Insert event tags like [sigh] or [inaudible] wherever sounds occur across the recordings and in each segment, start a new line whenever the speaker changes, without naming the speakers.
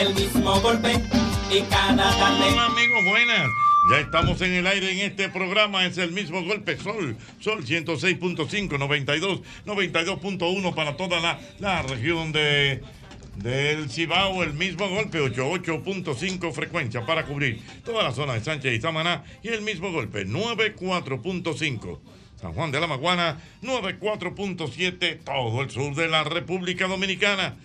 el mismo golpe y cada tarde.
Hola, amigos, buenas. Ya estamos en el aire en este programa. Es el mismo golpe Sol. Sol 106.5, 92, 92.1 para toda la, la región de. Del Cibao, el mismo golpe, 88.5 frecuencia para cubrir toda la zona de Sánchez y Samaná y el mismo golpe, 94.5. San Juan de la Maguana, 94.7, todo el sur de la República Dominicana.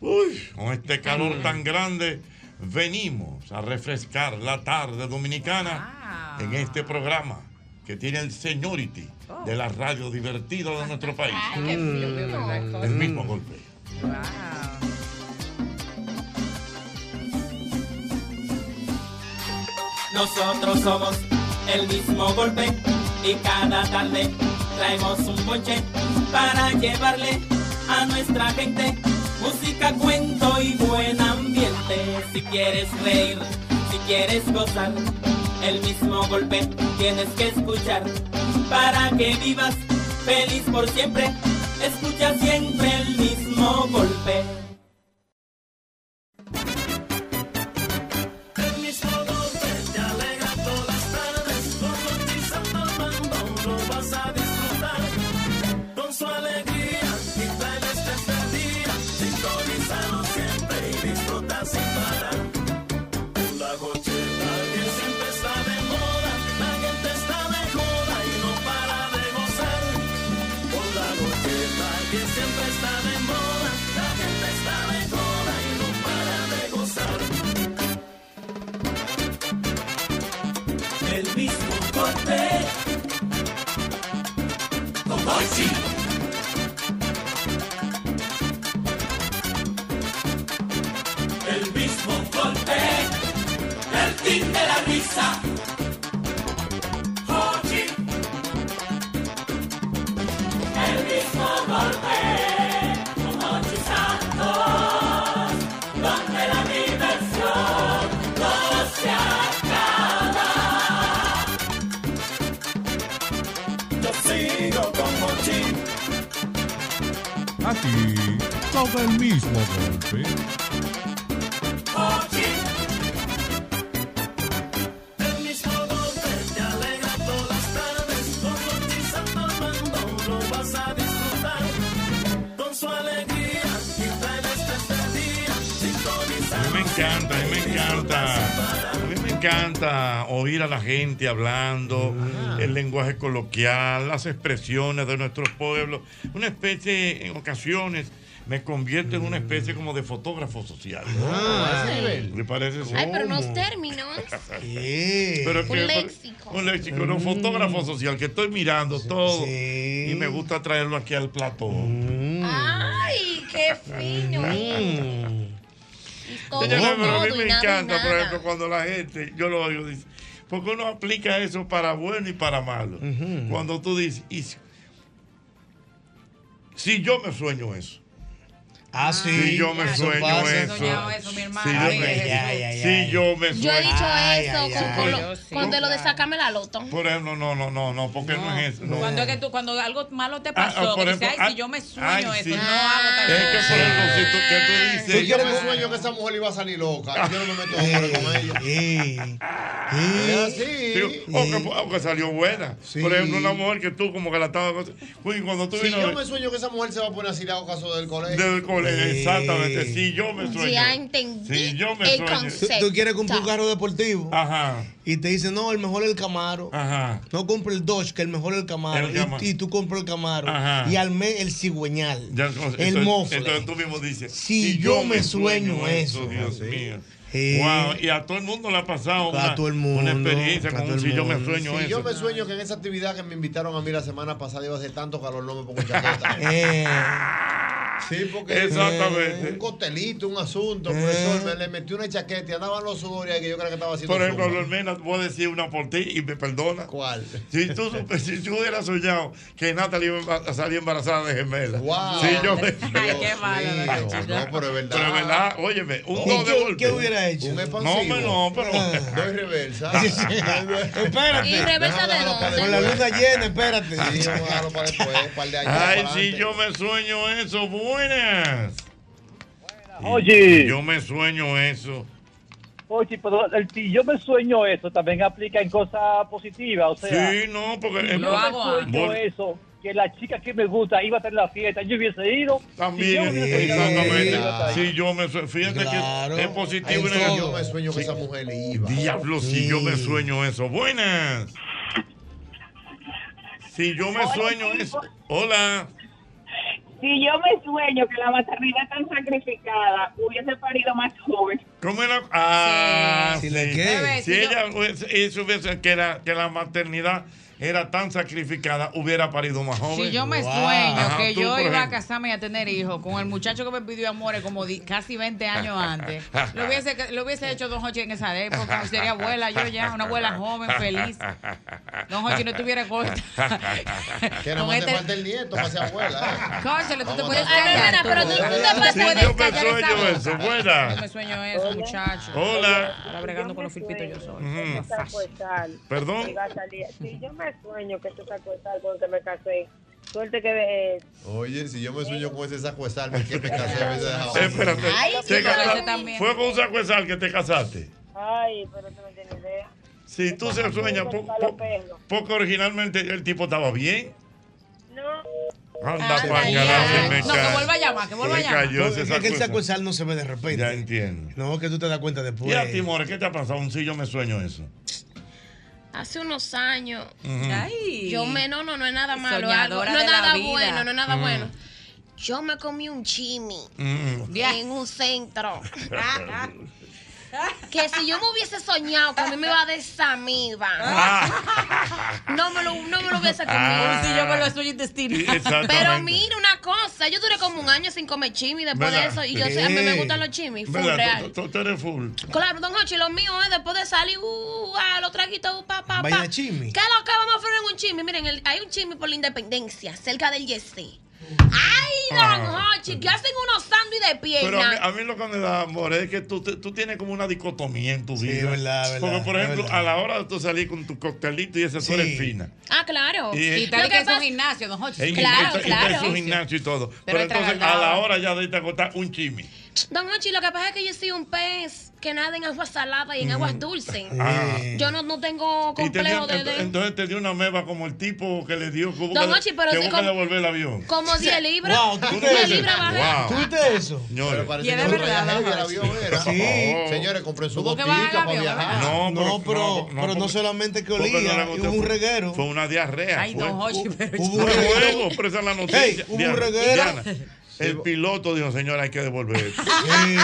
Uy, con este calor tan grande, venimos a refrescar la tarde dominicana en este programa que tiene el seniority de la radio divertida de nuestro país. El mismo golpe.
Nosotros somos el mismo golpe y cada tarde traemos un boche para llevarle a nuestra gente música, cuento y buen ambiente. Si quieres reír, si quieres gozar, el mismo golpe tienes que escuchar para que vivas feliz por siempre. Escucha siempre el mismo golpe.
El mismo golpe te alegra todas las tardes, con Otiza Mamandón lo vas a disfrutar. Con su alegría y traerles este día, sintonízalo siempre y disfruta sin parar. Una gocheta que siempre está de moda, la gente está de joda y no para de gozar. Con la gocheta que siempre está de moda, la gente está de joda y no para de gozar.
El mismo golpe. Con El mismo golpe. El fin de la risa. Hochi. El mismo golpe. Con Hochi Santos. Donde la diversión no se acaba.
Yo sigo con Mochi.
Aquí, todo el mismo golpe.
El mismo golpe te alegra todas las tardes. Con Mochiza Mamandón lo vas a disfrutar. Con su alegría y traerles este día.
A mí me encanta, a mí me encanta. A mí me encanta oír a la gente hablando,
Mm.
el lenguaje coloquial, las expresiones de nuestros pueblos. Una especie, en ocasiones, me convierte en una especie como de fotógrafo social.
Ah, a ese nivel.
¿Le parece?
Ay, pero unos
¿Cómo?
términos.
Pero es que-
un léxico.
Un léxico, no, un fotógrafo
Mm.
social que estoy mirando todo. Y me gusta traerlo aquí al plató.
Mm.
Ay, qué fino. Todo,
Señores, pero a mí
todo y
me
nada y
encanta, por
nada.
ejemplo, cuando la gente, yo lo oigo, dice, porque uno aplica eso para bueno y para malo. Cuando tú dices, y si, si yo me sueño eso.
Ah,
Si yo me sueño eso. Si yo me- si yo me sueño.
Yo he dicho eso
ay,
con,
ay.
con lo-
Yo
con de lo de sacarme la loto.
Por ejemplo, no, no, no, no, porque no, es eso. no.
Cuando, es que tú, cuando algo malo te
Ah,
pasó,
ah, por
que dices,
ejemplo,
ay,
ah,
si yo me sueño
ay,
eso,
sí.
no hago tal
Es que, por ejemplo, si tú, que tú dices,
Tú quieres
yo-
un sueño que esa mujer iba a salir loca. Yo no me meto hombre con ella.
Eh,
Digo, o, que, o que salió buena. Por ejemplo, una mujer que tú como que la estabas. Uy, cuando tú
Si
vino
yo me sueño que esa mujer se va a poner así la ocaso del colegio.
del colegio,
Eh,
exactamente. Si yo me sueño.
Ya entendí
Si yo me
el
sueño.
concepto.
concepto.
Tú quieres comprar un carro deportivo. Y te dicen, no, el mejor es el Camaro. No compre el Dodge, que el mejor es el Camaro.
El
Y-
Camaro.
Y, tú compras el Camaro.
Ajá.
Y al mes el cigüeñal.
Ya, entonces,
el
entonces-
mofle.
Entonces tú mismo dices.
Si yo me sueño eso.
Dios mío.
Sí.
Wow, y a todo el mundo le ha pasado
A
una,
todo el mundo,
una experiencia
a
con
todo
un
el
si yo me
mundo.
sueño
Si
eso.
yo me sueño que en
[laughs]
esa [laughs] actividad que me invitaron a mí la semana pasada iba a hacer tanto calor, no me pongo chaqueta.
Eh,
Sí, porque
Exactamente. Eh.
un costelito, un asunto, profesor, me le metí una chaqueta y andaban los sudores ahí que yo creo que estaba haciendo.
Por ejemplo,
zumba.
Lormena, voy a decir una por ti y me perdona.
¿Cuál?
Si tú, supe- si tú hubieras soñado que Natalie iba a embar- a salir embarazada de gemela.
Wow.
Sí, yo [laughs] me...
Ay, qué malo. No, pero es verdad.
Pero es verdad, óyeme, un
¿Y
dos de
qué-
golpe.
qué hubiera hecho? Un
No,
expansivo.
me no,
Ah.
pero... Ah,
Doy reversa.
Sí, sí. Espérate.
¿Y reversa de
Déjalo para
dónde? Con la luz
después.
llena, espérate.
Sí, vamos a dejarlo para después, un par de años para
Ay,
adelante.
si yo me sueño eso, buenas.
Oye.
Yo me sueño eso.
Oye, pero el si yo me sueño eso también aplica en cosas positivas, o sea.
Sí, no, porque-
si yo
Lo
me
hago,
sueño
ah.
eso, que la chica que me gusta iba a estar en la fiesta, yo hubiese ido.
También,
si yo hubiese ido,
exactamente.
yo hubiese ido.
Si yo me sueño, fíjate que es positivo.
Ay,
en
yo me
el-
sueño que esa mujer iba.
Diablo, si yo me sueño eso. Buenas. Si yo me
Hola,
sueño
chicos.
eso. Hola.
Si yo me sueño que la maternidad tan sacrificada hubiese parido más joven.
¿Cómo era? Ah, sí.
Bebé,
Si
si yo-
ella hubiese- eso hubiese- que la, que la maternidad era tan sacrificada, hubiera parido más joven.
Si yo me
Wow.
sueño
Ajá,
que
tú,
yo
por
iba a
ejemplo.
casarme y a tener hijos con el muchacho que me pidió amores como di- casi 20 años antes, lo hubiese, lo hubiese hecho Don Hochi en esa época, sería abuela yo ya, una abuela joven,
[laughs]
feliz. Don Hochi no estuviera corta.
Que nada
Con
más
este-
te falta el nieto para
[laughs]
ser abuela. eh.
Cónchale, tú te
Vamos
puedes
a tratar.
callar.
Ay, nena, pero tú- tú te
puedes
Sí, yo me
callar esa
sueño
boca.
eso, buena.
Yo me sueño eso, muchacho.
Hola.
Ahora bregando con los filpitos yo soy.
este
Ujú. Perdón.
Perdón. Si yo me sueño que este te sacó tal con que me casé, suerte que. eh,
Oye, si yo me sueño con ese saco de sal, ¿por qué me casé? Me dejaba-
Espérate.
Ay, sí,
Te
pero
casa-
ese también.
Fue con un saco de sal que te casaste.
Ay, pero tú no tienes idea.
Si tú se sueñas, po- po- porque originalmente el tipo estaba bien. No. Ah, Anda,
Ah,
Anda
pa'
ya.
carajo, se me
No, que
cae.
vuelva a llamar, que vuelva a
Se
llamar.
cayó
No,
ese
es
saco
que el
de
saco de
sal.
sal no se ve de repente.
Ya entiendo.
No, que tú te das cuenta después.
Y a ti, More, ¿qué te ha pasado? Un sí, yo me sueño eso.
Hace unos años,
Ujú.
Ay.
yo me, no, no, no es nada malo, algo,
Soñadora
no es
de la
nada
vida.
bueno, no es nada
Mm.
bueno. Yo me comí un chimi
Mm.
en un centro. que si yo me hubiese soñado que a mí me iba a dar esa
Ah.
Ah.
no me lo, no me lo hubiese comido.
Ah. Un sillón con los suyos intestinales.
Exactamente.
Pero mira una cosa, yo duré como un año sin comer chimi [laughs] después de
¿Verdad?
eso. Y yo sé, a mí me
Sí.
gustan los chimis, full
¿Verdad?
real.
Tú, tú- tú eres full.
Claro, don Hochi, lo mío es después de salir, uh, a los traguitos, uh, pa, pa, pa.
Vaya chisme.
¿Qué es lo que vamos a hacer en un chisme? Miren, el- hay un chisme por la independencia, cerca del Yese. ¡Ay, don
Ah.
Hochi! Que hacen unos sándwiches de
Pero ah. a mí, a
pierna.
mí lo que me da amor es que tú, tú tienes como una dicotomía en tu vida.
verdad, verdad,
Porque, por
es
ejemplo, a la hora de tú salir con tu coctelito y esa tú eres fina.
Ah, claro.
Y-
Y tal
Lo
y
que
que es
pasa-
un gimnasio, don Hochi.
Ey, y- y- y- y- y- su gimnasio y todo. Pero,
es
entonces, a
tragaldado.
la hora ya de irte a acostar, un chisme.
Don Hochi, lo que pasa es que yo soy un pez que nada en agua salada y en aguas dulces.
Mm. Ah.
Yo no, no tengo
Y te dio-
complejo de...
ento-
de-
Entonces te dio una meba como el tipo que le dio. Que hubo
Don
que-
Hochi, pero
que
sí,
hubo que
como-
devolver el avión.
Como 10 libras.
[laughs] Wow, tú
10
dices,
libras bajé.
wow.
¿Tú viste eso?
Señores.
Parece que otro viajero ya la vio, era. oh.
Sí.
Señores, compré su
Tuvo que
botica
bajar el
para
avión,
viajar.
No, pero,
No, pero no,
porque-
solamente que
porque no le
olía,
gustó,
hubo un
fue-
reguero.
Fue una diarrea.
Ay,
fue,
don Hochi,
hu-
pero-
Hubo un
Fue
reguero, pero esa es la noticia.
Ey, hubo un
Diana,
reguero.
Diana, el piloto dijo, señor, hay que devolver esto.
Sí.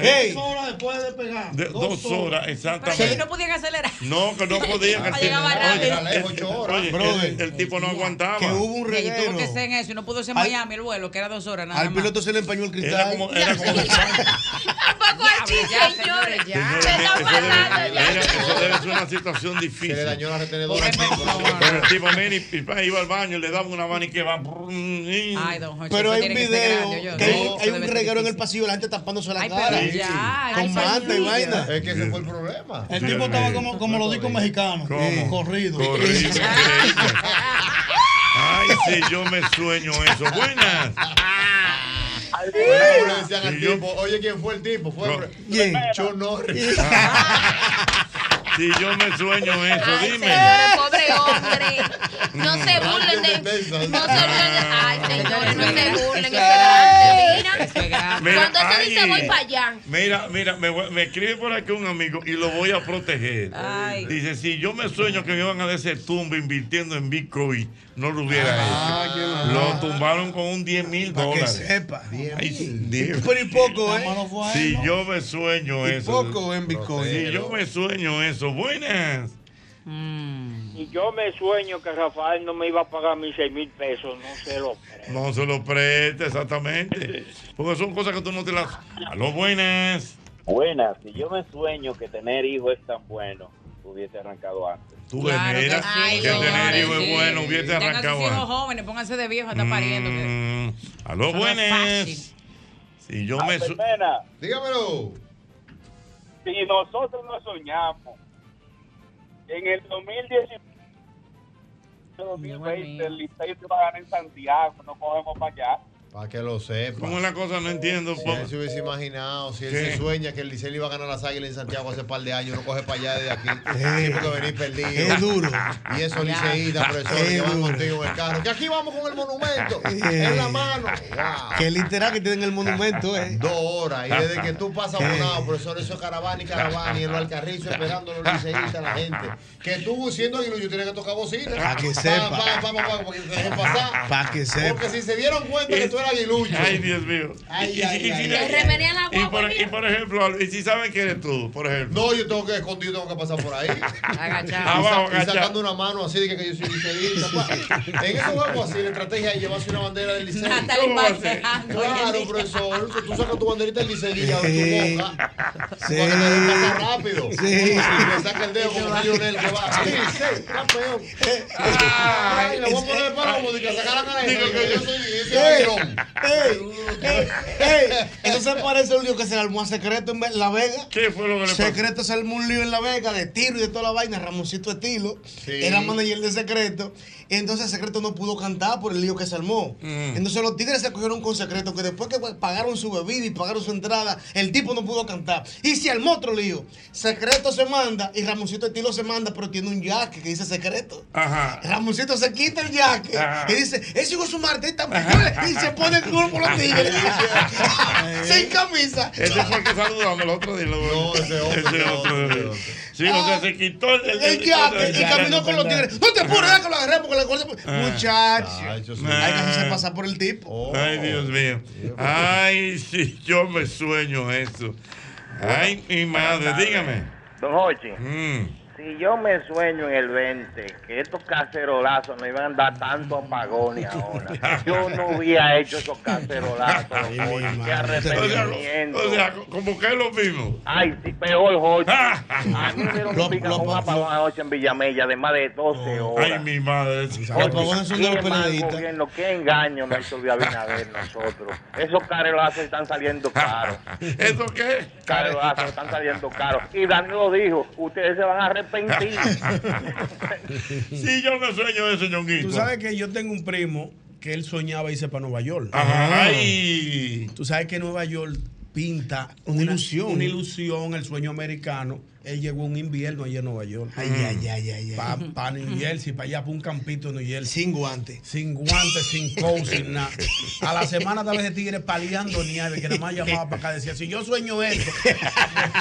Ey.
Dos horas después de despegar.
[laughs]
De- dos horas,
Pero que ellos
exactamente.
no podían acelerar.
No, que no
[laughs]
podían.
No
el tipo-
llegaba
oye,
rápido.
el- oye, el, el tipo no aguantaba.
Que hubo un
Que yo
reguero.
que sé en eso y no pudo ser en
Al-
Miami el vuelo, que era dos horas nada
Al
más.
piloto se le empañó el cristal.
Tampoco al
Ya,
chiste, señores.
ya.
Se está pasando ya.
Mira, eso debe ser una situación difícil. Se le dañó
la
retenedora. Pero el tipo, mira, y- y pa, iba al baño, le daba una mano y que va. Ay,
don
Pero hay un video que hay, hay un reguero en el pasillo, la gente tapándose la cara.
pero ya,
Con
ay,
manta y
Dios.
vaina.
Es que ese fue el problema.
El tipo estaba como, como los discos mexicanos.
¿Cómo?
Corrido.
Corrido. Ay, si yo me sueño eso. Buenas.
Bueno, le decían al
Si yo-
tipo, oye, ¿quién fue el tipo? Fue
[laughs]
John Norris.
Ah. Si yo me sueño eso,
Ay,
dime.
señores, pobre hombre. No se burlen de. Mm. No se burlen de. Ay, señores, no se burlen. Eso es grande, mira.
Mira,
Cuando eso
ay.
dice voy para allá.
Mira, mira, me, voy- me escribe por aquí un amigo y lo voy a proteger.
Ay.
Dice, si yo me sueño que me iban a dar ese tumbo invirtiendo en Bitcoin, no lo hubiera
Ah,
hecho. Lo tumbaron con un 10 mil
Para que
dólares.
sepa.
Ay, sí, diez-
Pero y poco, ¿eh?
Si yo me sueño
Y
eso.
poco en Bitcoin.
Si yo me sueño eso. Buenas.
Mm.
Y yo me sueño que Rafael no me iba a pagar mis seis mil pesos, no se lo
No se lo preste, exactamente. Porque son cosas que tú no te las. A lo buenas.
Buenas, si yo me sueño que tener hijos es tan bueno, hubiese arrancado antes.
Tú ves, mira,
sí,
que tener
señores,
hijos es
sí.
bueno, hubiese
Tengan sus
arrancado
hijos
antes.
jóvenes, pónganse de viejo, está pariendo. que-
Mm, a
Eso
lo
no es
buenas.
fácil.
Si yo me. su-
Dígamelo. Si nosotros no soñamos, en el 2019, 2020, el Licey se va a ganar en Santiago, no cogemos para allá.
Para que lo sepa.
¿Cómo es la cosa? No entiendo.
Si él se hubiese imaginado, si él
¿Qué?
se sueña que el Licey le iba a ganar a las águilas en Santiago hace par de años, no coge para allá
[laughs]
desde aquí. Siempre que venir perdido.
Es duro.
Y eso, liceíta, profesor,
Es
que van
duro.
contigo en el carro. Que aquí vamos con el monumento.
Eh.
En la mano.
Que literal que tienen el monumento, ¿eh?
[laughs] Dos horas. Y desde que tú pasas por un lado, profesor, eso es caravana y caravana. Y en los alcarrizos esperando los liceístas, la
[laughs]
gente. Que tú, siendo aguilucho, tienes que tocar bocina.
Pa' que sepa.
Vamos, vamos, vamos, porque te dejen
[laughs]
pasar.
Para que sepa.
Porque si se dieron cuenta que tú eras aguilucho.
Ay, Dios mío.
Ay,
Y- y-
ay,
y-
ay,
y-
ay.
y-
Remenea la
y por,
guagua,
y por ejemplo, y si saben quién eres tú, por ejemplo.
No, yo tengo que escondido, tengo que pasar por ahí.
Agachado.
Y,
Abajo,
sa- y
agachado.
sacando una mano así de que, que yo soy liceísta. pa. En esos juegos así, la estrategia es llevarse una bandera del liceo.
Natalie
¿Cómo va a ser?
bajando,
Claro,
ella
profesor. que Tú sacas tu banderita del liceo y ya en tu boca.
Sí.
Porque te dejan pasar rápido.
Sí.
Y le saca el dedo como un Lionel que va. Sí, sí, campeón. Ay, le voy a poner el palo como de que sacaran a él. que yo soy ese
¡Ey!
varón.
¡Ey! ¡Ey! ¡Ey! Eso se parece a un lío que se armó a secreto en Ve- La Vega.
¿Qué fue lo que le pasó?
Secreto se armó un lío en La Vega de tiro y de toda la vaina. Ramoncito Estilo era manager de Secreto. Entonces Secreto no pudo cantar por el lío que se armó.
Mm.
Entonces los tigres se cogieron con Secreto que después que pagaron su bebida y pagaron su entrada, el tipo no pudo cantar. Y se armó otro lío. Secreto se manda y Ramoncito Estilo se manda, pero tiene un jaque que dice Secreto.
Ajá.
Ramoncito se quita el jaque
Ajá.
y dice, ese hijo es un martita y se pone el culo por los tigres. [laughs] Sin camisa.
[laughs] Ese fue el que saludamos el otro día. No, ese otro. Sí, o
Ah,
sea, se quitó el. el-
El jaque
el-
y caminó con los tigres. No te apures, deja que lo agarré porque la cosa.
Ah.
Muchacho. Hay que hacerse pasar por el tipo.
Oh.
Ay, Dios mío. Ay, si yo me sueño eso. Ay, mi madre, dígame.
Don Hochi,
Mm.
si yo me sueño en el 20, que estos cacerolazos no iban a dar tanto
[laughs]
apagones ahora, yo no hubiera hecho esos cacerolazos. Hochi, qué arrepentimiento.
O sea, como que es lo mismo.
Ay, sí, peor, Hochi. A mí me dieron un pica- un apagón anoche en Villamella de más de 12 horas.
Ay, mi madre.
Oye, qué mal gobierno, qué engaño nos hizo Luis Abinader nosotros. Esos carelazos están saliendo caros.
¿Eso qué?
Carelazos están saliendo caros. Y Danilo dijo, ustedes se van a arrepentir.
Sí, yo me sueño eso, Ñonguito.
Mm. Tú sabes que yo tengo un primo que él soñaba irse para Nueva York.
Ajá.
Tú sabes que Nueva York pinta una, ilusión. Una ilusión, el sueño americano. Él llegó un invierno allá en Nueva York.
Ay, ay, ay, ay, ay.
Para New Jersey, para allá, para un campito en New Jersey.
Sin guantes.
Sin guantes, sin coat, sin nada. A la semana tal vez de tigre paleando nieve, que nada más llamaba para acá. Decía, si yo sueño esto. [laughs]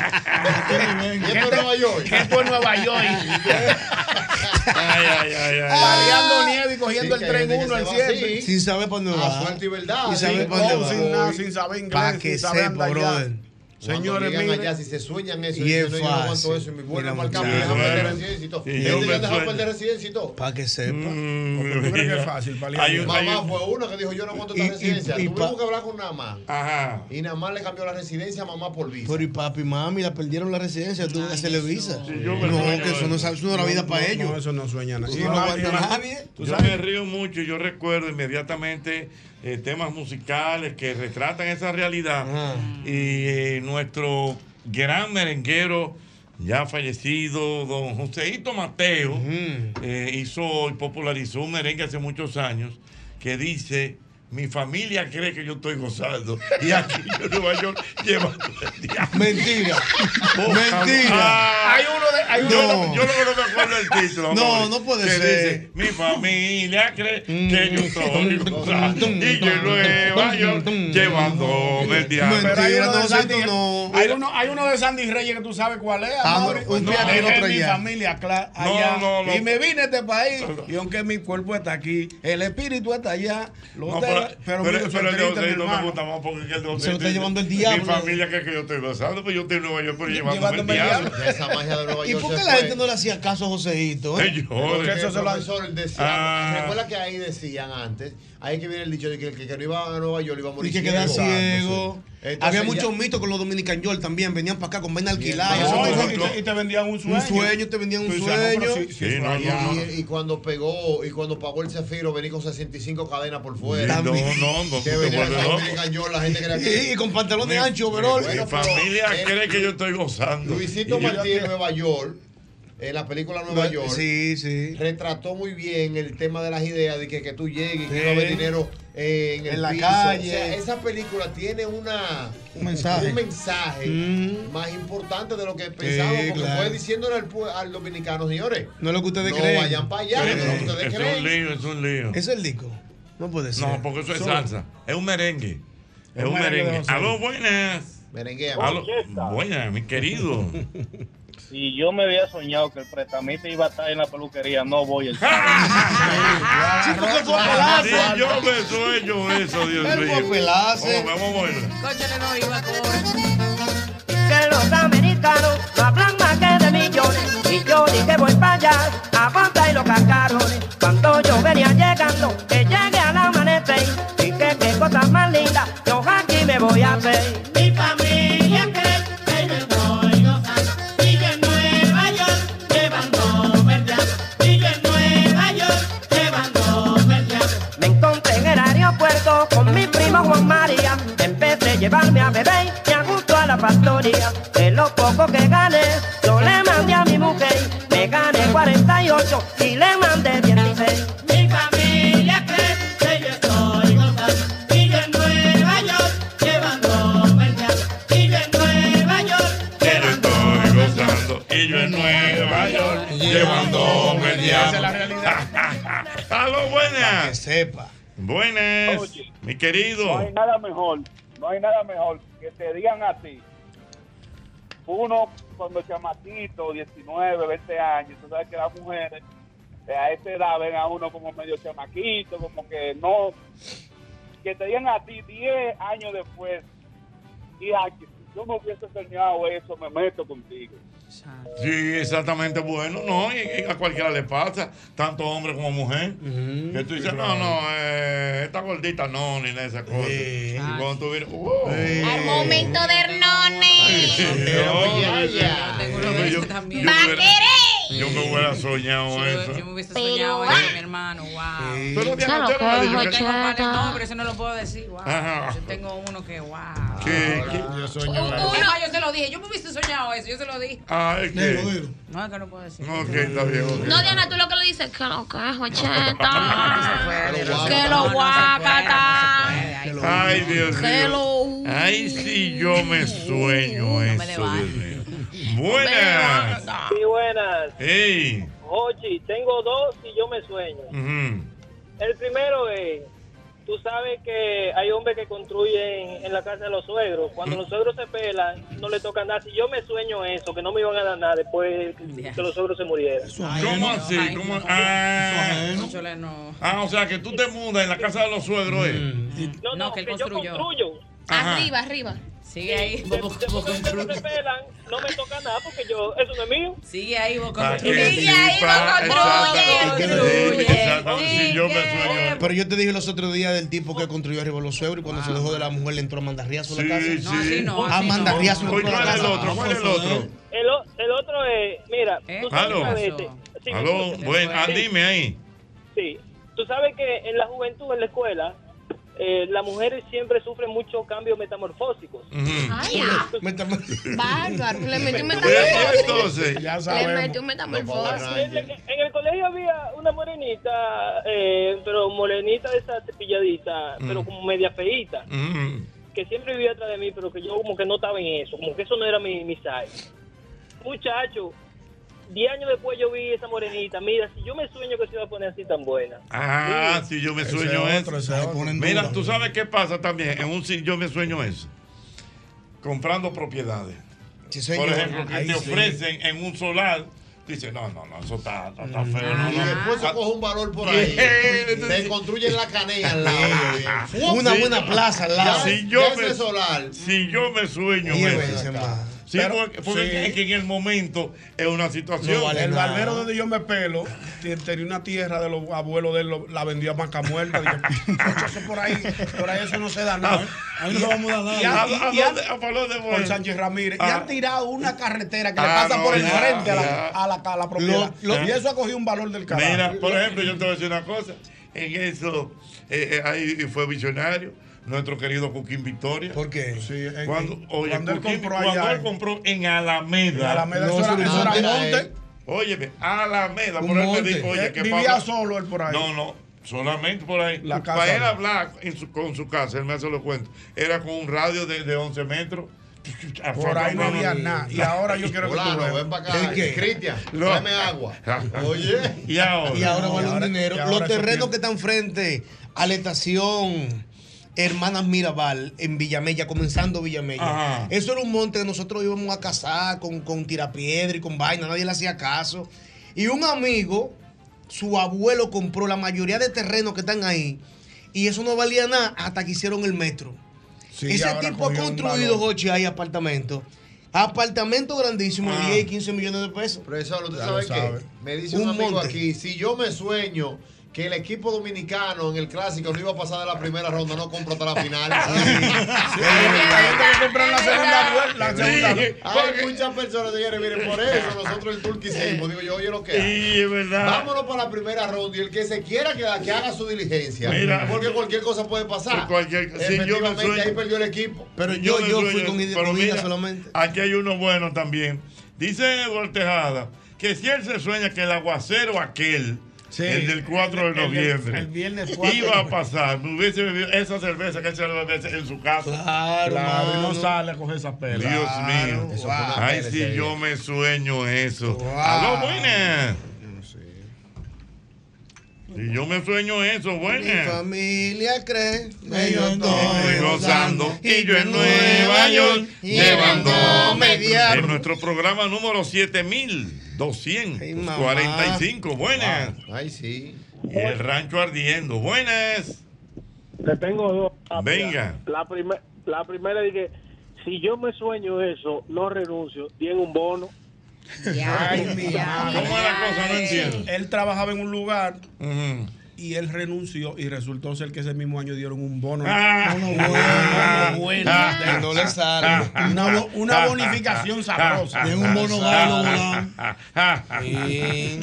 Y esto es Nueva York.
que Esto es Nueva York.
Ay, ay, ay,
Ah.
ay.
Paleando nieve y cogiendo
Sí,
el
que hay
tren
gente que
uno,
se
el
va
7.
Sin saber por dónde va.
A suerte y verdad.
Sin saber
sí.
por dónde va.
sin nada, sin saber inglés,
Pa' que
sin saber
sepa,
andar ya.
brother.
Cuando
Señores,
llegan
miren.
allá, si se sueñan eso,
Y
dicen,
es
no, yo no aguanto
fácil.
eso, mi bueno,
Mira,
mal cambio,
muchacho.
déjame perder
Bueno.
residencia y todo.
Sí,
¿Y
yo
dónde
me
han dejado
sueño.
perder residencia y todo?
Para que sepa. Mm,
¿Tú crees que es fácil paliar nieve?
Mamá fue uno que dijo, yo no aguanto
Y-
esta
y-
residencia.
y
Tuvimos
pa-
que hablar con Namá.
Ajá.
Y Namá le cambió la residencia a mamá por visa.
Pero y papi y mami la perdieron la residencia, tuvo que hacerle visa.
me
no,
sueño
que eso no es eso no es la vida para ellos.
No, eso no sueña nadie.
Eso Pues no lo aguanta nadie.
Tú Yo me río mucho, yo recuerdo inmediatamente eh, temas musicales que retratan esa realidad. Y eh, nuestro gran merenguero, ya fallecido, don Joseito Mateo, eh, hizo y popularizó un merengue hace muchos años que dice. Mi familia cree que yo estoy gozando. [laughs] Y aquí yo en Nueva York llevando el diablo. Ah.
Mentira.
Mentira. Hay uno de- hay uno
yo,
de-
no- yo no, no me acuerdo el título.
No,
amores,
no puede
que
ser.
dice, mi familia cree que
Mm.
yo soy gozando. Y yo en Nueva York llevándome el diablo.
Ah, Pero hay uno, de Sandy,
no.
hay, uno, hay uno de Sandy Reyes que tú sabes cuál es.
Ah,
Amaury.
no, un
No,
piano y el
dejé
otro
mi
allá.
familia cla-
No,
allá.
no, no.
Y me vine a este país. Y aunque mi cuerpo está aquí, el espíritu está allá. Lo
No,
tengo
la-
pero
pero-
1830,
pero el de José
mi
no me
hermano.
gusta más porque el de José
Se lo está
tiene-
llevando el
Mi
diablo.
familia que, que yo estoy basado, pues yo estoy en Nueva York, pero llevándome,
Llevándome
el
eh. el
diablo.
diablo. Ya esa magia de Nueva ¿Y York por qué se la fue. gente no le hacía caso a Joseito?
Eh, yo,
Porque
eh,
el profesor decía,
Ah.
recuerda que ahí decían antes, ahí que viene el dicho de que el que, que no iba a Nueva York iba a morir
Y que queda
ciego.
ciego.
Entonces,
Había
ya-
muchos mitos con los dominican york también. Venían para acá con vaina alquilada.
Bien.
eso
No,
me
y-
dijo-
y
Y te vendían un sueño.
Un sueño, te vendían un
Tú dices, ah, no,
sueño.
pero sí, sí, es
Y-
variado.
y, cuando pegó y cuando pagó el Zafiro venía con 65 cadenas por fuera.
No, no, no,
Que
te
venía
vuelves
con
loco.
Dominican York, la gente creía que-
Y- y con pantalón de ancho, overol.
Mi
Bueno, pero-
familia cree que yo estoy gozando.
Luisito
Y yo-
Martí en Nueva York, en la película Nueva
No,
York,
sí, sí.
retrató muy bien el tema de las ideas de que, que tú llegues y que
Sí.
no haber dinero eh, en, el
En la
piso.
calle.
O sea, esa película tiene una,
Un mensaje.
un mensaje
Mm.
más importante de lo que pensábamos, porque
claro.
fue diciéndole al, pue- al dominicano, señores,
No es lo que ustedes
no
creen.
vayan para allá, no es lo que ustedes
Es
creen.
un lío, es un lío.
Eso es el disco. No puede ser.
No, porque eso es
Solo.
salsa. Es un merengue. Es
Un
un
merengue de
merengue.
José.
Aló, buenas.
Merengue.
Aló, buenas, mi
[laughs]
querido.
Si yo me había soñado que el prestamista iba a estar en la peluquería, no
[laughs]
voy el
Sí, yo me sueño eso, Dios
El
mío.
papelazo.
Vamos, vamos, buenas.
Cóchale, no iba a
Que los americanos no hablan más que de millones. Y yo dije voy para allá, a Bogotá y los cascarones. Cuando yo venía llegando, que llegué al amanecer. Y que qué cosa más linda, yo aquí me voy a hacer. Mi familia cree que me voy a
Y yo en Nueva York llevando verdad. Y yo en Nueva York llevando verdad.
Me encontré en el aeropuerto con mi primo Juan María. Empecé a llevarme a bebé y a gusto a la factoría. De lo poco que gané, yo le mandé a mi mujer. Me gané 48 y le mandé 16.
Mi familia cree que yo estoy gozando. Y yo en Nueva York llevando verdad. Y yo en Nueva York
Pero estoy gozando y
Mm.
yo en Nueva York llevándome el diablo.
Esa es la
realidad. [laughs] Aló, buenas. que
sepa.
Buenas, mi
No hay
querido.
nada mejor, no hay nada mejor que te digan a ti. Uno, cuando chamaquito, 19, 20 años, tú sabes que las mujeres eh, a esa edad ven a uno como medio chamaquito, como que no. Que te digan a ti 10 años después, hija, que si yo no hubiese soñado eso, me meto contigo.
Sí, exactamente bueno, no, y, y a cualquiera le pasa, tanto hombre como mujer. que tú dices, no, no, eh, esta gordita no, ni nada de esas cosas. Y cuando tú vienes, "Oh".
Al momento de Hernones.
Yo me hubiera soñado eso.
Yo me hubiese soñado
Pero,
eso, mi hermano. Wow.
Tú no tienes
Yo
antena,
tengo
digo que-
pares- No, pero eso no lo puedo decir. Wow.
Ajá.
Yo tengo uno que, wow.
¿Qué? ¿Qué?
Es más, yo se lo dije. Yo me hubiese soñado eso. Yo se lo dije.
Ay, Ah, ¿qué?
No, es que no puedo decir.
Ok, está bien. ok.
No, Diana, tú lo que le dices, que lo que es, guacheta. Que lo guacata.
Ay, Dios
Que
mío.
lo
Ay, si yo me sueño eso, Dios mío. Buenas.
Sí, buenas.
Ey.
Ochi, tengo dos y yo me sueño.
Mm.
ujú.
El primero es, tú sabes que hay hombres que construyen en la casa de los suegros. Cuando los suegros se pelan, no le tocan nada. Si yo me sueño eso, que no me iban a dar nada después que los suegros se murieran.
¿Cómo así? ¿Cómo? Ah, Ah, o sea que tú te mudas en la casa de los suegros, ¿eh?
No, Mm. no, que, yo construyo.
Ajá.
Arriba, arriba.
Sigue ahí.
Después que los suegros se pelan, no me tocan nada porque yo, eso no es mío.
Sigue ahí, vos
Pa' Ah, que
construyes.
sepa,
construyes.
exactamente,
construyes.
exactamente, si yo me sueño.
Pero yo te dije los otros días del tipo que construyó arriba los suegros y cuando se dejó de la mujer le entró a mandarriazo a la casa.
Sí, sí.
A mandarriazo le
Oye,
entró a la
¿Cuál es
casa.
el otro? ¿Cuál es el otro?
El, o- el otro es, mira, tú sabes
Aló.
que a veces- este, Sí, me
Aló,
escuchas.
bueno, ah,
Sí.
dime ahí.
Sí, tú sabes que en la juventud, en la escuela, eh, las mujeres siempre sufren muchos cambios metamorfósicos.
Ay,
Bárbaro,
le metí un
metamorfosis. Entonces, ya
Le metí un metamorfosis.
En el colegio había una morenita, eh, pero morenita de esa cepilladita, pero como media feíta, que siempre vivía atrás de mí, pero que yo como que no estaba en eso, como que eso no era mi, mi size. Muchacho, diez años después yo vi esa morenita, mira, si yo me sueño que se iba a poner así tan buena.
Ah, si yo me
Ese
sueño
es otro,
eso.
ese es otro.
Mira, tú sabes qué pasa también en un si yo me sueño eso. Comprando propiedades.
señor.
Por ejemplo, que
Ahí
te
sí.
ofrecen en un solar dice, no, no, no, eso está, está- está feo. no,
Y
no.
después se
Ah,
coge un valor por
[laughs]
ahí. Se construyen la canea al lado.
Una
Sí.
buena plaza al lado.
Si yo, me, si yo me sueño,
Diez
me-
veces más.
Sí,
Pero-
porque, porque
sí.
es que en el momento es una situación.
No vale el barbero donde yo me pelo te- tenía una tierra de los abuelos de él, lo- la vendió a banca muerta. Dije, "Muchacho, eso por ahí, por ahí [laughs] eso no ¿eh? se da nada. Ahí no vamos a dar nada.
¿Y a- a dónde- a
por Sánchez Ramírez. Y
Ah.
han tirado una carretera que le
Ah,
pasa
no,
por el
ya,
frente
ya.
a la, a la, a la propiedad.
Lo- lo-
Ah, y eso ha cogido un valor del carajo.
Mira, por ejemplo, yo te voy a decir una cosa. En eso, eh, eh, ahí fue visionario nuestro querido Cuquín Victoria. ¿Por
qué?
cuando, oye,
Eh, cuando él
Cuquín,
compró
cuando
allá
él
en-
compró en Alameda.
En Alameda, eso era- eso era monte.
Óyeme, Alameda,
Un
por él me
monte.
dijo, oye,
Él
que
vivía solo él por ahí.
No, no, solamente por ahí.
La casa
Para él
no.
hablar en su- con su casa, él me hace lo cuento. Era con un radio de, de 11 metros.
Por ahí no había nada. Y ahora yo quiero que tú
Fulano,
veas.
ven pa' acá.
¿El qué?
Cristian,
No.
tráeme
[laughs]
agua. Oye.
Y ahora.
Y ahora vale
Y ahora-
un dinero.
y ahora
Los
eso
terrenos
tiene-
que están frente a la estación Hermanas Mirabal en Villamella, comenzando Villamella.
Ajá.
Eso era un monte que nosotros íbamos a cazar con, con tirapiedra y con vaina, nadie le hacía caso. Y un amigo, su abuelo compró la mayoría de terrenos que están ahí. Y eso no valía nada hasta que hicieron el metro.
Sí,
Ese
ahora
tipo ha
cogió un
construido,
valor.
Jochi, ahí apartamentos. Apartamentos grandísimos,
Ah.
10 y 15 millones de pesos.
Profesor, ¿usted sabe qué? Me dice un, amigo aquí, si yo me sueño que el equipo dominicano en el clásico no iba a pasar de la primera ronda, no compro hasta la
[laughs]
final. Hay muchas personas, señores, miren, por eso nosotros el
Eh,
turquismo, digo yo, oye lo que hay.
Sí, es verdad.
Vámonos para la primera ronda y el que se quiera quedar, que haga su diligencia.
Mira.
porque cualquier cosa puede pasar.
Cualquier- si yo me
Efectivamente,
sueño-
ahí perdió el equipo.
me sueño- pero mira, Aquí hay uno bueno también. Dice Eduardo Tejada que si él se sueña que el aguacero aquel, el del 4 de
el- el-
noviembre,
el viernes 4.
iba a pasar, me hubiese bebido esa cerveza que él se bebía en su casa.
Claro, y no sale a coger esa pela.
Dios mío.
Eso fue una
Ay,
pela
si
ese
yo
día.
me sueño eso. Aló, buenas. Si yo me sueño eso,
Mi
buenas.
familia cree que yo estoy
Estoy gozando y yo en
Nueva
Nueva York
York,
llevándome
llevándome diablo.
en nuestro programa número 7245. Buenas.
Ay, sí.
Y el rancho ardiendo. Buenas.
Le tengo dos.
Ah,
Venga.
La, prime- la primera dije, si yo me sueño eso, no renuncio, tiene un bono.
Ay, mi madre.
¿Cómo es la cosa? No entiendo.
Él trabajaba en un lugar y él renunció y resultó ser que ese mismo año dieron un bono.
Ah.
Bono bueno,
Ah.
bono bueno.
Ah.
Que no le sale.
Ah.
Una, bo- una
Ah.
bonificación sabrosa.
Tiene un bono
Ah.
Sí.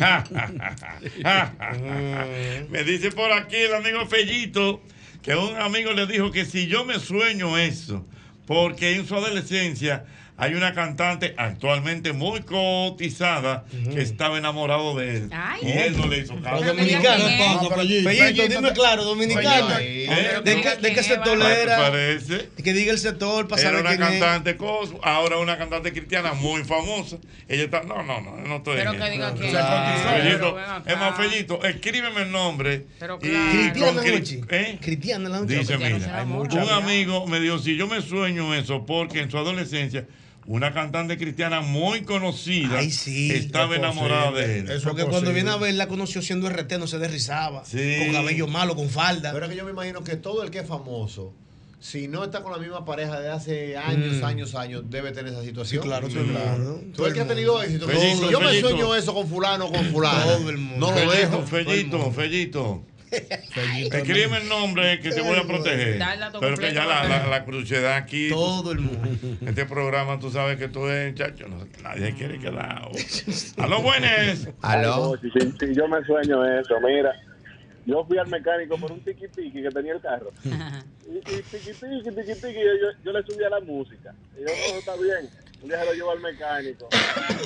me dice por aquí el amigo Fellito que un amigo le dijo que si yo me sueño eso, porque en su adolescencia hay una cantante actualmente muy cotizada que estaba enamorado de él.
Ay.
Y él no le hizo caso.
Pero dominicano,
No,
entonces,
pero-
Fellito. Fellito, dime claro, dominicano.
Ay,
¿De,
¿eh?
qué- de qué sector
¿Te
era?
parece?
Que diga el sector para
Era
saber
una
quién es.
cantante cos- ahora una cantante cristiana muy famosa. Ella está, no, no, no, no estoy.
Pero
en
que
eso.
diga que-
Se
Claro.
cotizó. Fellito,
Pero ven acá.
es más, Fellito, escríbeme el nombre.
Pero
y-
claro.
con
Cristiana
cri-
Noche.
¿eh?
Cristiana la noche.
Dice,
Porque ya no se
mira,
da mucho.
un amigo me dijo, si yo me sueño eso, porque en su adolescencia una cantante cristiana muy conocida estaba
Es
enamorada de
posible.
él.
Porque cuando viene a ver, la conoció siendo RT, no se derrizaba. Con cabello malo, con falda.
Pero es que yo me imagino que todo el que es famoso, si no está con la misma pareja de hace años,
Mm.
años, años, debe tener esa situación.
Sí, claro, todo el mundo.
Todo el que ha tenido éxito.
Fellito,
si yo me
Fellito.
sueño eso con fulano, con fulano.
Todo el
No lo dejo.
Fellito, Fellito, Fellito. Escríbeme el nombre que te voy a proteger.
Da el dato
Pero que ya la,
completo,
la, la crucedad aquí.
Todo el mundo.
Este programa, tú sabes que tú eres, chacho, no, nadie quiere [laughs] quedar. A los buenos.
Aló.
Si, si yo me sueño eso, mira. Yo fui al mecánico por un tiki tiki que tenía el carro. Y, y tiki tiki, tiki tiki, yo, yo- yo le subía la música. Y yo, no, está bien. Un día se lo llevo al mecánico.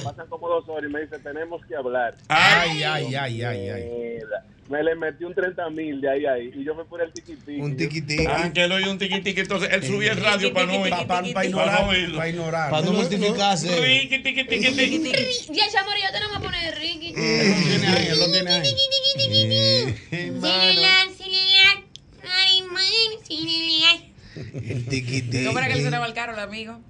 Pasan como dos horas y me dice, tenemos que hablar.
Ay, ay, ay, ay, ay.
Mierda. Me le metí un 30 mil de ahí a ahí. Y yo me puse el tiki tiki. Un tiki
Ah, que él oye un tiqui tiqui, entonces él subía el radio para no oír.
Para ignorar. Para ignorar.
Para no mortificarse.
Riqui, tiqui, tiqui, tiqui.
Ya, amor, yo te lo voy a poner Ricky.
Eh.
Él lo tiene ahí.
Celular, celular, Marimar, celular.
El tiquití.
¿Cómo era que le sonaba el carro, el amigo?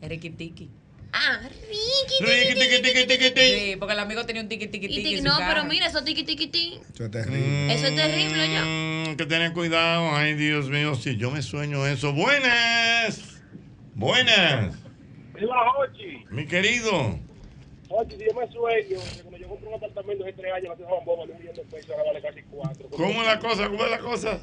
Riquitiqui.
Ah, riqui,
Riqui, tiqui, tiqui, tiqui, tiqui.
Sí, porque el amigo tenía un tiqui tiqui
Y
tiqui.
tic-
en su
no,
cara.
pero mira, eso tiqui tiqui tiqui.
Eso es terrible.
Eso es terrible, yo.
Mm, que tener cuidado. Ay, Dios mío, si yo me sueño eso. Buenas. Buenas.
Viva Hochi.
Mi querido.
Hochi, si yo me sueño, que cuando yo compré un apartamento de tres años, me tengo un bombo de un millón de pesos, ahora vale casi cuatro.
¿Cómo es la cosa? ¿Cómo es la cosa?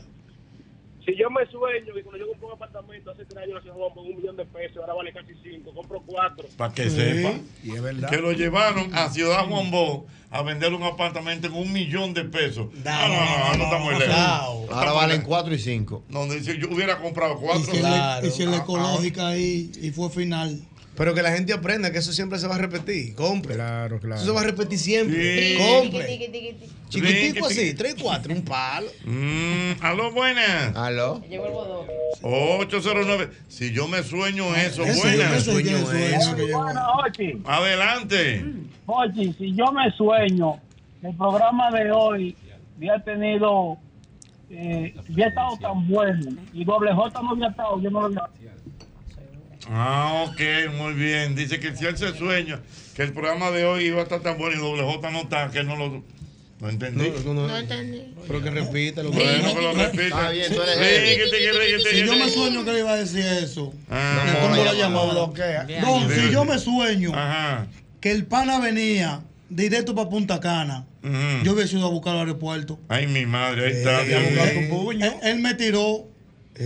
Si yo me sueño que cuando yo compré un apartamento hace tres años, le hacía un bombo de un millón de pesos, ahora vale casi cinco, compro cuatro.
Para que sepa.
Y es verdad.
Que lo llevaron a Ciudad Juan Bó a vender un apartamento en un millón de pesos. Ah, no, no, no, no, está muy lejos.
Ahora valen 4 y 5.
Donde dice, yo hubiera comprado
Y
cuatro.
si, la, y si
Ah,
la ecológica ahí y fue final. Ah, Pero que la gente aprenda que eso siempre se va a repetir. Compre. Claro, claro. Eso se va a repetir siempre.
Sí.
Compre.
Tiqui, tiqui, tiqui.
Chiquitico
Riqui, tiqui.
así, 3 4, un palo.
Mm, aló, buenas.
Aló.
Llegó el bodón.
809. Si yo me sueño eso,
Ese,
buenas.
ese, ese, ese, ese.
Adelante.
Oye, si yo me sueño, el programa de hoy había tenido, eh, había estado tan bueno y doble J no había estado, yo no lo había.
Ah, ok, muy bien. Dice que si él se sueña que el programa de hoy iba a estar tan bueno y doble J no está, que no lo. No entendí.
No entendí.
Pero que repita lo
Bueno, que lo repita.
Está bien, tú eres
Sí,
él.
que te- que te- que te-
Si yo
que
me
te-
sueño que le iba a decir eso.
Ah,
¿Cómo
no,
la
no,
llamaba?
no, bloquea.
Don,
Bien.
si yo me sueño
Ajá.
que el pana venía directo para Punta Cana,
Ujú.
yo hubiese ido a buscar al aeropuerto.
Ay, mi madre, ahí está.
Eh,
Dios mío.
Él, él me tiró.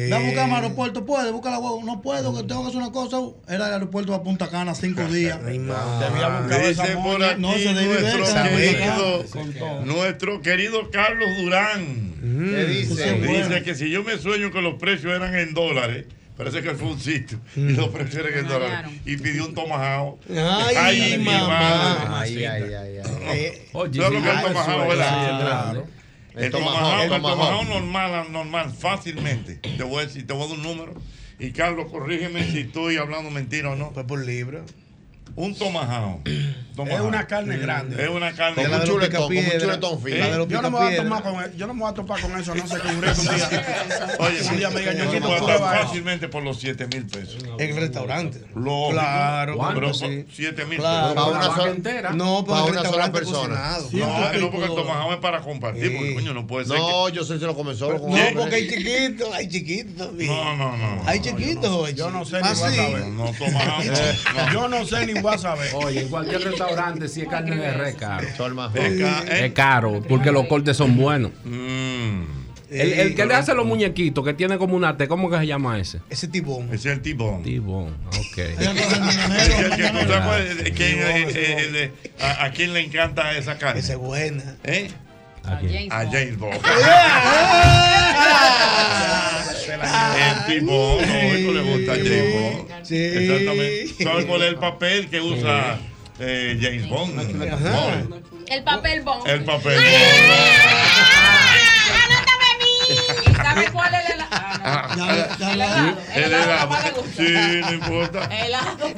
Da a buscar al aeropuerto, puede, busca la huevo. No puedo, que tengo que hacer una cosa. Era el aeropuerto a Punta Cana cinco días.
Ah, Dice por aquí
No, se debe ver,
nuestro,
cara.
querido, nuestro querido Carlos Durán.
Mm.
¿Qué dice?
Dice que si yo me sueño que los precios eran en dólares, parece que fue un sitio y los precios eran en dólares. Y pidió un tomahawk.
Mm. Ay,
mi
mamá.
madre.
Ay, ay, ay, ay.
Oye, ¿Sabes lo que es el
sí,
tomahawk,
sí,
verdad?
claro.
El
El
tomahawk,
tomahawk,
el
tomahawk.
tomahawk normal, normal, fácilmente. Te voy a decir, te voy a dar un número. Y Carlos, corrígeme si estoy hablando mentira o no. Pues por libra. Un tomahawk.
[clears throat] Es una carne grande.
Es una carne
Como un chuletón, como un
chuletón
Eh, yo, no me voy a tomar con, yo no me voy a topar con eso, no sé qué un reto un día.
Oye,
un día me digan yo
yo
quiero
puedo estar
probar eso.
fácilmente por los 7 mil pesos.
En restaurante.
Lógico.
Claro,
Pero
¿cuánto?
por
Sí.
7 mil
Claro.
pesos.
Para una sola- No, para una sola persona.
No,
Ciento y
no, porque el
pico
tomahawk es para compartir. Porque, coño, no puede ser.
No, yo sé si lo comenzó. Lo
No, porque hay chiquitos, hay chiquitos también.
No, no, no.
Hay chiquitos, oye.
Yo no sé ni
Ah,
voy a
sí.
saber.
No, tomahawk.
Eh, Yo no sé ni voy a saber.
Oye, en cualquier restaurante, si es carne de res, caro.
Es ca-
Eh,
eh.
Es caro, porque los cortes son buenos.
Mm.
El, el
Eh,
que le hace los muñequitos, que tiene como una T, ¿cómo que se llama ese?
Ese tibón.
Ese es el tibón.
Tibón, ok.
[laughs] Es que- que tú sabes, eh, quién, eh, eh, eh, eh, a, a quién le encanta esa carne? Esa
es buena.
¿Eh?
¿A
quién? A James Bond.
[laughs] Ah,
El tibón, no, eso le gusta a James Bond. Exactamente. ¿Sabes cuál es el papel que usa eh, James Bond? Bond.
El papel bomb.
El papel.
¿Sabes cuál es el helado?
El
Mm.
helado. Sí, no importa.
El helado.
El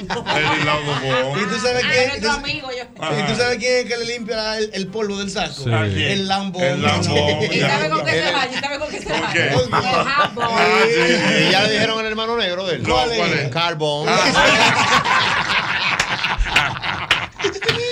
helado Bond.
¿Y tú sabes quién?
nuestro amigo, yo.
¿Y tú sabes quién es el que le limpia el, el polvo del saco?
Sí. ¿A quién?
El lambón.
El lambón,
[laughs] Sí.
¿Y sabes con qué se baña? ¿Y sabes con qué se baña?
Con
jabón.
Y ya le dijeron al hermano negro de él.
No, ¿cuál es?
Carbón.
Ey, y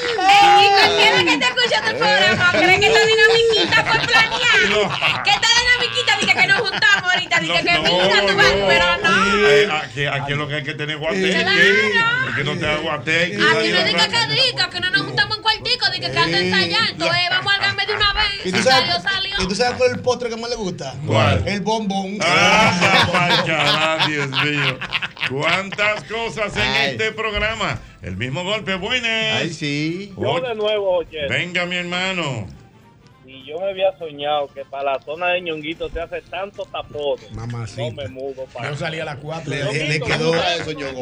cualquiera
Mm.
que esté escuchando el programa, cree que esta dinamiquita fue planeada.
[laughs] No.
Que esta dinamiquita, dije que nos juntamos ahorita,
No,
dije que
no,
mira, tú vas,
no.
pero no.
Eh, aquí, aquí lo que hay que tener guate es que, es que no te aguate.
Aquí no diga que diga, que no nos juntamos en cuartico, dije que ando ensayando, eh, vamos al game de una vez.
¿Y tú,
Salió,
sabes,
salió.
¿Y tú sabes cuál es el postre que más le gusta?
¿Cuál?
El bombón.
Ah.
Caramba, Dios mío. Cuántas cosas en este programa. El mismo golpe, buenas.
Ay, sí.
Oye,
Yo de nuevo, oye.
Venga, mi hermano.
Y yo me había soñado que para la zona de ñonguito se hace tanto tapón. No me mudo para.
Yo salí a las 4.
Le- le
quedó. pues,
Señor.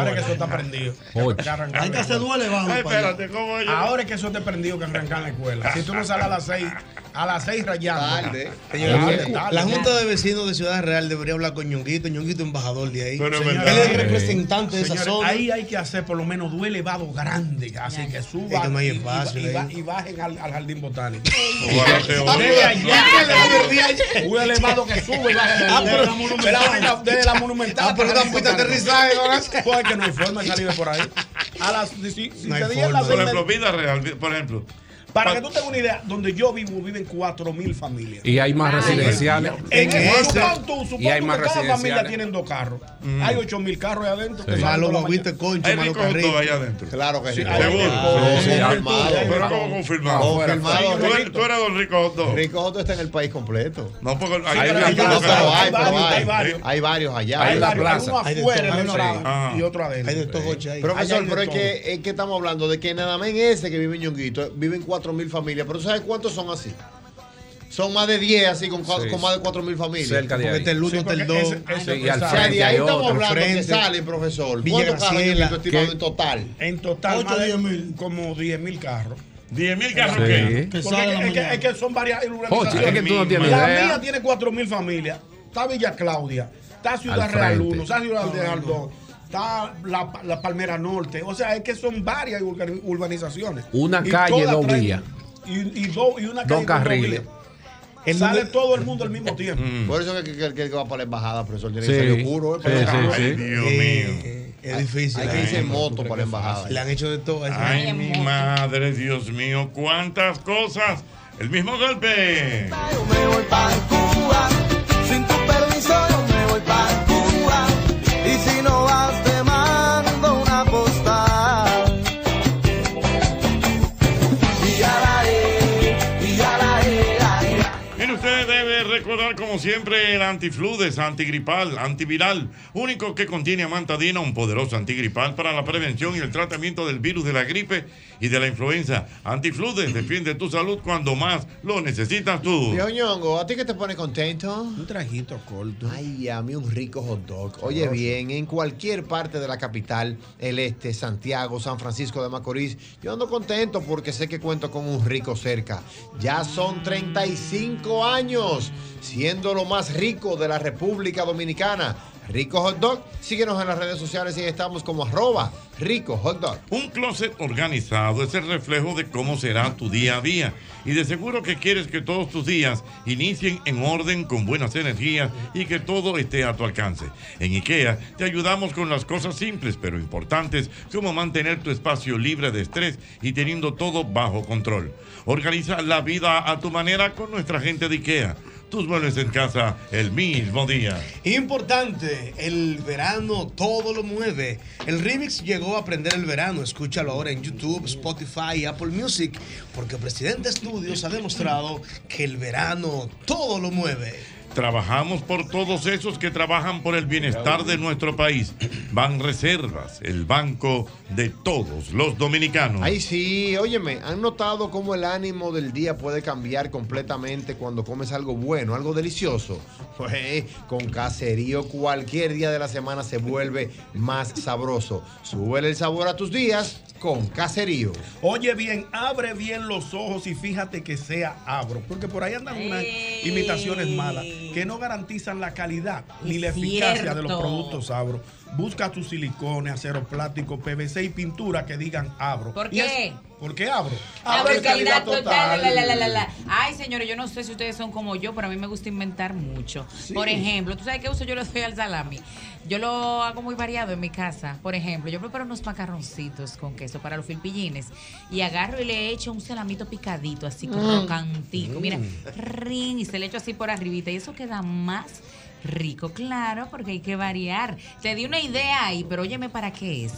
Ahora que eso está prendido.
Hay que hacer dos elevados Ay, para espérate, allá. ¿cómo yo?
Ahora es que eso está prendido que arrancan la escuela. Si tú no sales a las 6, a las 6 rayando.
Señores,
Tarde,
la,
tarde.
Junta de Vecinos de Ciudad Real debería hablar con Ñonguito, Ñonguito embajador de ahí.
Señores,
Él es el representante de esa
señores,
zona.
Ahí hay que hacer por lo menos dos elevados grandes, así que
Es que
suban
no hay
y- y,
espacio ¿eh?
y
ahí.
ba- y bajen al, al jardín
[laughs]
botánico.
Ojalá te oiga.
Desde allá,
Ah, pero-
desde allá. Un elevado que sube y baja
Ah, pero-
desde la monumental. Desde la monumental.
Ah, pero una
Jardín
pista de
botánico. [laughs]
aterrizaje,
Pues es que no hay forma de salir de por ahí. a las. Si, si- si
No hay
te dieran
forma.
las
Por
seis
ejemplo,
med-
vida real, vi- por ejemplo.
Para que tú tengas una idea, donde yo vivo viven 4.000 familias.
Y hay más residenciales.
En
En
el,
ese.
supón tú, supón
Y hay
tú
más
que cada familia
residenciales.
tienen dos carros.
Mm.
Hay 8.000 carros ahí adentro.
Sí.
salen
Malo
por la
bobito,
mañana.
concho, Hay malo rico carrito. todo ahey adentro.
Claro que
Sí,
sí.
hay rico.
Ah,
Sí,
confirmado.
hay rico.
Pero
¿cómo confirmado?
Confirmado.
Tú eres- tú eras don Rico Hot Dog.
Rico Hot Dog está en el país completo.
No, porque hay,
hay,
una plaza.
no, pero hay, pero
varios,
hay,
hay varios.
Hay varios allá.
Hay en la
varios.
plaza.
uno
Hay de
afuera
todo,
en el
sí.
lado.
Ah.
Y otro adentro. Hay de estos ocho ahí.
eh, Profesor,
Allá hay de
pero es
todo.
que, es que estamos hablando de que nada más en ese que vive en Ñonguito, eh, viven 4.000 familias, pero ¿sabes cuántos son así? Son más de 10 así, con, cua-
Sí.
con más de 4.000 familias.
Cerca de Porque ahí. está el uno, está el dos. Sí, y al
o sea,
frente
de ahí
hay
estamos
otro, al
hablando que
frente.
salen, profesor.
Villa
¿Cuántos carros
Graciela,
Ñonguito estimado
que-
en total?
En total,
Ocho,
más de
diez
como 10 mil carros.
10 mil
carros, Sí. ¿qué?
Porque
Que
es,
salen
que-
la
es que,
mañana.
es que son varias
Ocho, es que tú no tienes
la
idea.
mía tiene 4 mil familias. Está Villa Claudia, está Ciudad
Al
Real
frente.
1, está Ciudad Real 2, está la, la Palmera Norte. O sea, es que son varias urga- urbanizaciones.
Una
Y
calle,
todas
dos
traen-
vías.
Y, y do- y una calle.
Dos
con
carriles.
vías. Sale todo el mundo al mismo tiempo.
Por eso que, que, que, que va para la embajada, profesor. Tiene que
Sí.
salir oscuro. ¿eh?
Sí,
Para la
sí,
embajada.
sí. Ay,
Dios mío.
Eh, Es difícil. Hay que irse en moto para la embajada.
Le han hecho de todo. a ese
Ay,
niño.
mi madre, Dios mío, cuántas cosas. El mismo golpe.
Sin tu permiso yo me voy para Cuba y si no vas te mando una postal. Y ya la haré, y ya la haré, la haré.
Mire, usted debe recordar, como siempre, el antifludes, antigripal, antiviral, único que contiene amantadina, un poderoso antigripal para la prevención y el tratamiento del virus de la gripe y de la influenza. Antifludes, defiende tu salud cuando más lo necesitas tú.
Dios Ñongo, ¿a ti qué te pone contento? Un trajito corto. Ay, a mí un rico hot dog. Oye
Sabroso.
bien, en cualquier parte de la capital, el este, Santiago, San Francisco de Macorís, yo ando contento porque sé que cuento con un rico cerca. Ya son 35 años siendo lo más rico de la República Dominicana. Rico Hot Dog, síguenos en las redes sociales y estamos como arroba rico hot dog.
Un closet organizado es el reflejo de cómo será tu día a día. Y de seguro que quieres que todos tus días inicien en orden, con buenas energías y que todo esté a tu alcance. En IKEA te ayudamos con las cosas simples pero importantes, como mantener tu espacio libre de estrés y teniendo todo bajo control. Organiza la vida a tu manera con nuestra gente de IKEA. Tus muebles en casa el mismo día.
Importante, el verano todo lo mueve. El remix llegó a aprender el verano. Escúchalo ahora en YouTube, Spotify y Apple Music, porque Presidente Studios ha demostrado que el verano todo lo mueve.
Trabajamos por todos esos que trabajan por el bienestar de nuestro país. Van Reservas, el banco de todos los dominicanos.
Ay, sí, óyeme, ¿han notado cómo el ánimo del día puede cambiar completamente cuando comes algo bueno, algo delicioso? Pues con caserío cualquier día de la semana se vuelve más sabroso. Súbele el sabor a tus días con caserío.
Oye bien, abre bien los ojos y fíjate que sea abro, porque por ahí andan unas imitaciones malas que no garantizan la calidad ni la eficacia de los
cierto.
productos abro. Busca tus silicones, acero plástico, PVC y pintura que digan abro.
¿Por
Y
qué?
es- ¿Por qué abro?
Abro
es
Ah, pues, calidad total, la, la, la, la, la. Ay, señores, yo no sé si ustedes son como yo, pero a mí me gusta inventar mucho. Por ejemplo, ¿tú sabes qué uso yo le doy al salami? Yo lo hago muy variado en mi casa. Por ejemplo, yo preparo unos macarroncitos con queso para los filpillines y agarro y le echo un salamito picadito, así con
Mm.
rocantico. Mira, rin, y se le echo así por arribita y eso queda más rico, claro, porque hay que variar. Te di una idea ahí, pero óyeme para qué es.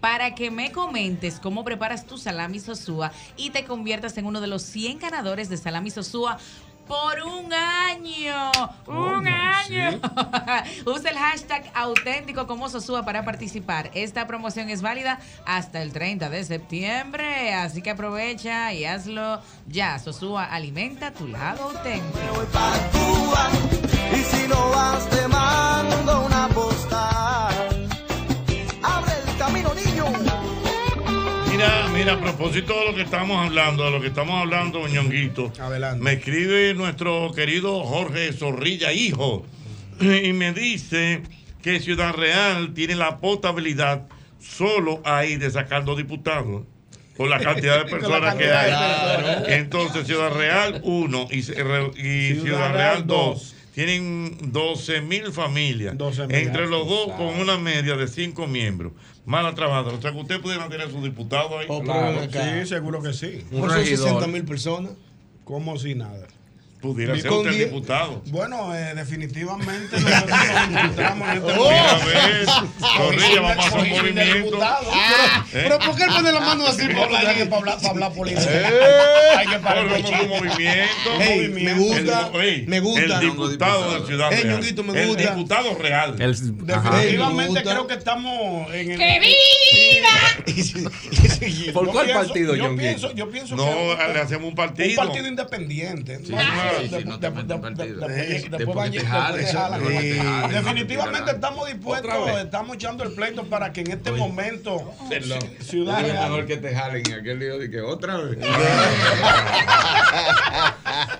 Para que me comentes cómo preparas tu salami sosúa y te conviertas en uno de los 100 ganadores de salami sosúa por un año. Un año. [laughs] Usa el hashtag auténtico como Sosúa para participar. Esta promoción es válida hasta el 30 de septiembre, así que aprovecha y hazlo ya. Sosúa alimenta tu lado auténtico.
Y si no vas te mando una postal. Abre el camino, niño.
Mira, mira, a propósito de lo que estamos hablando, de lo que estamos hablando, Ñonguito. Me escribe nuestro querido Jorge Zorrilla, hijo, y me dice que Ciudad Real tiene la potabilidad solo ahí de sacar dos diputados. Por la cantidad de
[laughs] Con la
personas que
cantidad de
hay.
personas.
Entonces, Ciudad Real 1 y, y Ciudad, Real 2 tienen 12 mil familias.
12.000,
entre los
ah, tú
dos con
sabes.
una media de 5 miembros. Mala trabajadora. O sea que usted pudiera tener a su diputado ahí.
Claro, sí, seguro que sí.
Un Por son regidor. 60.000
personas. Como si nada.
Pudiera
Y
ser
con
usted
die-
diputado.
Bueno, eh, definitivamente nosotros nos encontramos en este
Oh. Mira, ves, Zorrilla, Oh. vamos a hacer un
Con el
movimiento.
diputado.
Ah. Eh.
Pero, pero ¿por qué él pone la mano así para hablar, para hablar, para hablar política? Hay que parar.
Pero como un movimiento,
Ey,
movimiento.
me gusta,
El- ey,
me gusta.
El diputado de la ciudad.
Ey,
Real.
Ñonguito, me gusta.
El diputado real.
Definitivamente creo que estamos en el.
¡Que
[laughs] viva!
¿Por cuál partido,
yo
Ñonguito?
pienso, yo pienso
No,
que.
le hacemos un partido.
Un partido independiente.
Sí,
No,
sí,
no,
sí,
de-
no
de- de- de-
Sí.
Después van
te
después
jalan,
te
eso,
jalan.
después te
Sí.
jalan.
Definitivamente estamos dispuestos,
Otra vez.
estamos echando el pleito para que en este momento. Ci- Ciudad
Ciudad es
Real.
mejor que te jalen en aquel lío de que otra vez.
[laughs]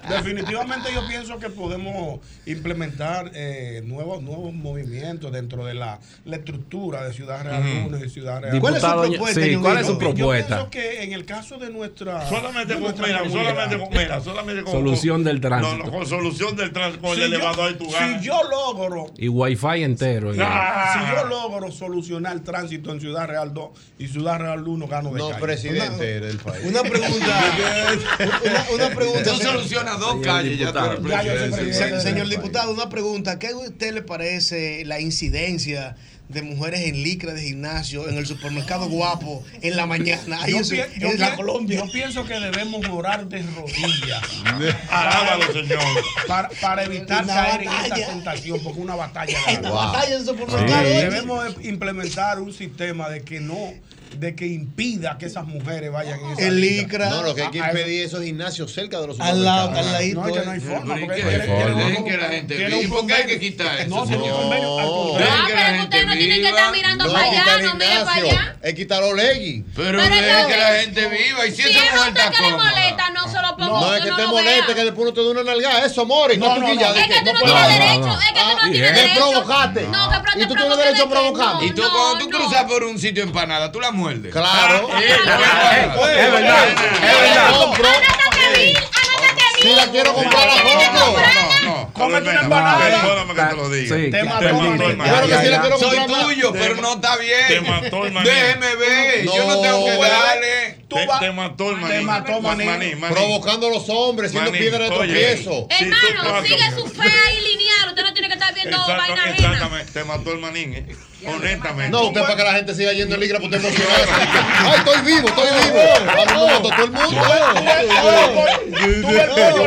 Definitivamente yo pienso que podemos implementar eh, nuevos, nuevos movimientos dentro de la, la estructura de Ciudad Real
Ujú.
1 y Ciudad Real
Diputado,
dos.
sí, ¿cuál es su
Yo
propuesta?
pienso que en el caso de nuestra...
Solamente
de
con,
nuestra
mira,
comunidad,
solamente con, mira, solamente con-
Solución del
con-
tránsito.
No, no, con solución del tránsito, con
Si
el
yo-
elevador de tu
Si yo logro...
Y wifi entero. en
Si Ah, yo logro solucionar el tránsito en Ciudad Real 2 y Ciudad Real 1 gano de
No,
calle.
presidente del país.
Una
[laughs]
pregunta. una, una pregunta.
Tú solucionas dos
Señor
calles, Ah, ya tú eres
diputado. Ya yo soy
presidente.
presidente.
Sí,
del
Señor
país.
diputado, una pregunta. ¿Qué a usted le parece la incidencia de mujeres en licra de gimnasio, en el supermercado guapo, en la mañana, ahí
Yo
en, su-
pien-
en
yo
la
pien-
Colombia?
Yo pienso que debemos orar de rodillas
Alábalo, señor.
para, para evitar
Una
caer en
batalla.
esta tentación, porque es una batalla.
Una Wow. batalla en supermercado,
Sí.
oye.
Debemos de implementar un sistema de que no, de que impida que esas mujeres vayan en esa
El
liga.
No, lo que hay que
A- a-
impedir esos gimnasios cerca de los
Al lado,
supermercados.
al ladito, No, es que no hay eh. forma,
Pero ¿y
porque
qué?
tiene-
Dejen
tiene un-
que la gente
tiene
viva.
un
¿Y por qué hay que quitar eso?
No, tiene un
señor?
convenio, al contrario.
Dejen
Ah,
que la
pero
gente
ustedes no tienen que estar
viva.
mirando
No,
para allá,
quitar
no miren para
Ignacio,
allá.
Es quitar Olegui.
Pero dejen que la gente viva. Y si esa
Si es
mujer
usted
está
que le
cómoda.
molesta, no se lo pongo.
No, es que
yo
te
lo
moleste,
vea.
que después no te dé una nalgada. Eso, more.
No, no, no. Es que tú no tienes derecho, es que tú no tienes
Me
derecho.
provocaste.
No, que
Y
pro- te
tú tienes
provoqué
derecho a
de que
provocarme.
Y tú cuando tú cruzas por un sitio empanada, tú la muerdes.
Claro.
Ah, eh,
Es
eh,
verdad,
eh,
es verdad.
compro.
Si la quiero comprar a compro.
Cómete una
empanada.
Perdóname que te lo diga.
Sí,
te
te
mató,
mató,
el
mató. Claro que sí, le
maní.
quiero Soy comprar más. tuyo, pero no está bien.
Te mató el maní.
Déjeme ver, yo no tengo que darle.
Te, te mató el maní.
Te mató, maní. Provocando a los hombres, siendo
Maní,
piedra de
oye.
tropiezo.
Hermano, sigue su fe ahí lineal. Usted no tiene que estar viendo
Exacto,
vaina ajena.
exactamente. Te mató el manín, eh. Honestamente.
No, usted para que la gente siga yendo en ligra, porque usted emocionado. Ay, estoy vivo, estoy vivo. Vamos, vamos, todo el mundo.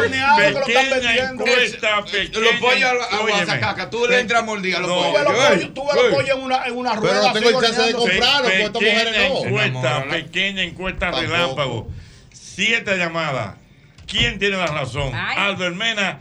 Pequeña encuesta, pequeña
Los pollos a la- a
óyeme.
guasacaca, tú le entras mordida a los
No. Tú
pollos.
ves los
Ey,
pollos- tú ves los
ey.
pollo en una, en una
Pero
rueda.
no tengo
así,
el chance de
horneando.
comprarlo, porque estas
Pequeña
mujeres no.
encuesta,
Enamórala.
pequeña encuesta relámpago. Siete llamadas. ¿Quién tiene la razón? ¿Albert Mena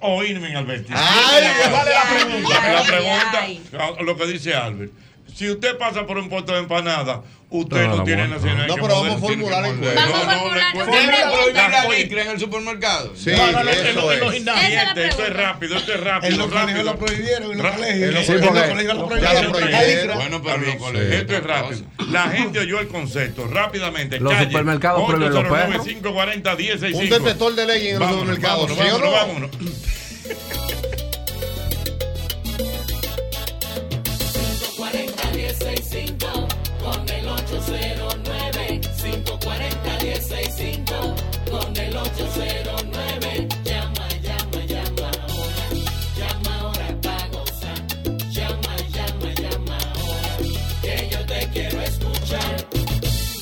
o Irving Alberti?
Ay,
¿Cuál es la pregunta?
ay,
La pregunta, a- lo que dice Albert. Si usted pasa por un puesto de empanada, usted no, tiene nacional.
No, pero vamos a formular encuesta.
No, no, la encuesta-
¿Debe prohibir
La
la licra en el supermercado?
Sí,
No, no, no,
eso
en los- en los
es.
gimnasios. Siete, esto es rápido, esto es rápido. rápido. Ra-
en los
Sí,
colegios,
porque-
en los colegios
ya
lo
lo
prohibieron.
Bueno, pero los colegios, Esto
eh,
es rápido. La gente oyó el concepto rápidamente.
Los
Calle,
supermercados prohíben los
809
perros.
540 1065.
pues. Un detector de ley en los
Vámonos,
supermercados,
vámonos,
¿sí o
vámonos,
no?
vámonos.
con el 809 540 165 con el 809 llama llama llama ahora llama ahora pa gozar llama llama llama ahora que yo te quiero escuchar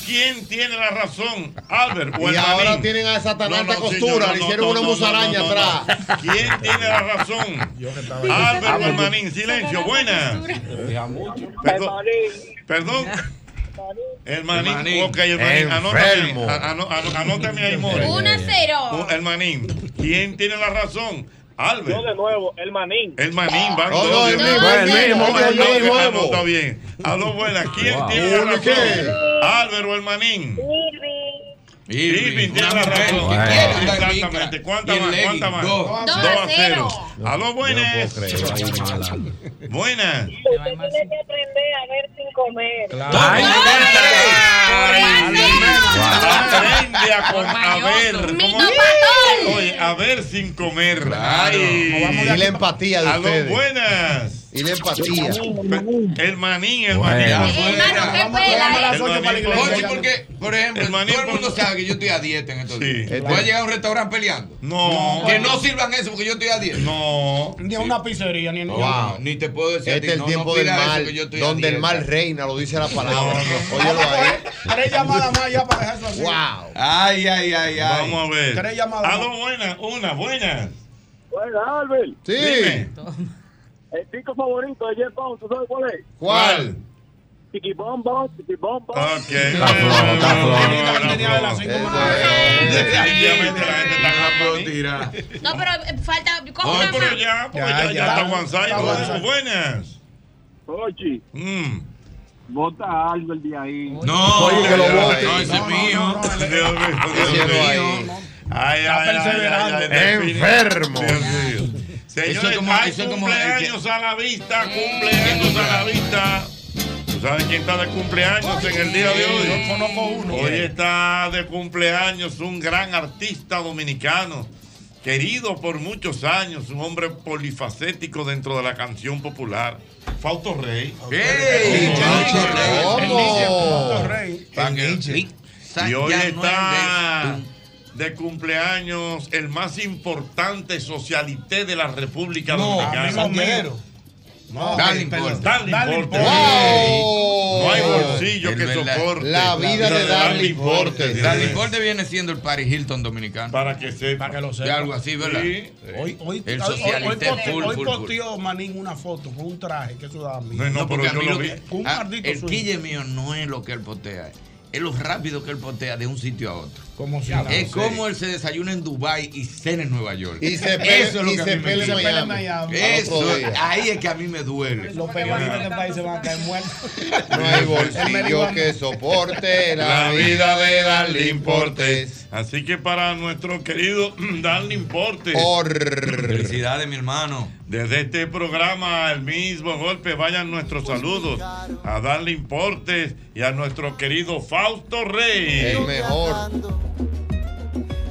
¿Quién tiene la razón? Albert o el
Y ahora
Manín?
tienen a Satanás
No, no,
de costura,
señor, no,
le
no,
hicieron
no,
una
no, no,
musaraña
no, no.
atrás.
¿Quién tiene la razón? Albert o el Manín? silencio, buena. Perdón, perdón. El manín, ok, el manín,
Enfermo.
anótame, a- ano- ano- anótame ahí, More.
Una cero.
Un- El manín, ¿quién tiene la razón? Albert.
Yo de nuevo, el manín.
El manín, van
No, no,
dos.
el mismo,
Ah,
el mismo,
ah,
yo de
ah,
nuevo.
no, está bien. Aló, buena, ¿quién
Wow.
tiene la
Uno,
razón?
¿qué?
Albert o el manín. Irving tiene la razón.
Bueno.
Exactamente. ¿Cuánta
Y
más?
legging,
¿Cuánta más?
dos.
Dos
Dos a
a cero.
cero.
Aló, buenas. Buenas.
Usted tiene que aprender a ver sin comer.
pues.
Ay, Ay, Aprenda día con haber.
Mito
¿cómo?
patón.
Oye, a ver sin comer. Ay,
Y la empatía de
Aló,
ustedes.
buenas.
Y la empatía.
El manín, el manín.
hermano, qué pela,
El manín por-
Oye, porque, por ejemplo, todo el mundo sabe que yo estoy a dieta en estos días. Voy a
Claro.
llegar a un restaurante peleando.
No.
Que no eh. sirvan eso porque yo estoy a dieta.
No.
Ni a una pizzería, ni en
Wow.
Ni te puedo decir. a
Este
ti,
es el
no,
tiempo
no
del
pidas eso,
mal,
que yo estoy a
donde el
dieta.
mal reina, lo dice la palabra. Óyelo ahí.
Tres llamadas más ya para dejarlo así.
Wow.
Ay, ay, ay, ay.
Vamos a ver.
Tres llamadas
Aló, buenas, una, buenas.
Buenas, Albert.
Sí.
Dime.
El pico favorito de Jeff Bond, ¿tú sabes cuál es?
¿Cuál?
Chiqui Bombo, Chiqui Bombo.
Ok. Está flojo, está Definitivamente la gente está flojo. Tira.
No, pero eh, falta. Coge
No,
una
pero
más.
ya, porque Ah,
Ya,
pues ya,
ya.
ya, está Guansay.
Está
Vamos,
Guansay.
Buenas.
Ochi,
Mm.
bota a Albert de ahí.
No,
Oye, que lo vote.
No, ese es mío. Dios mío, Dios mío. Ay, ay, ay, ay, ay,
Enfermo.
Dios mío. Señores,
como-
hay
eso es como-
cumpleaños a la vista, cumpleaños a la vista. ¿Tú sabes quién está de cumpleaños en el día de hoy? Yo conozco uno. Hoy está de cumpleaños un gran artista dominicano, querido por muchos años, un hombre polifacético dentro de la canción popular, Fausto Rey.
¡Ey!
Fausto Rey.
¿Cómo?
Para que- Y hoy está de cumpleaños el más importante socialité de la República Dominicana. No, Stanley Porter. Stanley Porter. No hay bolsillo
El
que
verdad-
soporte.
Darling
Porter.
Darling Porter viene siendo el Paris Hilton dominicano.
Para que sepa.
Para que lo sepa. algo así, ¿verdad?
Sí. Hoy, hoy,
el
hoy- hoy,
socialista
poste-
full,
hoy
full, full.
posteó Manín una foto con un traje que eso daba miedo.
No, no, porque a mí lo que-
Un
ah,
maldito
el
sueño.
quille mío no es lo que él potea, es lo rápido que él potea de un sitio a otro.
Como si nada.
es como él se desayuna en Dubai y cena en Nueva York.
Y se pele-
eso es lo
y
que
se
a mí me
pele en
duele.
Miami. Al otro
Eso,
día.
ahí es que a mí me duele.
Los peores de este país se van a caer muertos.
No hay bolsillo que soporte la vida de Darling Portes.
Así que para nuestro querido [clears throat] Darling Portes.
Felicidades, mi hermano.
Desde este programa, el mismo golpe, vayan nuestros saludos a Darling Portes y a nuestro querido Fausto Rey.
El mejor.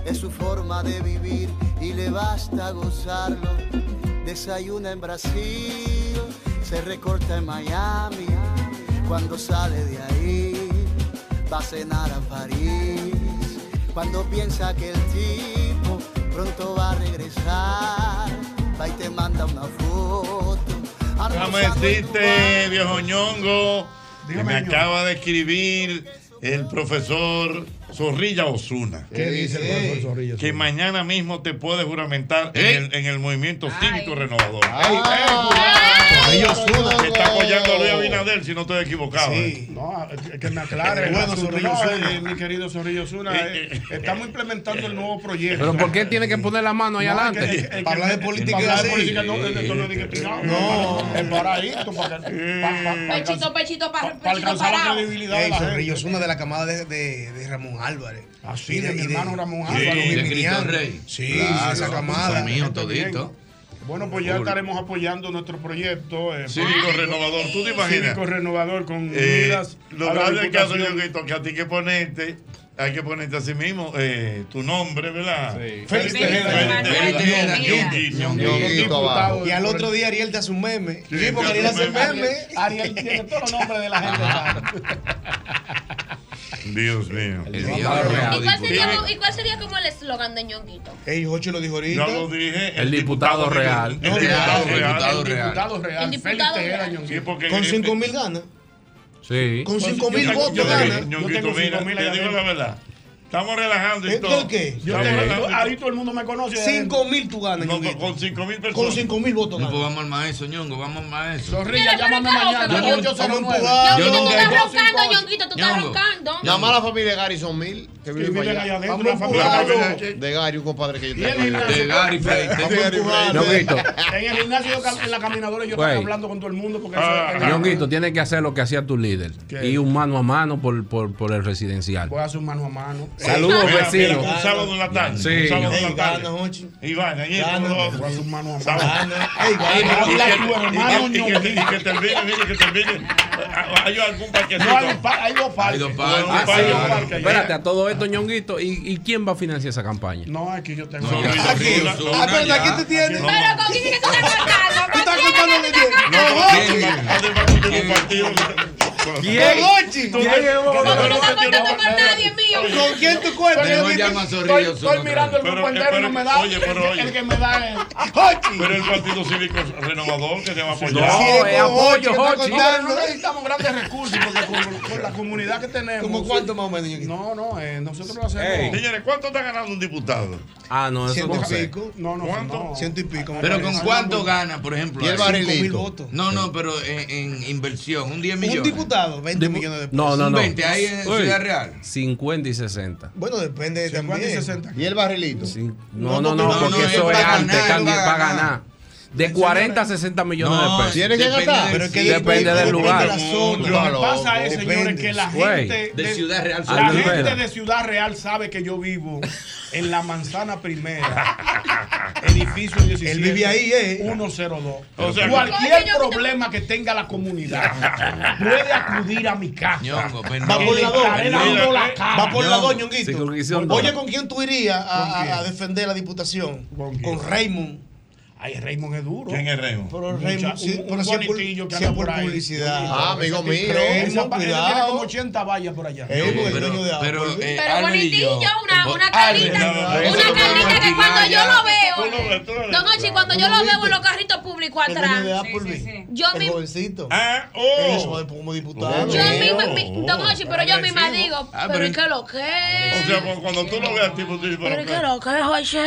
Es su forma de vivir y le basta gozarlo. Desayuna en Brasil, se recorta en Miami. Cuando sale de ahí, va a cenar a París. Cuando piensa que el tipo pronto va a regresar, va y te manda una foto.
¿Cómo
almorzando en
existe, viejo ñongo? Que me acaba de escribir el profesor Zorrilla Osuna.
¿Qué dice el profesor Zorrilla
Que mañana mismo te puede juramentar en, el, en el movimiento cívico renovador. Zorrilla Osuna. Que está apoyando a Luis Abinader, si no estoy equivocado. ¿eh?
No, que- que me aclare.
Bueno,
No,
Zorrillo
eh,
Osuna.
mi querido Zorrillo Osuna, eh, estamos implementando el nuevo proyecto.
Pero ¿por qué tiene que poner la mano ahí
No, es que-
adelante?
es que- Para hablar de política para hablar de así. política, no, esto no es No, es para esto, para
Pechito, pechito, pa-
para
pechito
alcanzar la
parado.
credibilidad de
Ey,
la
Zorrillo es una de la camada de, de- de Ramón Álvarez.
Así,
Y
de mi
y
hermano Ramón
Sí,
Álvarez.
de
Geminiano.
Cristo Rey.
Sí,
Claro,
esa
son
camada.
míos
También.
todito.
Bueno, pues ya
Full.
estaremos apoyando nuestro proyecto. eh,
Cívico Renovador, ¿tú te imaginas?
Cívico Renovador con
Eh,
miras
lo
a la
grave del caso yo
reputación.
grito que a ti que ponerte, hay que ponerte así mismo eh, tu nombre, ¿verdad?
Félix Tejeda.
Félix Tejeda.
Ñonguito.
Ñonguito.
Ñonguito
abajo.
Y al otro día Ariel te hace un meme.
Sí,
Sí, porque
te
Ariel
hace
hace
un
meme.
Ariel tiene todos los nombres de la gente.
Dios mío.
¿Y cuál, sería, co- ¿Y cuál sería como el eslogan de ñonguito?
Ey, Ocho lo dijo ahorita.
Yo lo dije.
El diputado real.
El diputado
El
real.
diputado
El
real.
Diputado real,
El
Félix
diputado
Tejeda,
real.
Ñonguito.
Sí, porque
Con
eh,
5 mil ganas.
Sí.
Con
Yo
5 mil
tengo-
votos
yo tengo-
ganas.
Ñonguito,
Yo tengo
mira,
cinco mil
te
allá
digo la
adentro.
verdad. Estamos relajando y
¿Esto
todo.
el qué?
Estamos
Yo tengo-
relajando y
ahí todo el mundo me conoce.
Cinco
adentro.
mil tú ganas,
No, con- con 5 mil personas.
Con 5 mil votos
No,
ganas.
pues vamos al maestro, ñongo, vamos al maestro.
Zorrilla, llámame mañana.
Yo
Yo
nunca-
soy
Yo
Ñonguito, tú
nunca-
estás roncando, ñonguito, tú estás
Ñongo.
roncando.
Nada más la familia de Gary son mil que viven,
viven
allá.
allá adentro,
Vamos
la
a
familia
empujarlo.
de Gary.
de Gary, un compadre que yo
Y el
tengo. allá.
Ignacio De Gary, Félix.
Vamos a empujarlo.
Ñonguito.
En el gimnasio, yo cam- en la caminadora, yo
Güey.
estoy hablando con todo el mundo porque eso es-
Ñonguito, tiene que hacer lo que hacía tu líder.
Ah, ¿Qué?
Ir un mano a mano por, por, por el residencial.
Voy a hacer mano a mano.
Saludos,
Mira, mira,
vecinos.
Un sábado en la tarde.
Sí.
Un sábado en
Ey,
la tarde. Iván, ahí
Gana.
todo.
Voy a hacer mano a mano.
Sábado.
Ah, Ey, gana.
Y que-
Habla tu
y que-
hermano,
y que- y que termine, mire, que termine. Hay algún parque.
No, hay un par- hay dos
Ay,
parques.
don
Hay
Pablo.
un
Ah,
parque,
sí.
un parque.
Espérate, a todo esto, ñonguito. ¿Y, y quién va a financiar esa campaña?
No, aquí yo tengo.
No, Luis
Aquí.
Osuna,
Ah,
Osuna,
verdad,
ya.
¿qué te tienes?
Pero con quién
[laughs]
es que tú estás contando.
¿Estás contando de quién?
¿Quién?
Gochi.
¿Quién es vos?
Con
No, no, no,
Gochi.
no, no, no, nadie mío.
¿Con quién tú cuentas?
Mejor
Yo
llama a
estoy-
Zorrillo
estoy-
Osuna
Estoy mirando el
Pero, eh,
grupo entero y
pero,
no me da.
oye, pero, oye.
El que me da es. ¡Jochi!
Pero el Partido Cívico Renovador que te va a apoyar.
No, es apoyo,
Jochi.
Jochi. No necesitamos grandes recursos [laughs] porque con, con la comunidad que tenemos. ¿Cómo cuánto más o menos? No, no, eh, nosotros lo hacemos.
Ey. Señores, ¿cuánto está ganando un diputado?
Ah, no, eso
Ciento
no
y
sé.
pico. No, no,
¿Cuánto?
no. Ciento y pico.
Pero con cuánto gana, por ejemplo.
Y el
ahí?
barrilito.
Cinco mil votos. No, no, pero en, en inversión, un 10
Un
millones.
diputado, 20 millones
Pues,
de pesos.
No, no, no.
20 ahí en
Uy,
Ciudad Real.
50 y 60.
Bueno, depende de también.
¿Y el barrilito?
No, no, no, porque eso es antes, Candy, va a ganar. De 40 a 60 millones
No,
de pesos.
tiene que Depende gastar. del
Pero es que
sitio,
depende
depende
del
de
lugar.
la zona. Lo que pasa es, señores, que la
Güey,
gente
de Ciudad Real
la
sabe.
gente
Espera.
de Ciudad Real sabe que yo vivo en la manzana primera, edificio 17.
Él vive ahí, ¿eh?
102.
O sea,
Cualquier problema que tenga la comunidad puede acudir a mi casa.
Ñongo, perdón.
Va por la dos.
Él dando la cara.
eh, Va por la dos, Ñonguito.
Oye, ¿con quién tú irías a,
¿Con
a-
quién?
a defender la diputación? Con, Raymond.
Ay, Raymond es duro.
¿Quién es Raymond?
Pero
Un
Raymond,
cha-
sí,
un- un
pero sí es por-
bonitillo que
sí
anda
es por
ahí.
publicidad.
Ah, amigo mío.
Ese
Raymond,
pa- ese tiene
cuidado.
como 80 vallas por allá.
Eh, porque el dueño de
Pero, pero, eh,
Pero
Albert y
bonitillo,
yo.
una, una
Albert,
carnita.
no, no,
Una
no,
carnita que
no,
cuando
no,
yo
no,
lo
no, no, no,
veo. eh. Don Ochi, cuando yo lo veo en los carritos públicos
El dueño de
atrás.
Applebee.
Yo
El
mi-
jovencito.
Ah,
oh.
Él es joven como diputado.
Yo misma, mi- Don Ochi, pero yo misma digo,
Ah,
pero
pero-
¿y qué lo que?
O sea, cu- cuando tú lo veas, tipo, tú dices,
¿Pero
pero
¿y qué lo que,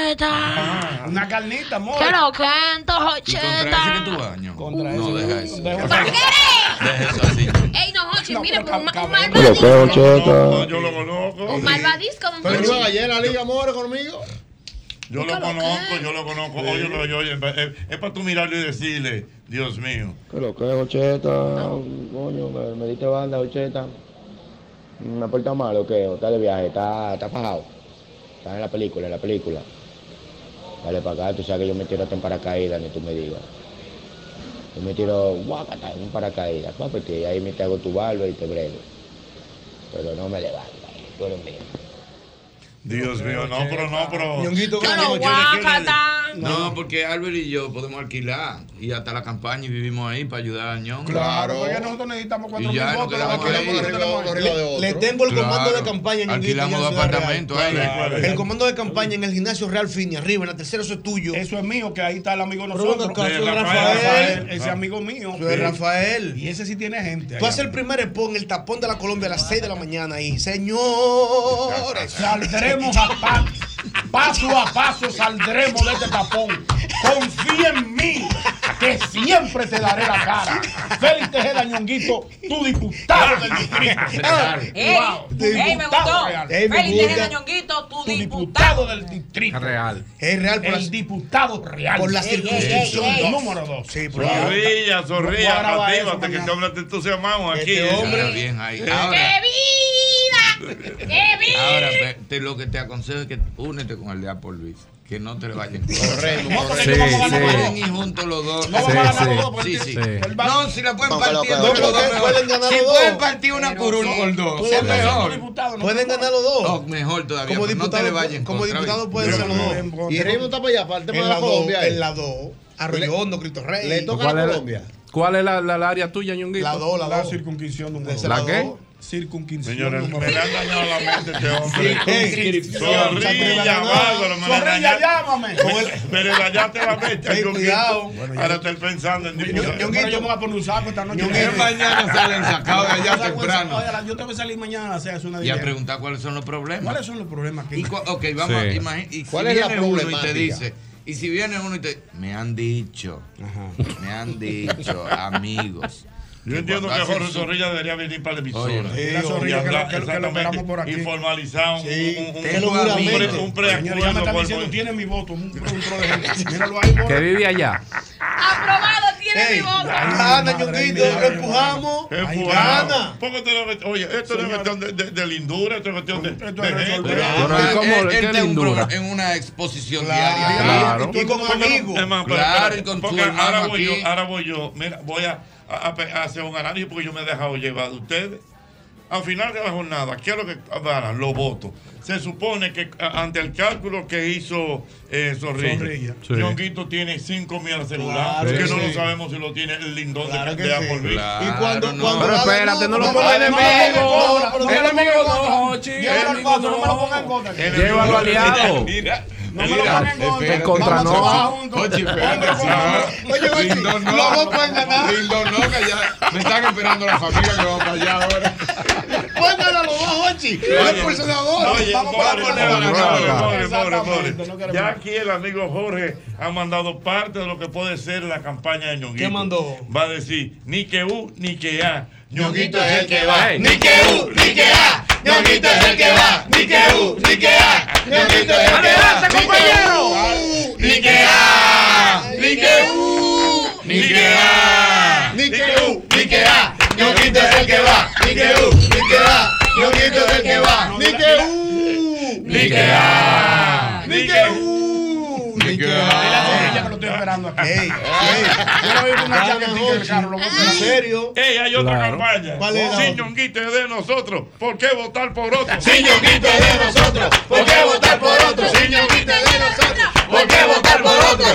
Jocheta?
Una carnita, amor.
¿Qué lo que, entonces, Jocheta?
que tú baño.
Contra
no, deja eso.
¿Para qué?
Deja eso así.
Ey, no, Jochi, mire, pues, un, ma- un
Pero qué
malvadisco.
ocheta.
Yo lo conozco.
Un malvadisco, don
Pero yo
Jochi.
ayer la liga, amores, conmigo.
Yo lo conozco, yo lo conozco. Oye, lo- yo- oye, es, para tú mirarlo y decirle, Dios mío.
Que lo que es, Ocheta, coño, me, me diste banda, Ocheta. Me porta mal o qué, o está de viaje, está, está fajado. Está en la película, en la película. Dale para acá, tú sabes que yo me tiro hasta en paracaídas, ni tú me digas. Yo me tiro, guacata, en un paracaídas, pa, porque ahí me te hago tu barba y te brego. Pero no me levantas, tú eres mío.
Dios mío, no, pero no, pero.
Ñonguito,
¿qué
Pero
le- qué le-
guacata.
No, porque Albert y yo podemos alquilar y hasta la campaña y vivimos ahí para ayudar a Ñongo.
Claro, porque nosotros necesitamos cuatro
Y
mil
ya nos
votos.
quedamos
la
ahí.
mayoría que tenemos ahí.
Le tengo el comando
Claro.
de campaña en
Alquilamos eh. dos apartamentos ahí.
El comando de campaña en el gimnasio Real Fini, arriba, en la tercera, eso es tuyo.
Eso es mío, que ahí está el amigo de
Pero venga
nosotros.
acá,
Eh,
soy
Rafael,
Rafael.
Rafael, Ese
Ah.
Ajá.
amigo mío.
Soy Rafael.
Y ese sí tiene gente.
Tú
allá.
haces el primer expo en el tapón de la Colombia a las 6 de la mañana ahí. Señores, [laughs]
Saldremos a pa- paso a paso, saldremos de este tapón. Confía en mí, que siempre te daré la cara. Félix Tejeda Ñonguito, tu diputado del distrito.
Ey, ey, me gustó.
Ey, me
Félix Tejeda
gusta.
Ñonguito, tu
diputado del distrito.
Real.
Es real por
el
las-
diputado real.
Por la
Ey, ey,
circunscripción
ey, ey.
dos.
Número dos.
Sí, por la-
Zorrilla, zorrilla,
Vamos a grabar eso
actívate, que este hombre te entusiasmamos aquí.
Este hombre. Ahora bien, ahí. Ahora.
¡Qué vida! ¡Qué vida!
Ahora, pe- te- lo que te aconsejo es que únete con el de Apple Luis. Que no te le vayan.
Correcto,
No, porque
correcto.
no
Sí,
vamos a ganar
sí.
los dos. No, juntos los dos.
No vamos a ganar los
pues,
dos,
Sí,
porque
sí.
sí.
Sí. No, si la pueden
Vamos a
partir
ganar
entre
los
los
dos.
dos,
Porque
mejor.
pueden ganar
Si
los dos.
pueden partir una
Pero
curul
sí.
por dos,
Pueden
es
ganar los
mejor.
pueden ganar los dos.
Oh, mejor todavía. pero no
Como
te
diputado,
le vayan
como
contra,
diputado
¿viste?
pueden ser los dos.
Y Raymond está para allá, para el tema
En
de
la
la
dos,
Colombia.
en la 2. Arroyo Hondo, Cristo Rey.
Le toca a
¿Cuál
la
era?
Colombia.
¿Cuál es la, la, la área tuya, Ñonguito?
La dos, la
La circuncisión número dos.
¿La qué?
Circuncisión
Señores,
número
me le han dañado la mente a este hombre.
Circuncisión.
Zorrilla, bárbaro, me la
Zorrilla,
dañaste.
llámame.
Me le dañaste la mente a
Ten
Ñonguito.
cuidado.
Ahora estoy pensando en diputado.
Pero yo me voy a poner un saco esta noche.
Ñonguito, mañana salen sacados de allá
Yo [laughs] saco el saco,
temprano.
oiga, Yo tengo que salir mañana a hacer una
Y a
diligencia.
preguntar cuáles son los problemas.
¿Cuáles son los problemas que
Y cu- ok, vamos
Sí.
a imaginar. Y si
¿Cuál es la
viene uno y te
problemática?
dice, y si viene uno y te me han dicho, me han [laughs] dicho, amigos.
Yo entiendo que
cuando hacen
Jorge
su-
Zorrilla debería venir para el
Oye,
emisora.
sí,
Y
oye,
Zorrilla
que
hablar
lo- que lo- que lo
exactamente,
esperamos por aquí.
Y formalizar un, un, un,
tengo
un- un
amigos.
pre- un
Señores, ya me
preacuerdo
están
con el
diciendo,
pueblo.
tiene mi voto. Un control de gente. Míralo ahí,
Que vive allá.
Aprobado tiene mi voto.
Gana, Ñonguito, lo empujamos.
Empujado.
Gana.
Porque esto no es- Oye, esto no es cuestión de, de- de lindura, esto es cuestión de. de gente.
Pero
¿y cómo?
él-
¿Qué
él está en un
lindura?
pro- en una exposición
Claro.
diaria.
Claro.
Y con
Porque no-
amigos.
es más, pero-
Claro,
pero-
y con tu
porque
hermano
ahora voy
aquí.
yo, ahora voy yo. Mira, voy a, a, a hacer un análisis porque yo me he dejado llevar de ustedes. Al final de la jornada, ¿qué es lo que darán los votos? Se supone que a- ante el cálculo que hizo eh, Zorrilla,
Zorrilla. Sí.
Ñonguito tiene 5 mil al celular,
Claro
que
que
no lo
sí.
sabemos si lo tiene el lindón de,
que
de
sí.
Applebee.
Claro, Y cuando- no. cuando
Pero espérate, no lo
No,
pongas
no, no, no, no,
enemigo.
no, no,
Enemigo
no, no,
no,
no,
Jochi.
llévalo al
Enemigo
cuatro, no me lo
no.
ponga en contra.
Llévalo aliado.
Ah, Mira,
No me lo ponga en contra. Oh, En contra
Vamos a trabajar
no.
juntos.
Jochi,
espérate,
si no-
Oye, Jochi,
Lindón no.
los votos en ganar.
Lindón no, que ya me están esperando la familia que va para allá ahora.
Póngalo los dos, Ochi. Es por senador.
Oye,
Vamos
pobre, pobre,
para
pobre, pobre, pobre.
Exactamente, no queremos.
Ya aquí el amigo Jorge ha mandado parte de lo que puede ser la campaña de Ñonguito.
¿Qué mandó?
Va a decir, ni que U, ni que A.
Ñonguito
Ñonguito es el que va. Ni que U, ni que A.
Ñonguito es el que va. Ni que U, ni que A. Ñonguito es el que va. ¡Adelante, compañero!
uh".
Ni que A. Ni que U. Ni que A. Ni que U. Ni que A. Ñonguito es el que va. uh. Ni que U. Ni que A. Ñonguito es el que va. uh. Ni que U. Ni que A. Ni que U. Ni que A. Es la zorrilla que lo estoy esperando aquí. Yo lo vi con una chaquetilla del carro.
¿En serio? Ey, hay otra
Claro.
campaña.
¿Cuál es la
Sin
otra?
Ñonguito es de nosotros, ¿por qué votar por otro?
Sin Ñonguito es de nosotros, ¿por qué votar por otro? Sin Ñonguito es de nosotros, ¿por qué votar por otro?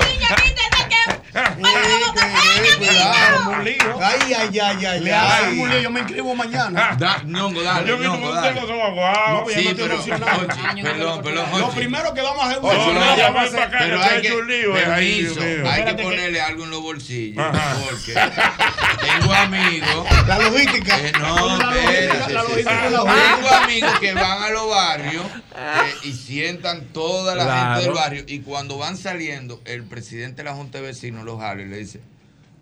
Ay, ay, ay, ay.
Le
ay.
hacen un lío, yo me inscribo mañana.
[laughs] Da, ñongo, dale,
Yo vi
ñongo,
como
dale.
usted lo toma, guau,
No,
ya
sí,
me estoy
pero,
emocionado.
Jochi,
Ah, ñongo,
perdón, perdón,
Lo
Jochi.
primero que vamos a hacer es
Pero
una
hay que-
llamada.
pero hay que-
eh,
permiso, hay que
Espérate
ponerle algo en los bolsillos. Porque tengo amigos.
La logística.
no,
La logística,
espérate,
la
sí,
logística,
sí.
la
Tengo
logística.
amigos que van a los barrios eh, y sientan toda la gente
Claro.
del barrio. Y cuando van saliendo, el presidente de la Junta de Vecinos los jala y le dice.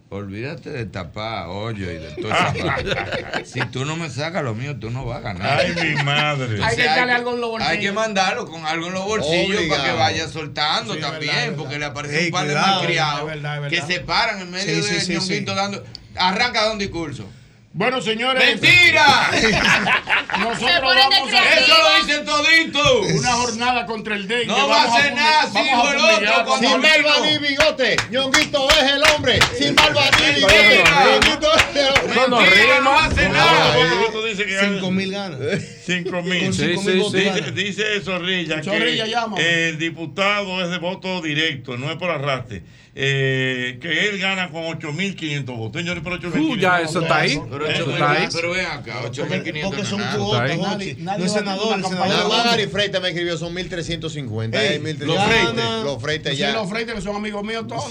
Olvídate de tapar hoyo y de todo
[laughs]
Si tú no me sacas lo mío, tú no vas a ganar.
Ay, mi madre.
Entonces,
Hay que echarle algo en los
Hay que
bolsillos.
mandarlo con algo en los bolsillos para
Obligado.
que vaya soltando
Sí, es
también,
verdad, es verdad.
porque le aparece
Ey,
un par de
cuidado,
malcriados
es verdad, es
que
verdad.
se paran en medio
Sí,
de
sí, sí,
ñonguito dando. Arranca de un discurso.
Bueno, señores. [laughs]
¡Mentira! [laughs]
Nosotros
Se ponen de
vamos a...
creativo. Eso lo dicen toditos.
Una jornada contra el dengue.
No va a hacer nada, sí,
vamos a
hijo, el otro,
humillar,
cuando
vamos a-
Sin barba ni
bigote. Ñonguito es el hombre. Sin barba
ni
bigote. Ñonguito
es el
hombre. Mentira, no hace nada. Ñonguito dice que gana.
5 mil ganas.
5 mil.
Con cinco mil votos
Dice,
gana.
dice Zorrilla,
Zorrilla,
que
llama.
el diputado es de voto directo, no es por arrastre. Eh, que él gana con 8.500 votos. Señores, pero 8.500
Uh, ya, eso está ahí.
Pero
Eso
eso
está ahí.
Pero ven
acá,
no
Porque
es
son
nada.
cuotas,
Está ahí.
Jochi.
Nadie
No es
va a tener
senador,
una
el
campaña.
senador.
Nada más Gary Freita me escribió, son 1350.
Ey,
Ey, 1300.
los Freites.
Los Freites
Pues Sí,
ya.
los freites que son amigos míos todos.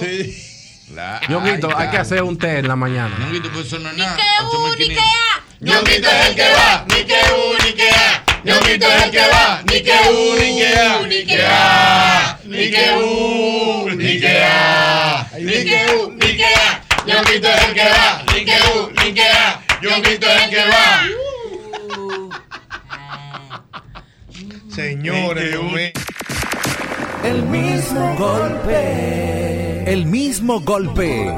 Ñonguito, hay que hacer un té en la mañana.
Ñonguito, pues eso no es nada.
Ni que Ñonguito es el que va, ni que U, ni que A. Ñonguito es el que va, ni que U, ni que A. Ni que A, ni que U, ni que A. Ni que U, ni que A. Ñonguito es el que va, ni que U, ni que A. Ñonguito es el que va.
Señores,
El mismo golpe. El mismo golpe.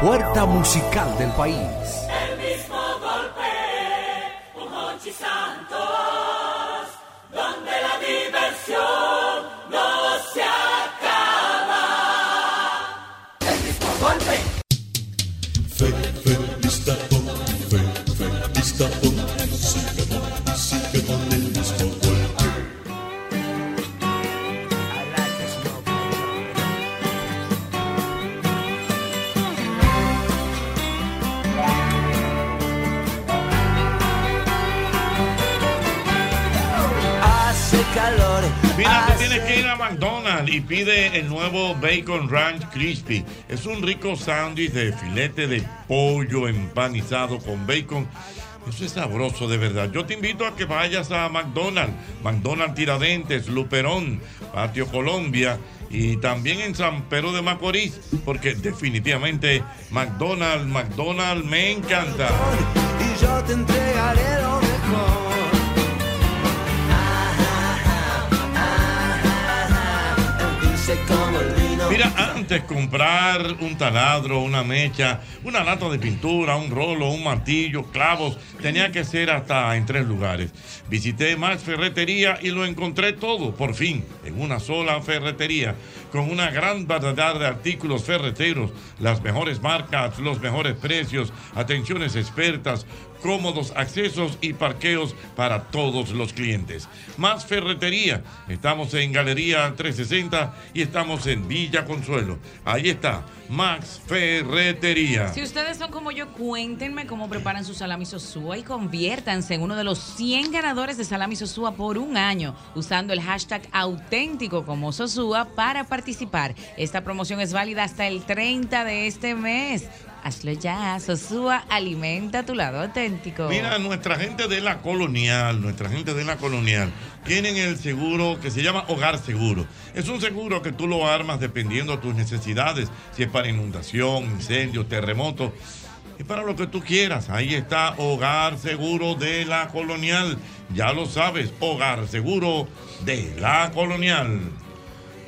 Puerta musical del país.
El mismo golpe, un Hochi Santos, donde la diversión no se acaba. El mismo golpe.
Lista con, fe, fe, lista con, sigue con, sigue con el mismo golpe.
Hace calor.
Mira, tú tienes que ir a McDonald's y pide el nuevo Bacon Ranch Crispy. Es un rico sándwich de filete de pollo empanizado con bacon. Eso es sabroso de verdad. Yo te invito a que vayas a McDonald's, McDonald's Tiradentes, Luperón, Patio Colombia y también en San Pedro de Macorís, porque definitivamente McDonald's, McDonald's me encanta.
Y yo te entregaré lo mejor. Ajá, ajá, ajá, ajá. Dulce como el vino.
Mira, antes Antes comprar un taladro, una mecha, una lata de pintura, un rolo, un martillo, clavos, tenía que ser hasta en tres lugares. Visité más ferretería y lo encontré todo, por fin, en una sola ferretería, con una gran variedad de artículos ferreteros, las mejores marcas, los mejores precios, atenciones expertas, cómodos accesos y parqueos para todos los clientes. Más ferretería. Estamos en Galería 360 y estamos en Villa Consuelo. Ahí está, Max Ferretería.
Si ustedes son como yo, cuéntenme cómo preparan su salami sosúa y conviértanse en uno de los 100 ganadores de salami sosúa por un año usando el hashtag auténtico como sosúa para participar. Esta promoción es válida hasta el 30 de este mes. Hazlo ya, Sosúa, alimenta tu lado auténtico.
Mira, nuestra gente de la colonial, nuestra gente de la colonial, tienen el seguro que se llama Hogar Seguro. Es un seguro que tú lo armas dependiendo de tus necesidades, si es para inundación, incendio, terremoto. Es para lo que tú quieras. Ahí está Hogar Seguro de la Colonial. Ya lo sabes, Hogar Seguro de la Colonial.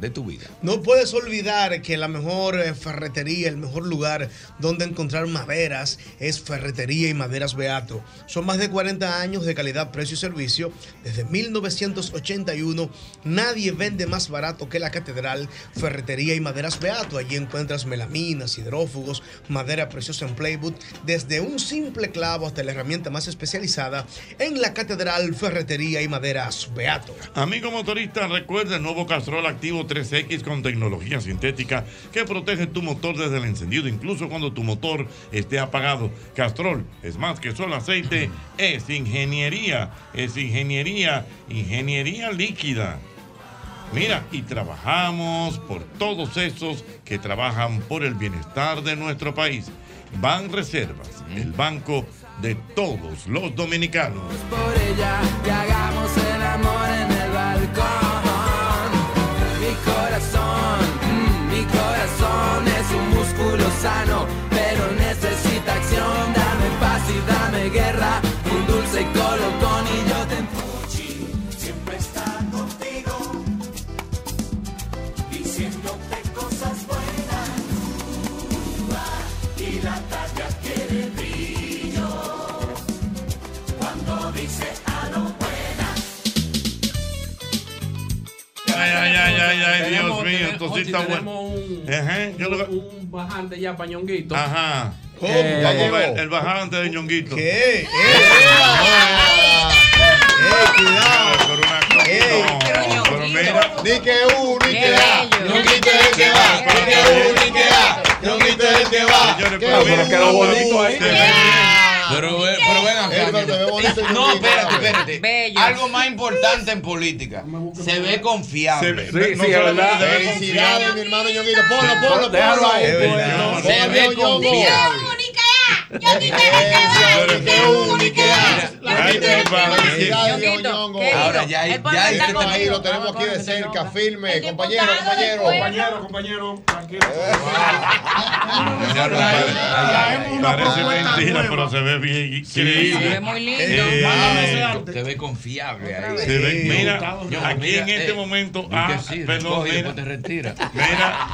de tu vida.
No puedes olvidar que la mejor eh, ferretería, el mejor lugar donde encontrar maderas es Ferretería y Maderas Beato. Son más de 40 años de calidad, precio y servicio. Desde 1981 nadie vende más barato que la catedral Ferretería y Maderas Beato. Allí encuentras melaminas, hidrófugos, madera preciosa en playwood, desde un simple clavo hasta la herramienta más especializada en la catedral Ferretería y Maderas Beato.
Amigo motorista, recuerda el nuevo Castrol Activo 3X con tecnología sintética que protege tu motor desde el encendido, incluso cuando tu motor esté apagado. Castrol es más que solo aceite, es ingeniería, es ingeniería, ingeniería líquida. Mira, y trabajamos por todos esos que trabajan por el bienestar de nuestro país. Ban Reservas, el banco de todos los dominicanos.
por ella que hagamos el amor en el balcón. Mi corazón, mm, mi corazón es un músculo sano, pero necesita acción. Dame paz y dame guerra, un dulce colocón y yo te empujo. Siempre está contigo, diciéndote cosas buenas. Y la talla quiere brillo cuando dice a lo buena.
Ay, ay, ay, ay, ay, Dios mío,
Tenemos- tenemos-
entonces
Ochi,
está bueno.
tenemos un,
Ajá, yo lo-
un, un bajante ya para Ñonguito.
Ajá. Eh,
¿Cómo?
Vamos a ver, el bajante de ñonguito. ¡Eh!
¿Qué?
¡Eh,
Ni que uno, ni que da. Ni que es que va. Ni que uno, ni que da. Ni que es que va. Pero quedó bonito ahí.
Pero, ve- pero ven acá, mira. No, espérate, espérate.
Bello.
Algo más importante en política. Se ve confiable.
Se ve- Sí, no sí, es solamente verdad. se ve Felicidades, confiable. mi hermano Ñonguito. Ponlo, ponlo, ponlo
Déjalo ahí,
ahí.
pues.
Ponlo,
Se ve
Ñongo.
confiable.
Ahora ya
El pueblo está
ahí
contigo.
lo tenemos aquí de cerca, firme, compañero,
Compañero,
compañero.
compañero, compañero, tranquilo.
Parece mentira, pero se ve bien. increíble.
se ve muy lindo.
Eh,
Se ve confiable ahí.
se ve- mira, aquí en este momento. Ah, perdón, mira. Mira,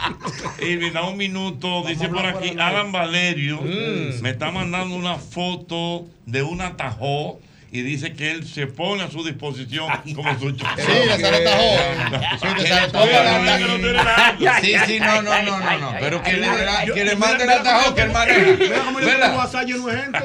y me da un minuto. dice por aquí, Alan Valerio me está mandando una foto de un atajó. Y dice que él se pone a su disposición como su chofer.
Sí, se lo atajó. Sí, se lo atajó.
Sí, sí, no, no, no, no, no. Pero que le, que le mande el
mira cómo
atajo que él maneja.
Mira cómo yo
¿Verdad?
tengo WhatsApp lleno de gente.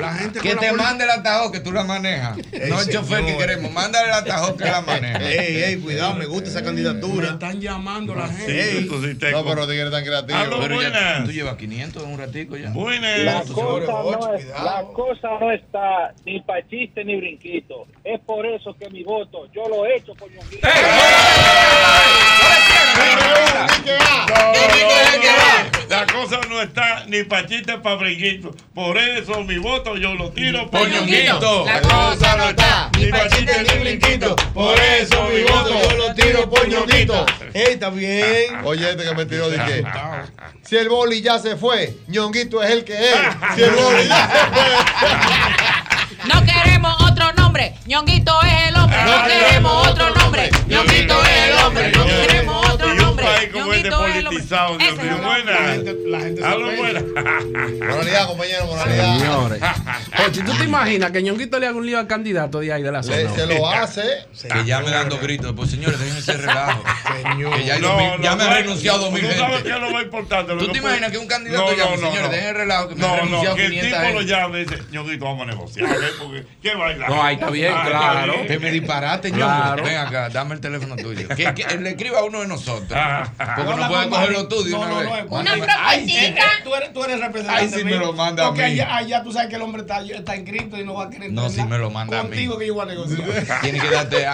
La gente
Que
con la
te
poli-
mande el atajo que tú la manejas. No el chofer que queremos. Mándale el atajo que la maneja.
Ey, ey, cuidado, me gusta esa candidatura.
están llamando la gente.
No, pero tigres tan creativos.
Aló,
pero ya
buenas.
tú llevas 500 en un ratico ya.
La cosa, no es- la cosa no está ni para chiste ni brinquito. Es por eso que mi voto yo lo he hecho por Ñonguito.
No, no, no. La cosa no está ni ni pachita para brinquito. Por eso mi voto yo lo tiro por
Ñonguito.
ñonguito.
La cosa no está, ni pachita ni brinquito. Por eso mi voto yo lo tiro por Ñonguito.
Ey, está bien. Oye, este que me tiró de que. Si el boli ya se fue, ñonguito es el
[laughs]
que es. Si el boli ya se
No queremos otro nombre. Ñonguito es el hombre. No queremos otro nombre. Ñonguito es el hombre. No queremos otro nombre.
Como este politizado, Dios mío. Buena. Aló, buena.
Moralidad, compañero, moralidad.
Señores.
Ah.
Ochi, ¿tú te imaginas que ñonguito le haga un lío al candidato de ahí de la zona?
se lo hace.
[laughs] Que ya me dando gritos. Pues señores, déjenme ese relajo. Que ya, hay
No,
dos mil-
no,
ya me
no
han
hay-
renunciado dos mil
tú sabes
gente.
que es lo más importante.
¿Tú te imaginas que un candidato llame, "Señores, dejen el relajo, que me han
no,
renunciado
no, que el
500
tipo lo
gente"?
llame y dice, ñonguito, vamos a negociar. ¿eh? Porque, ¿Qué baila?
No, ahí está bien,
Ah, está
claro.
bien.
Que me disparate, ñongo.
Claro.
Ven acá, dame el teléfono tuyo. Que, que le escriba a uno de nosotros.
[laughs]
Porque no
Habla
puede
con
cogerlo
Mari.
tú de
No,
una
no,
vez.
no, es-
Ay,
Ay, sí, eh, tú eres, tú eres representante.
Ay, sí me
mío.
lo manda a
Porque
mí.
Allá, allá tú sabes que el hombre está, está inscrito y no va a querer.
No,
entrar
si me lo manda a mí.
Contigo que yo voy
[laughs]
a negociar.
Tiene que darte,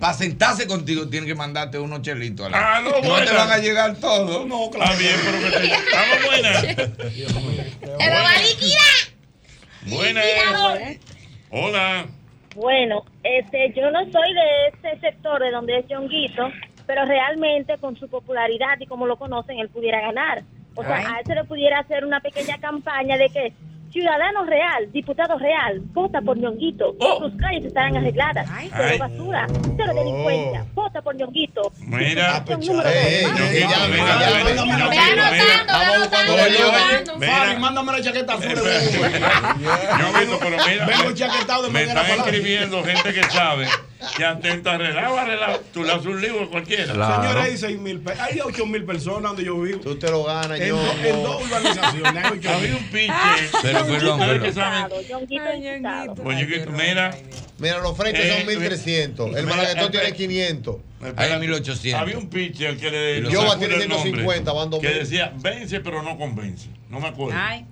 para sentarse contigo, tiene que mandarte unos chelitos. Alan.
Ah, no,
no te
bueno.
van a llegar todos.
No,
claro. Está bien, pero que te. Vamos, buena.
¡Te lo va a liquidar!
Buena. eh. Hola.
Bueno, este, yo no soy de ese sector de donde es Yonguito, pero realmente con su popularidad y como lo conocen, él pudiera ganar. O sea,
Ay.
a él se le pudiera hacer una pequeña campaña de que ciudadano real, diputado real, vota por Ñonguito. Sus calles estarán arregladas. Cero
Oh. Ay. Oh.
basura, cero delincuencia. Vota por Ñonguito.
Mira,
eh. Fabi, mándame la chaqueta azul. eh. Vengo chaquetado de
me
mañana
están
para la-
escribiendo gente que sabe que atenta relajo, relajo. Tú le haces un libro a cualquiera.
Señores, hay 6 mil, pe- hay 8 mil personas donde yo vivo. Tú
te lo ganas,
en,
yo.
do- en dos urbanizaciones hay 8
Había un
Ah.
pinche.
Pero
perdón,
pero-
que saben.
fue.
Mira.
Mira, los frentes
Eh,
son 1300. El
mira,
eh,
Malaguetón
espera.
tiene 500.
Hay 1800.
Había un pitcher al que le no me
Yo voy a
acuerdo
tener
el nombre,
150, van dos
Que
mil.
decía, vence pero no convence. No me acuerdo.
Ay.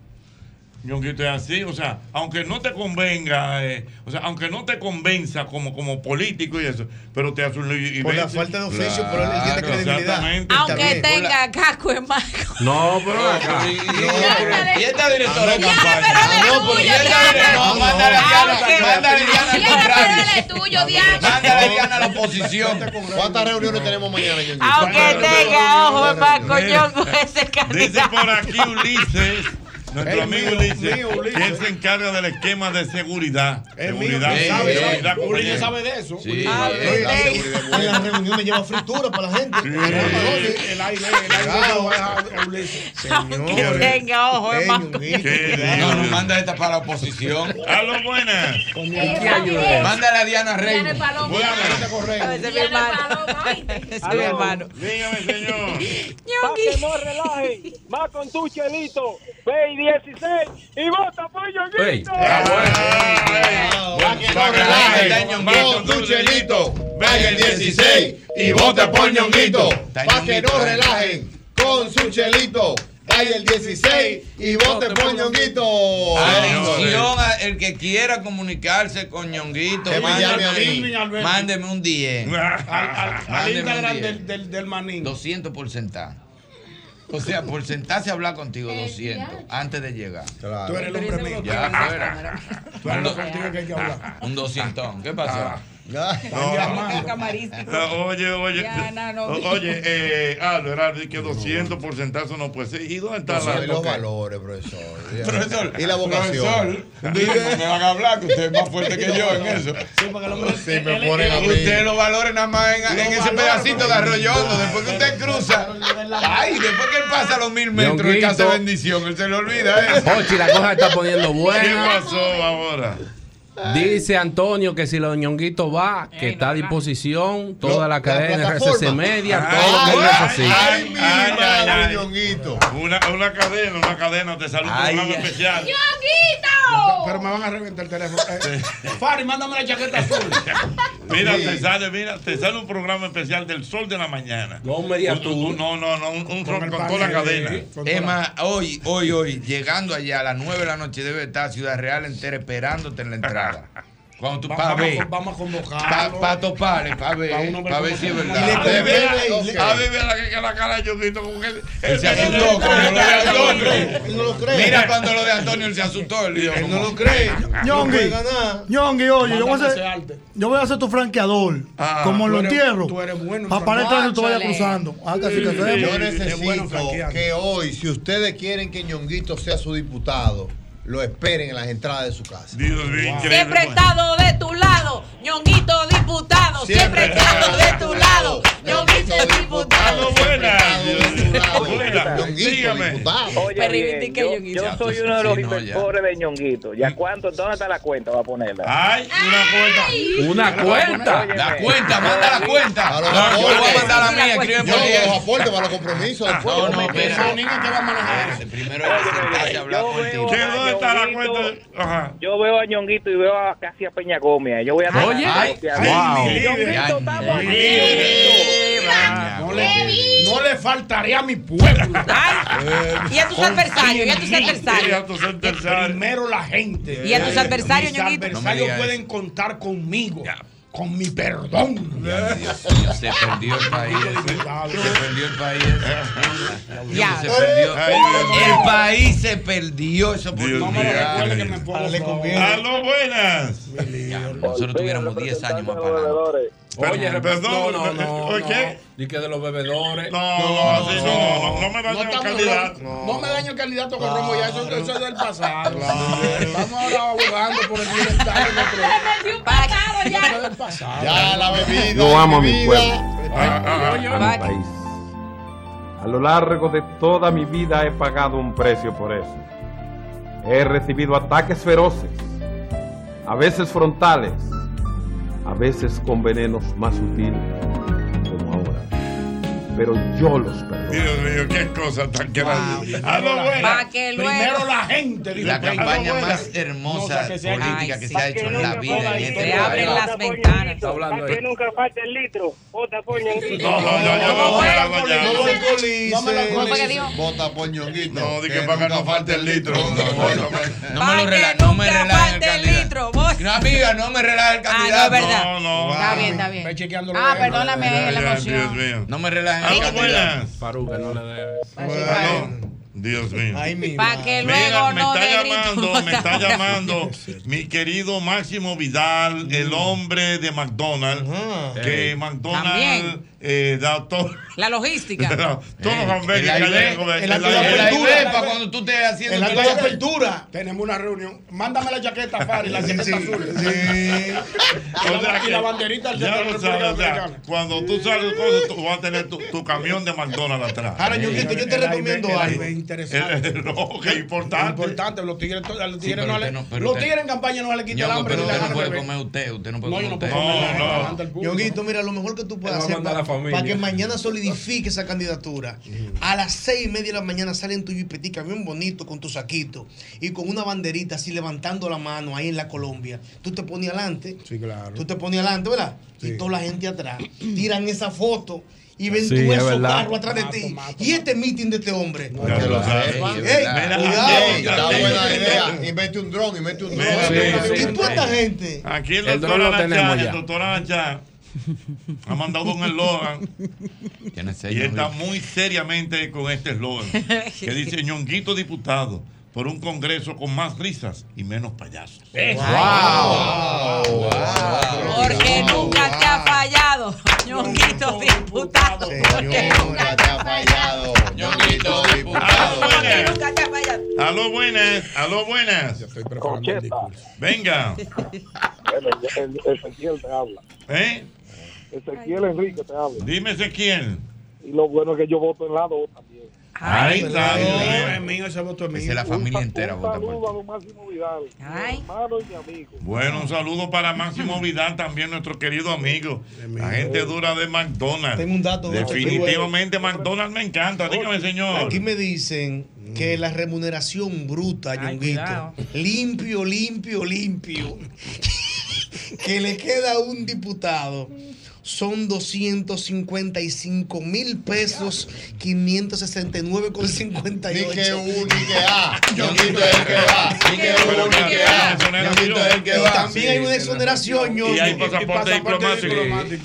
Ñonguito es así, o sea, aunque no te convenga, eh, o sea, aunque no te convenza como, como político y eso, pero te hace un lío y
Por la
vence.
falta de oficio, pero él tiene credibilidad.
Exactamente.
Aunque tenga casco en mano.
No, pero acá.
Y esta directora de campaña.
No, porque
ella es directora. No, mándale a Diana, mándale a Diana al contrario.
tuyo, Diana.
eh,
Mándale a Diana a la oposición.
¿Cuántas reuniones tenemos mañana, Ñonguito?
eh,
Aunque tenga ojo en banco, Ñongo ese
Dice
candidato.
por aquí Ulises, nuestro
Es
amigo
mío,
Ulises,
mío, Ulises.
que él se encarga del esquema de seguridad. seguridad,
mío, sabe, sabe.
seguridad,
Ulises
compañero.
sabe de eso.
Sí,
Ah,
sí.
bien.
La
En las reuniones lleva fritura para la gente.
El aire, el aire. no va a dejar Ulises.
Señores.
tenga ojo en mano.
No, no, manda esta para la oposición.
A lo buenas.
Mándale a Diana Rey.
Ese es mi hermano. [laughs] Ese es mi hermano.
Dígame, señor.
Pa' que no relaje, más con tu chelito, ve y 16 y vota por Ñonguito.
Ah,
tu chelito, venga el 16 y vota por ñonguito. Pa' que no relajen con su chelito. Vaya el 16 y vote por ñonguito.
Ah, Atención, a- el que quiera comunicarse con Ñonguito,
Que me llame a
mí.
mándeme, mándeme un 10.
Al Instagram
[laughs] Mándeme un
del, del, del manín.
200 porcentaje. O sea, por sentarse a hablar contigo 200 antes de llegar.
Tú eres el hombre mío.
Ya, fuera.
Tú eres el hombre contigo que hay que hablar.
[laughs]
Ah.
Un 200. ¿Qué pasó?
No, Oye, oye,
Ya, no, no.
o- oye, eh, Aldo, Heraldo, y que 200 porcentazo no puede ser. ¿Y dónde está
No sabe
la
los valores, profesor.
Profesor,
Y la vocación.
profesor, dice, me van a hablar que usted es más fuerte que yo en eso.
Sí, me ponen a mí.
Usted lo valore nada más en, en ese pedacito de arroyondo. Después que
[laughs]
usted cruza. Ay, después que él pasa los
[laughs]
mil metros, él
Ñonguito.
hace bendición. Él se le olvida eso.
Ochi, la cosa está poniendo buena.
¿Qué pasó
ahora?
Dice Antonio que si los ñonguitos va, que está a disposición, toda la cadena RCC Media, todo lo que él necesita.
Ay, ay, ay, ay. Una, una cadena, una cadena, te sale un programa especial.
¡Ñonguito!
Pero me van a reventar el teléfono. Eh, Fari, mándame la chaqueta azul.
[laughs]
[laughs]
Mira, te sale, mira, te sale un programa especial del sol de la mañana. No,
media
No, no, no, un, un sol
el
con, toda la cadena.
Es más, hoy, hoy, hoy, llegando allá a las 9 de la noche, debe estar Ciudad Real entera esperándote en
[laughs]
la entrada. Cuando tú
Va-
para
vamos,
ver.
a- vamos a convocar.
Para pa toparle, para ver,
Pa' uno ver
para ver
cómo
si
se
es
llama.
verdad.
Y le-
De verdad,
y-
A mí me da que que la cara de Ñonguito con él.
Él se asustó cuando lo de Antonio.
no lo cree.
Mira cuando lo de Antonio él se asustó. Él, dijo, como-
Ñongui, Ñongui, oye, yo voy, a
Mandando
ser, yo voy a ser tu franqueador,
Ah,
como en
Ah, tú
los
eres-
tierros.
tú eres bueno en
Para parar el tránsito, tú vayas
franquear.
cruzando. Ah, casi que hacemos.
Yo necesito que hoy, si ustedes quieren que Ñonguito sea su diputado, lo esperen en las entradas de su casa.
Siempre he estado de tu lado, ñonguito diputado. Siempre he estado de tu lado, ñonguito diputado.
Oye, bien, yo, yo soy uno de los inversores de Ñonguito. ¿Ya cuánto? ¿Dónde está la cuenta? Va a ponerla.
¡Ay!
Una cuenta. La cuenta, manda la cuenta. No, yo voy a mandar la mía, escribe por ahí.
los aportes para los compromisos después.
No, no, espera.
Primero
¿Dónde está la cuenta? Ajá.
Yo veo a Ñonguito y veo a casi a Peña Gómez. Yo voy a
Oye.
Ay,
Wow.
mi líder.
Ñonguito,
estamos aquí.
No le, no le faltaré a mi pueblo. Eh,
y a tus adversarios, y a tus adversarios.
Y a tus adversarios. Primero la gente.
Y a tus adversarios,
Mis
Ñonguito.
adversarios
No me digas
pueden contar conmigo. Con mi perdón.
Se perdió el país. ese. Se perdió el país. ese.
Ya.
Se perdió.
Ay,
El país se perdió. Eso por no me
Aló, buenas.
Nosotros tuviéramos 10 años más para
adelante.
Oye, perdón.
No, no,
¿Oye, qué?
Ni que de los bebedores.
No, no, sí, no, no, no, no me daño el candidato.
No, me daño el candidato que Romo ya, eso, eso es del pasado. Vamos ahora abogando por el bienestar de [laughs] nuestro. Eso es del pasado.
Ya Ah, la bebida. Ah,
Yo amo a mi pueblo,
Oye,
a mi país. A lo largo de toda mi vida he pagado un precio por eso. He recibido ataques feroces, a veces frontales, a veces con venenos más sutiles, como ahora. Pero yo los perdono.
Dios mío, qué cosa tan grande. Aló, buenas.
Pa' que luego-
Ah, Primero la gente. dice,
Ah, La
primero
campaña
buena.
más hermosa
No, o sea, que se ha-
política
Ay,
que
sí.
se ha hecho en la vida. en este país.
ventanas.
hablando
Que nunca falte el litro. Vota por Ñonguito.
No, no, no, no, no, no, no, no, no, no, no,
Vota por Ñonguito.
No, di que para que no falte el litro.
No me lo rela- no me relaja el candidato. No, amiga, no me
Ah,
relaja el
Ah,
candidato.
No, no.
Está bien, está bien.
chequeándolo
Ah,
de-
perdóname
Ya,
ahí la
ya,
emoción.
Dios mío. No me relajes.
Aló,
el candidato.
Ah, buenas.
Faruca, no le debes.
Dios mío.
Para que
Mira,
luego
me
no
está
dé
llamando,
gritos.
me
[laughs]
está llamando mi querido Máximo Vidal,
Mm.
el hombre de McDonald's, que
Ey.
McDonald's
También.
eh, da todo.
La logística.
[laughs] Todos los hamburgues
El
que
aire,
hay en el-
el
el
aire,
aire.
el aire,
El aire.
para cuando tú estés haciendo
En la
tu
calle
cheque.
apertura tenemos una reunión. Mándame la chaqueta Fari, la chaqueta azul. [laughs]
O sea
y
que
la banderita del
ya
centro de
lo
la República
sabes, o sea,
Dominicana.
cuando tú sales cosas, tú vas a tener tu, tu camión de McDonald's atrás.
Ahora, Ñonguito, yo te recomiendo algo. Eh,
El- el- no, que importante.
Importante, los tigres, to- a los
Sí,
tigres,
pero
no
usted
le,
no- pero
los
usted-
tigres en campaña no le quitan el
Ñongo,
hambre
pero
ni
usted no
la gana al
puede
revés.
comer usted, usted no
No,
puede
yo no
comer
puedo comer nada,
usted.
adelante el público.
Ñonguito, mira, lo mejor que tú puedes
va a
hacer
mandar
para,
la familia. Mm.
para que mañana solidifique esa candidatura. A las seis y media de la mañana sale en tu jipetica bien bonito con tu saquito y con una banderita así levantando la mano ahí en la Colombia. Tú te pones adelante,
Sí, claro.
tú te pones adelante, ¿verdad? Y toda la gente atrás. Tiran esa foto y ven
Sí,
tu
es
esos
verdad.
carros atrás de ti. Y este meeting de este hombre.
Ya lo sabes.
Ey,
Es verdad.
cuidado.
Mira,
Está
ey,
buena
ey,
idea. Y mete un dron, y mete un dron.
Sí, sí.
¿Y tú esta gente?
Aquí el
El
doctor
dron lo
Arachá,
tenemos
el
ya.
doctor Arachá ha mandado un eslogan y está muy seriamente con este eslogan que dice ñonguito diputado por un congreso con más risas y menos payasos.
Wow. Porque nunca te ha fallado, ñonguito diputado. Porque nunca te ha fallado, ñonguito diputado. Porque nunca te ha fallado.
Aló buenas, aló buenas. Venga.
Bueno, el- el- Ezequiel te habla.
¿Eh?
Ezequiel Enrique te habla.
Dime Ezequiel.
Y lo bueno es que yo voto en la dos también.
Ahí está.
No,
Dios mío.
es mío, ese voto es mío.
Esa es la familia entera vota por
Saludos a don Máximo Vidal, mi hermano y mi amigo.
Bueno, un saludo para Máximo Vidal, también nuestro querido amigo. La gente dura de McDonald's.
Tengo un dato.
Definitivamente McDonald's me encanta. Dígame, señor.
Aquí me dicen
Mm.
que la remuneración bruta, Ñonguito,
cuidado.
limpio, limpio, limpio, que le queda a un diputado son 255 mil pesos 569,58. Ni que
U, ni que A. Ñonguito es el que va. Ni que U, ni que A. Ñonguito es el que
Y
va.
también hay una exoneración, Ñongo.
Y hay pasaporte diplomático.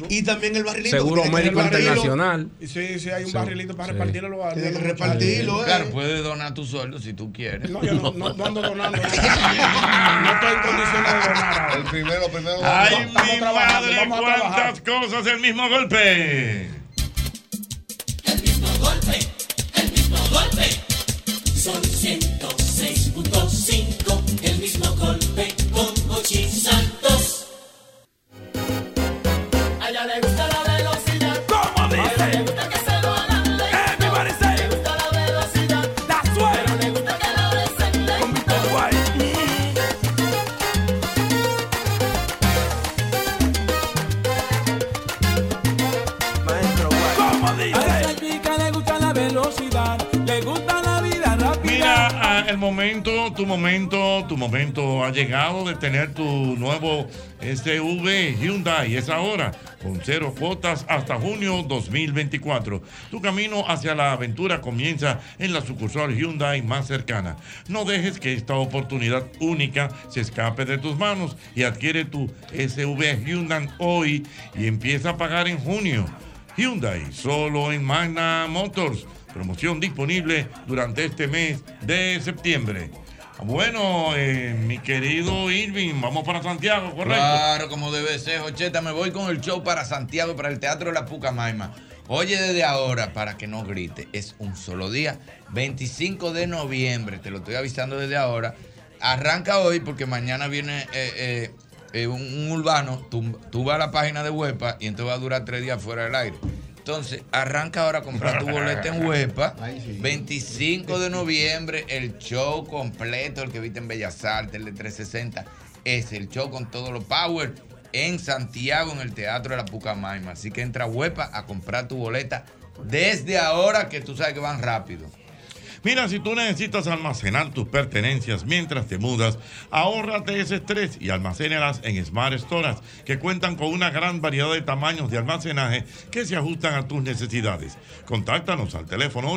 Y también el barrilito.
Seguro
porque tiene
médico
el barrilito.
internacional.
Y sí, sí, hay un barrilito para repartirlo. Lo,
Tiene que repartirlo, eh.
Claro, puedes donar tu sueldo si tú quieres.
No, yo no, no, no ando donando.
El primero, primero.
¡Ay,
Estamos
mi
trabajando,
madre!
vamos a trabajar.
¡Cuántas cosas el mismo golpe!
golpe, el mismo golpe. Son 106.5, el mismo golpe con Mochi Santos. A ella le gusta la velocidad. ¿Cómo dice? A ella le gusta que se lo hagan lento. Le gusta la velocidad. Pero le gusta que la besen lento.
A esa chica le gusta la velocidad, le gusta la vida rápida.
Mira, ah, el momento, tu momento, tu momento ha llegado de tener tu nuevo SUV Hyundai. Es ahora, con cero cuotas hasta junio 2024. Tu camino hacia la aventura comienza en la sucursal Hyundai más cercana. No dejes que esta oportunidad única se escape de tus manos y adquiere tu SUV Hyundai hoy y empieza a pagar en junio. Hyundai, solo en Magna Motors. Promoción disponible durante este mes de septiembre. Bueno, eh, mi querido Irving, vamos para Santiago, ¿correcto?
Claro, como debe ser, Jocheta. Me voy con el show para Santiago, para el Teatro La Pucamaima. Oye, desde ahora, para que no grite, es un solo día. 25 de noviembre, te lo estoy avisando desde ahora. Arranca hoy porque mañana viene eh, eh, eh, un, un urbano. Tú, tú vas a la página de Huepa y entonces va a durar tres días fuera del aire. Entonces, arranca ahora a comprar tu boleta en Huepa. 25 de noviembre, el show completo, el que viste en Bellas Artes, el de 360. Es el show con todos los power en Santiago, en el Teatro de la Pucamaima. Así que entra a Huepa a comprar tu boleta desde ahora, que tú sabes que van rápido.
Mira, si tú necesitas almacenar tus pertenencias mientras te mudas, ahórrate ese estrés y almacénalas en Smart Storage, que cuentan con una gran variedad de tamaños de almacenaje que se ajustan a tus necesidades. Contáctanos al teléfono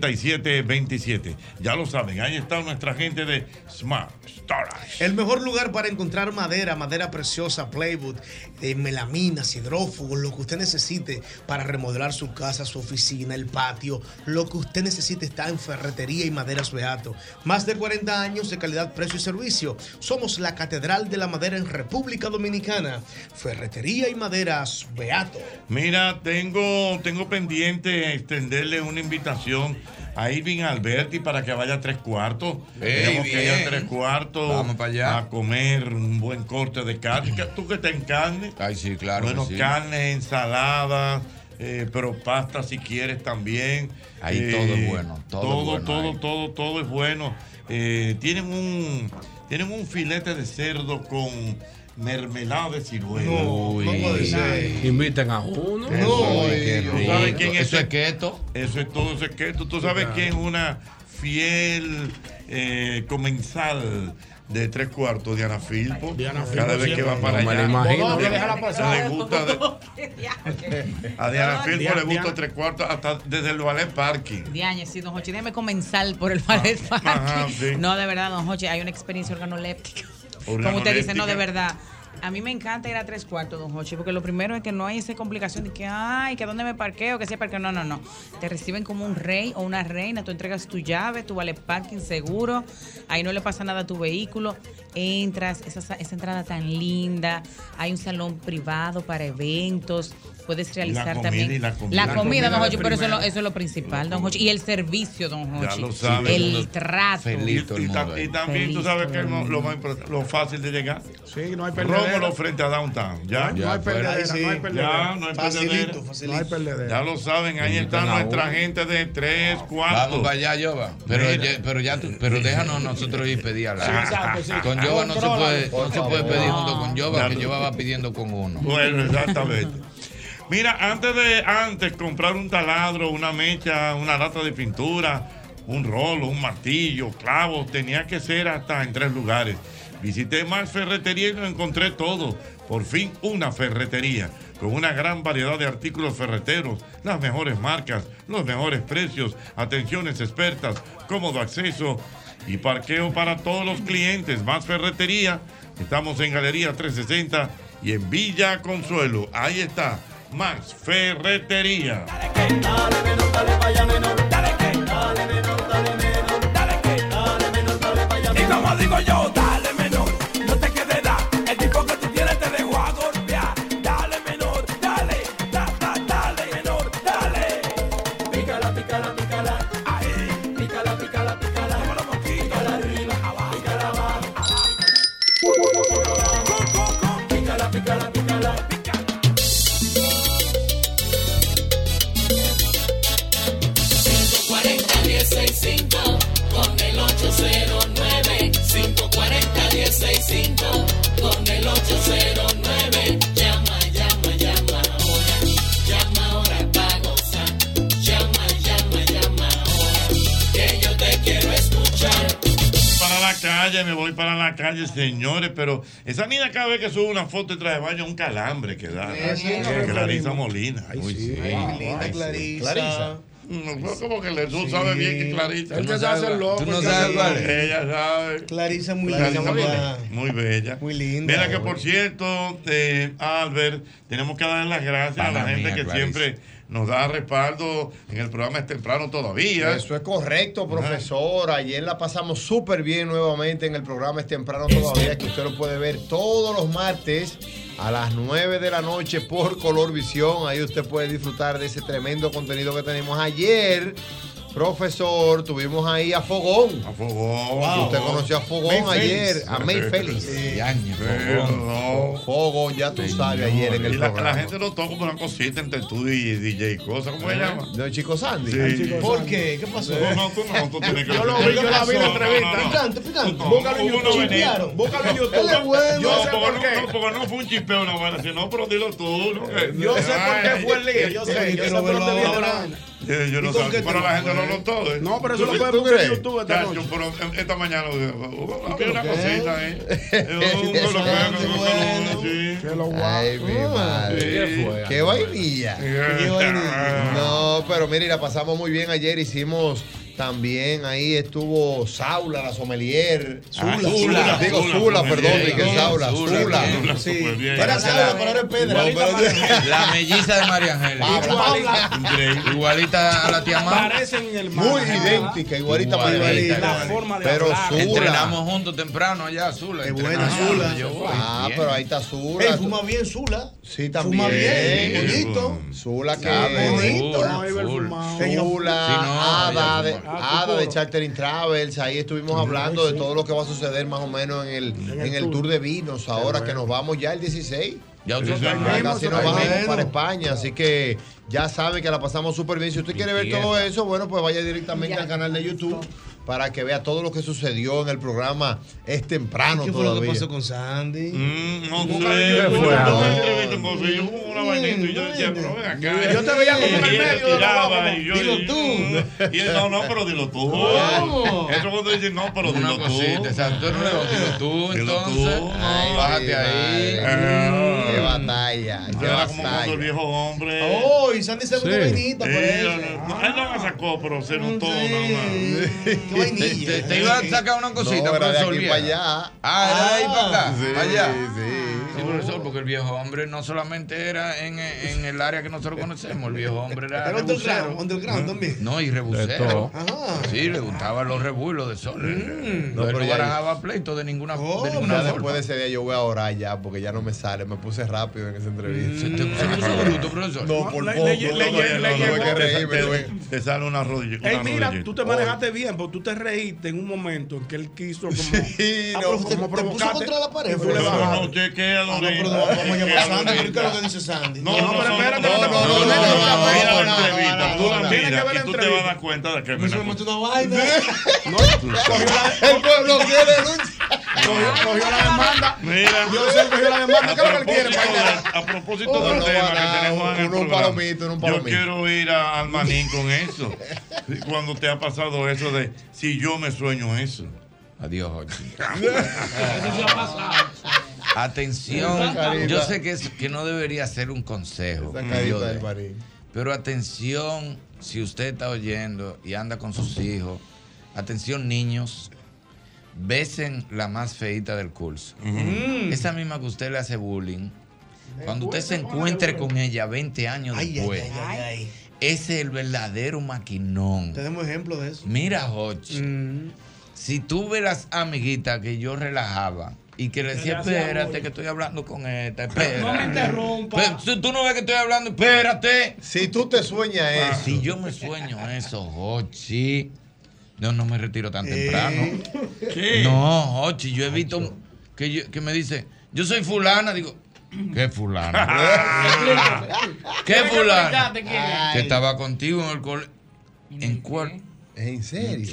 809-227-3727. Ya lo saben, ahí está nuestra gente de Smart Storage.
El mejor lugar para encontrar madera, madera preciosa, playwood, eh, melaminas, hidrófugos, lo que usted necesite para remodelar su casa, su oficina, el patio, lo que usted necesite está en Ferretería y Maderas Beato. Más de 40 años de calidad, precio y servicio. Somos la Catedral de la Madera en República Dominicana. Ferretería y Maderas Beato.
Mira, tengo, tengo pendiente extenderle una invitación a Irving Alberti para que vaya a tres cuartos.
Ey,
Tenemos que ir a
bien.
tres cuartos
Vamos para allá.
a comer un buen corte de carne. Que- Tú que estás en carne.
Ay, sí, claro.
bueno,
que sí.
carne, ensalada, eh, pero pasta si quieres también.
Ahí
Eh,
todo es bueno, todo es
Todo,
bueno
todo,
ahí.
todo, todo es bueno. Eh, tienen un tienen un filete de cerdo con mermelada de ciruela.
Uy,
Inviten a uno.
No, ¿Tú sabes quién es?
Eso es keto.
Eso es todo, eso es keto. Tú sabes
Claro.
quién es una fiel eh, comensal de tres cuartos, Diana Filpo.
Filpo
Cada vez que va
siempre.
para
No me
allá.
la imagino.
No,
Hay que
le-
dejarla pasar.
le gusta de-
[laughs]
a Diana Filpo le gusta tres cuartos hasta desde el ballet parking.
Diañe, sí, don Jochi, déjeme comenzar por el
Ah,
ballet parking. No, de verdad, don Jochi, hay una experiencia organoléptica. Como usted dice, no, de verdad. A mí me encanta ir a tres cuartos, don Jochi, porque lo primero es que no hay esa complicación de que, ay, que dónde me parqueo, que si parqueo. No, no, no. Te reciben como un rey o una reina, tú entregas tu llave, tu vale parking seguro, ahí no le pasa nada a tu vehículo. Entras, esa, esa entrada tan linda, hay un salón privado para eventos, puedes realizar
comida
también
y la comida.
la
La
comida,
comida
don Jochi,
de
pero eso es lo,
primera.
eso es lo principal, don Jochi. Y el servicio, don
Ya
Jochi.
lo sabes.
El trato.
Y, y ta- y también tú sabes que es lo, lo más importante, lo fácil de llegar.
Sí, no hay perdedera.
Rómulo frente a Downtown. Ya,
No hay perdedera,
Ahí sí.
no hay
Ya,
perdedera.
no hay
Facilito,
perdedera.
facilito. No hay perdedera.
Ya lo saben, ahí está
Inviten a
nuestra
uno.
gente de tres, cuartos.
Vamos para allá, Yoba. Pero,
Mira.
ya- pero ya tú- pero déjanos nosotros ir pedir a la.
Sí, exacto, sí.
Con Yoba no se puede, no
Por
se puede
favor.
pedir junto con
Ya
Yoba, que
lo-
Yoba va pidiendo con uno.
Bueno, exactamente. Mira, antes de antes comprar un taladro, una mecha, una lata de pintura, un rolo, un martillo, clavos, tenía que ser hasta en tres lugares. Visité más ferretería y lo encontré todo. por fin una ferretería con una gran variedad de artículos ferreteros, las mejores marcas, los mejores precios, atenciones expertas, cómodo acceso y parqueo para todos los clientes. Más ferretería. Estamos en Galería 360 y en Villa Consuelo. Ahí está, Max Ferretería.
Y como digo yo, dale menor, no te quedes da. El tipo que tú tienes te dejo a golpear. Dale menor, dale, da, da, dale menor, dale. Pícala, pícala, pícala. Ahí, pícala, pícala, pícala. Como los mosquitos. Pícala arriba, abajo, pícala abajo. abajo. Pícala, pícala, pícala.
con el 809 540 165 con el 809 llama llama llama ahora llama ahora para gozar llama llama llama ahora que yo te quiero escuchar
Para la calle, me voy para la calle, señores, pero esa niña cada vez que sube una foto y trae baño un calambre que da.
Sí, sí,
Que
sí.
Clarisa Molina. Uy, sí.
Ah, linda
Ay, sí.
Clarisa.
Mm, No, como que le- tú sabes bien que Clarisa.
Él que se hace el loco, él que se hace el loco.
Ella sabe.
Clarisa muy
Clarisa
linda,
Molina.
mamá.
Muy bella. Muy
linda.
Mira que por cierto, eh, Albert, tenemos que dar las gracias a la
Pana
gente
mía,
que
Clarice.
siempre nos da respaldo en el programa es temprano todavía.
Eso es correcto, profesor. Ayer la pasamos súper bien nuevamente en el programa Es Temprano
Este.
Todavía, que usted lo puede ver todos los martes a las 9 de la noche por Colorvisión. Ahí usted puede disfrutar de ese tremendo contenido que tenemos ayer. Profesor, tuvimos ahí a Fogón.
A Fogón.
Usted conoció a Fogón
May
ayer,
Félix.
a May Félix.
Fogón.
Fogón, ya tú sabes, ayer en el
Y la,
programa.
la gente lo toma como una cosita entre tú y DJ Cosa, ¿cómo se llama?
De ¿Eh? Chico Sandy.
Sí.
Ay, Chico
¿Por qué? ¿Qué pasó?
No, no, tú no, tú tienes que
Yo lo vi, yo la vi la
No, no,
entrevista.
no, no.
Picante, picante.
No,
Búscalo en
hubo
YouTube.
uno veneno.
Chipearon. Búscalo en
No,
YouTube. Él es bueno.
No,
Yo sé
porque
por
no-
qué.
no, porque no fue un chipeo, no, bueno, sino, pero dilo tú. ¿no? Que-
Yo sé por qué fue el lío, yo sé,
Ay,
yo sé
quiero
por
verlo
dónde viene
ahora.
la vaina.
Yo, yo no
¿Y con
sabía,
qué
pero la
te lo
gente no
fue?
lo todo. ¿eh?
No, pero eso
¿Tú
lo
crees?
puedes
¿Tú
buscar en
crees?
YouTube esta
Ya,
noche.
yo, pero, eh, esta mañana eh, hubo hubo una
¿Qué?
cosita,
[laughs]
¿eh? Eh, hubo un
Interesante,
colombiano, un colombiano, sí.
Ay, mi madre.
¿Qué fue?
¿Qué vainilla?
¿Qué vainilla?
No, pero mira, y la pasamos muy bien ayer. Hicimos también, ahí estuvo Saula, la sommelier.
Zula.
Ah,
Zula.
Digo
Zula,
Zula,
sommelier.
perdón, dije
Bien,
Saula.
Zula,
Zula.
bien.
Sí.
Era Saula, pero ahora es Pedra.
No, pero-
La melliza de María Ángela.
Igualita.
Increíble. Igualita a la tía Mara.
Parecen Muy idéntica, igualita,
Igualita,
pero
igualita.
igualita.
La forma de
Pero
hablar.
Zula.
Entrenamos juntos temprano allá, Zula.
Qué buena
Entrenamos.
Zula.
Yo voy.
Ah,
Bien.
pero ahí está Zula.
Ey, fuma bien Zula.
Sí, también.
bien, bonito.
Zula que
Sabe, bonito.
Zula,
No, iba el fumado.
Zula,
Sí, no,
Ada,
ya
de,
fumaba.
Ada de Chartering Travels. Ahí estuvimos hablando de todo lo que va a suceder más o menos en el, en el tour de vinos. Ahora que nos vamos ya el 16.
Ya usted
Casi
sabe.
nos vamos para España, así que ya saben que la pasamos súper bien. Si usted quiere ver
tierra.
todo eso, bueno, pues vaya directamente al canal de YouTube para que vea todo lo que sucedió en el programa. Es temprano
¿Qué fue lo que
todavía.
pasó con Sandy?
No
¿Qué
sé,
fue?
yo
Fue
no
ahora.
me entrevisté con José, yo como una vainita y yo decía, pero ven acá.
Yo te veía como
Y
en el
él
medio de los
tiraba,
guapos,
y yo-
dilo
y- [laughs]
tú.
Y él, no, no, pero dilo tú.
¿Cómo?
Eso cuando dicen, no, pero
Una
dilo tú.
cosita, exacto. Dilo tú,
Dilo tú.
entonces.
Ay,
Bájate ahí.
Ah.
Qué batalla, qué
Era como cuando
batalla.
el viejo hombre.
Oh, y Sandy se ve una vainita por
Eh,
eso.
no, no, Él no la sacó, pero se notó. no, no.
Te, te- te iba a sacar una cosita,
este No, era de
profesor.
aquí
Viera.
para allá.
Ah, era de ahí
Ah,
para acá.
sí,
para allá. Sí, profesor, porque el viejo hombre no solamente era en, en el área que nosotros conocemos, el viejo hombre era.
Era
rebusero.
underground, underground también. Ah,
No, y
De
rebusero.
todo.
Sí, le gustaban los rebulos de sol.
No,
No,
pero
pero
ya-
barajaba pleito de ninguna, de
Ya
ninguna forma.
después de ese día yo voy a orar ya porque ya no me sale. Me puse rápido en esa entrevista. No, por poco. no, no, no, no, tuve que reírme, tuve-
Te sale una rodilla.
Ey,
una
mira,
rodillita.
tú te manejaste bien, porque tú te reíste en un momento en que él quiso como, ah, pero como provocarte. y tú le
Pero
bajaste.
no, usted que a Lorena.
pero no, vamos a llamar a Sandy,
Lorena.
pero ¿qué es lo que dice Sandy?
No, no, pero espérate.
no, no, no,
Mira
no, no, no,
la
no,
entrevista,
no,
tú
no,
la
no,
miras
tiene que ver la
y tú te vas a dar cuenta de que es una
Una vaina.
¿Eh? [laughs]
El pueblo quiere lucha.
Cogió, cogió la demanda.
Mira.
Yo sé que cogió la demanda. ¿Qué es lo que él quiere?
propósito
Para
de- a propósito del
no,
tema
no,
que tenemos en el
uno un
programa,
palomito, uno un palomito.
Yo quiero ir a- al manín con eso. Cuando te ha pasado eso de si yo me sueño eso.
Adiós, Jorge.
Eso se ha pasado.
[laughs] Atención,
Esa carita.
yo sé que, es- que no debería ser un consejo.
Esa
que
carita
yo
del
dé, Pero atención, si usted está oyendo y anda con sus hijos, atención niños, besen la más feita del curso. Mm. Esa misma que usted le hace bullying. Cuando usted se encuentre con ella 20 años después, ese es el verdadero maquinón.
Tenemos ejemplo de eso.
Mira, Jochi,
Mm.
si tú ves las amiguitas que yo relajaba y que le decía,
le hacía
espérate,
bullying".
que estoy hablando con esta, espérate.
No me
interrumpas. si tú no ves que estoy hablando, espérate. Si tú te sueñas eso. Si yo me sueño eso, Jochi. No, no me retiro tan temprano.
¿Qué?
No, Jochi, yo he visto que, yo- que me dice, yo soy fulana, digo, ¿qué
[laughs]
fulana? ¿Qué fulana? Que estaba contigo en el colegio. ¿En cuál? ¿En serio?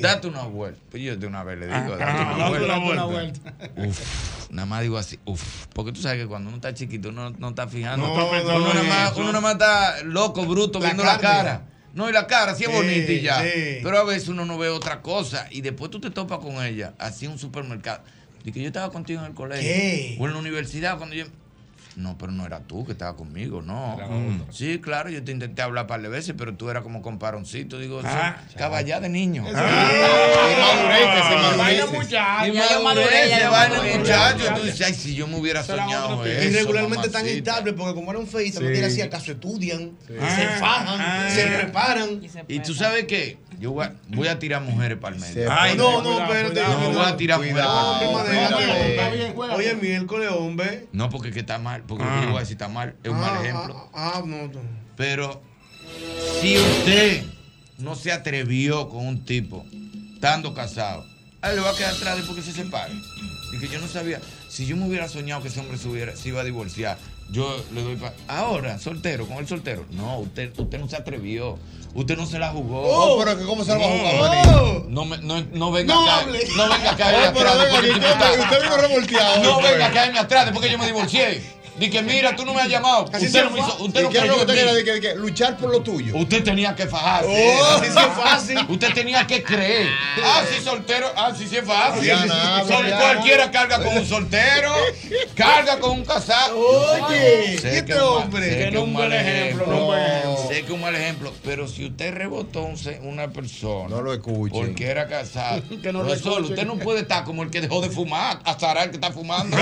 Date una vuelta. Pues yo de una vez le digo, date
Ah,
una
date
vuelta.
una vuelta.
Uf, nada más digo así, uf. Porque tú sabes que cuando uno está chiquito, uno no está fijando.
No, no está pensando
uno, nada
en
más,
eso.
uno nada más está loco, bruto, viendo la
carne.
cara. No, y la cara, sí es
Sí,
bonita y ya.
sí.
Pero a veces uno no ve otra cosa. Y después tú te topas con ella, así en un supermercado. Y que yo estaba contigo en el colegio.
¿Qué?
O en la universidad, cuando yo. No, pero no era tú que estaba conmigo, no.
Era
Mm.
otro.
Sí, claro, yo te intenté hablar un par de veces, pero tú eras como comparoncito, digo,
Ah.
sí, caballá de niño.
Ah. Ah.
Y madurez,
Vaina muchacha.
Y
Ya yo maduré,
madurez,
ya
se
yo
vaina
maduré.
muchacho. Tú dices, ay, si yo me hubiera soñado eso.
Y regularmente están
mamacita.
instables porque como eran feitas,
Sí.
no tienen así acaso estudian, se
Ah,
fajan,
ah.
se preparan.
Y tú sabes qué, yo voy a, voy a tirar mujeres para el medio.
Ay, Ah, no, no, espérate.
No, voy a tirar mujeres para
Hombre,
el
madera,
medio.
hombre,
Eh,
hombre. Oye, miércoles, hombre.
No, porque que está mal, porque yo voy a decir está mal, es un mal
Ah,
ejemplo.
Ah, no, no.
Pero si usted no se atrevió con un tipo estando casado, ahí le va a quedar atrás después que se separe. Y que yo no sabía, si yo me hubiera soñado que ese hombre se, hubiera- se iba a divorciar, yo le doy pa- Ahora, soltero, con el soltero. No, usted, usted no se atrevió. Usted no se la jugó.
Oh, pero que cómo se la va a jugar,
No, no, me- no, no venga
No
acá.
hable.
No venga
[laughs]
acá.
Oh, pero
atrás,
venga,
porque
que
tú
usted-
estás-
usted vino revolteado,
No
hombre.
venga acá en atrás después que yo me divorcié. Di que mira, tú no me has llamado.
Así
usted
se
no me
fa-
hizo, usted
¿Y
no
qué es
creyó
lo que
en
usted
mí.
quiere decir? Que- que luchar por lo tuyo.
Usted tenía que fajarse.
Oh.
Así sí es fácil. Usted tenía que creer. Ah, sí, soltero. Ah, sí, sí es fácil.
Diana,
Sol-
Diana.
cualquiera carga con un soltero. carga con un casado.
Oye,
Sé
¿y
que
este
es un mal-
hombre?
Sé
Que
que es
no
un
un
mal
buen ejemplo,
ejemplo.
no un buen ejemplo.
Sé que es un mal ejemplo. Pero si usted rebotó un se- una persona. No lo
escuche.
Porque era [laughs] casado.
Que no lo
Profesor,
escuchen.
usted no puede estar como el que dejó de fumar. Hasta el que está [laughs] fumando.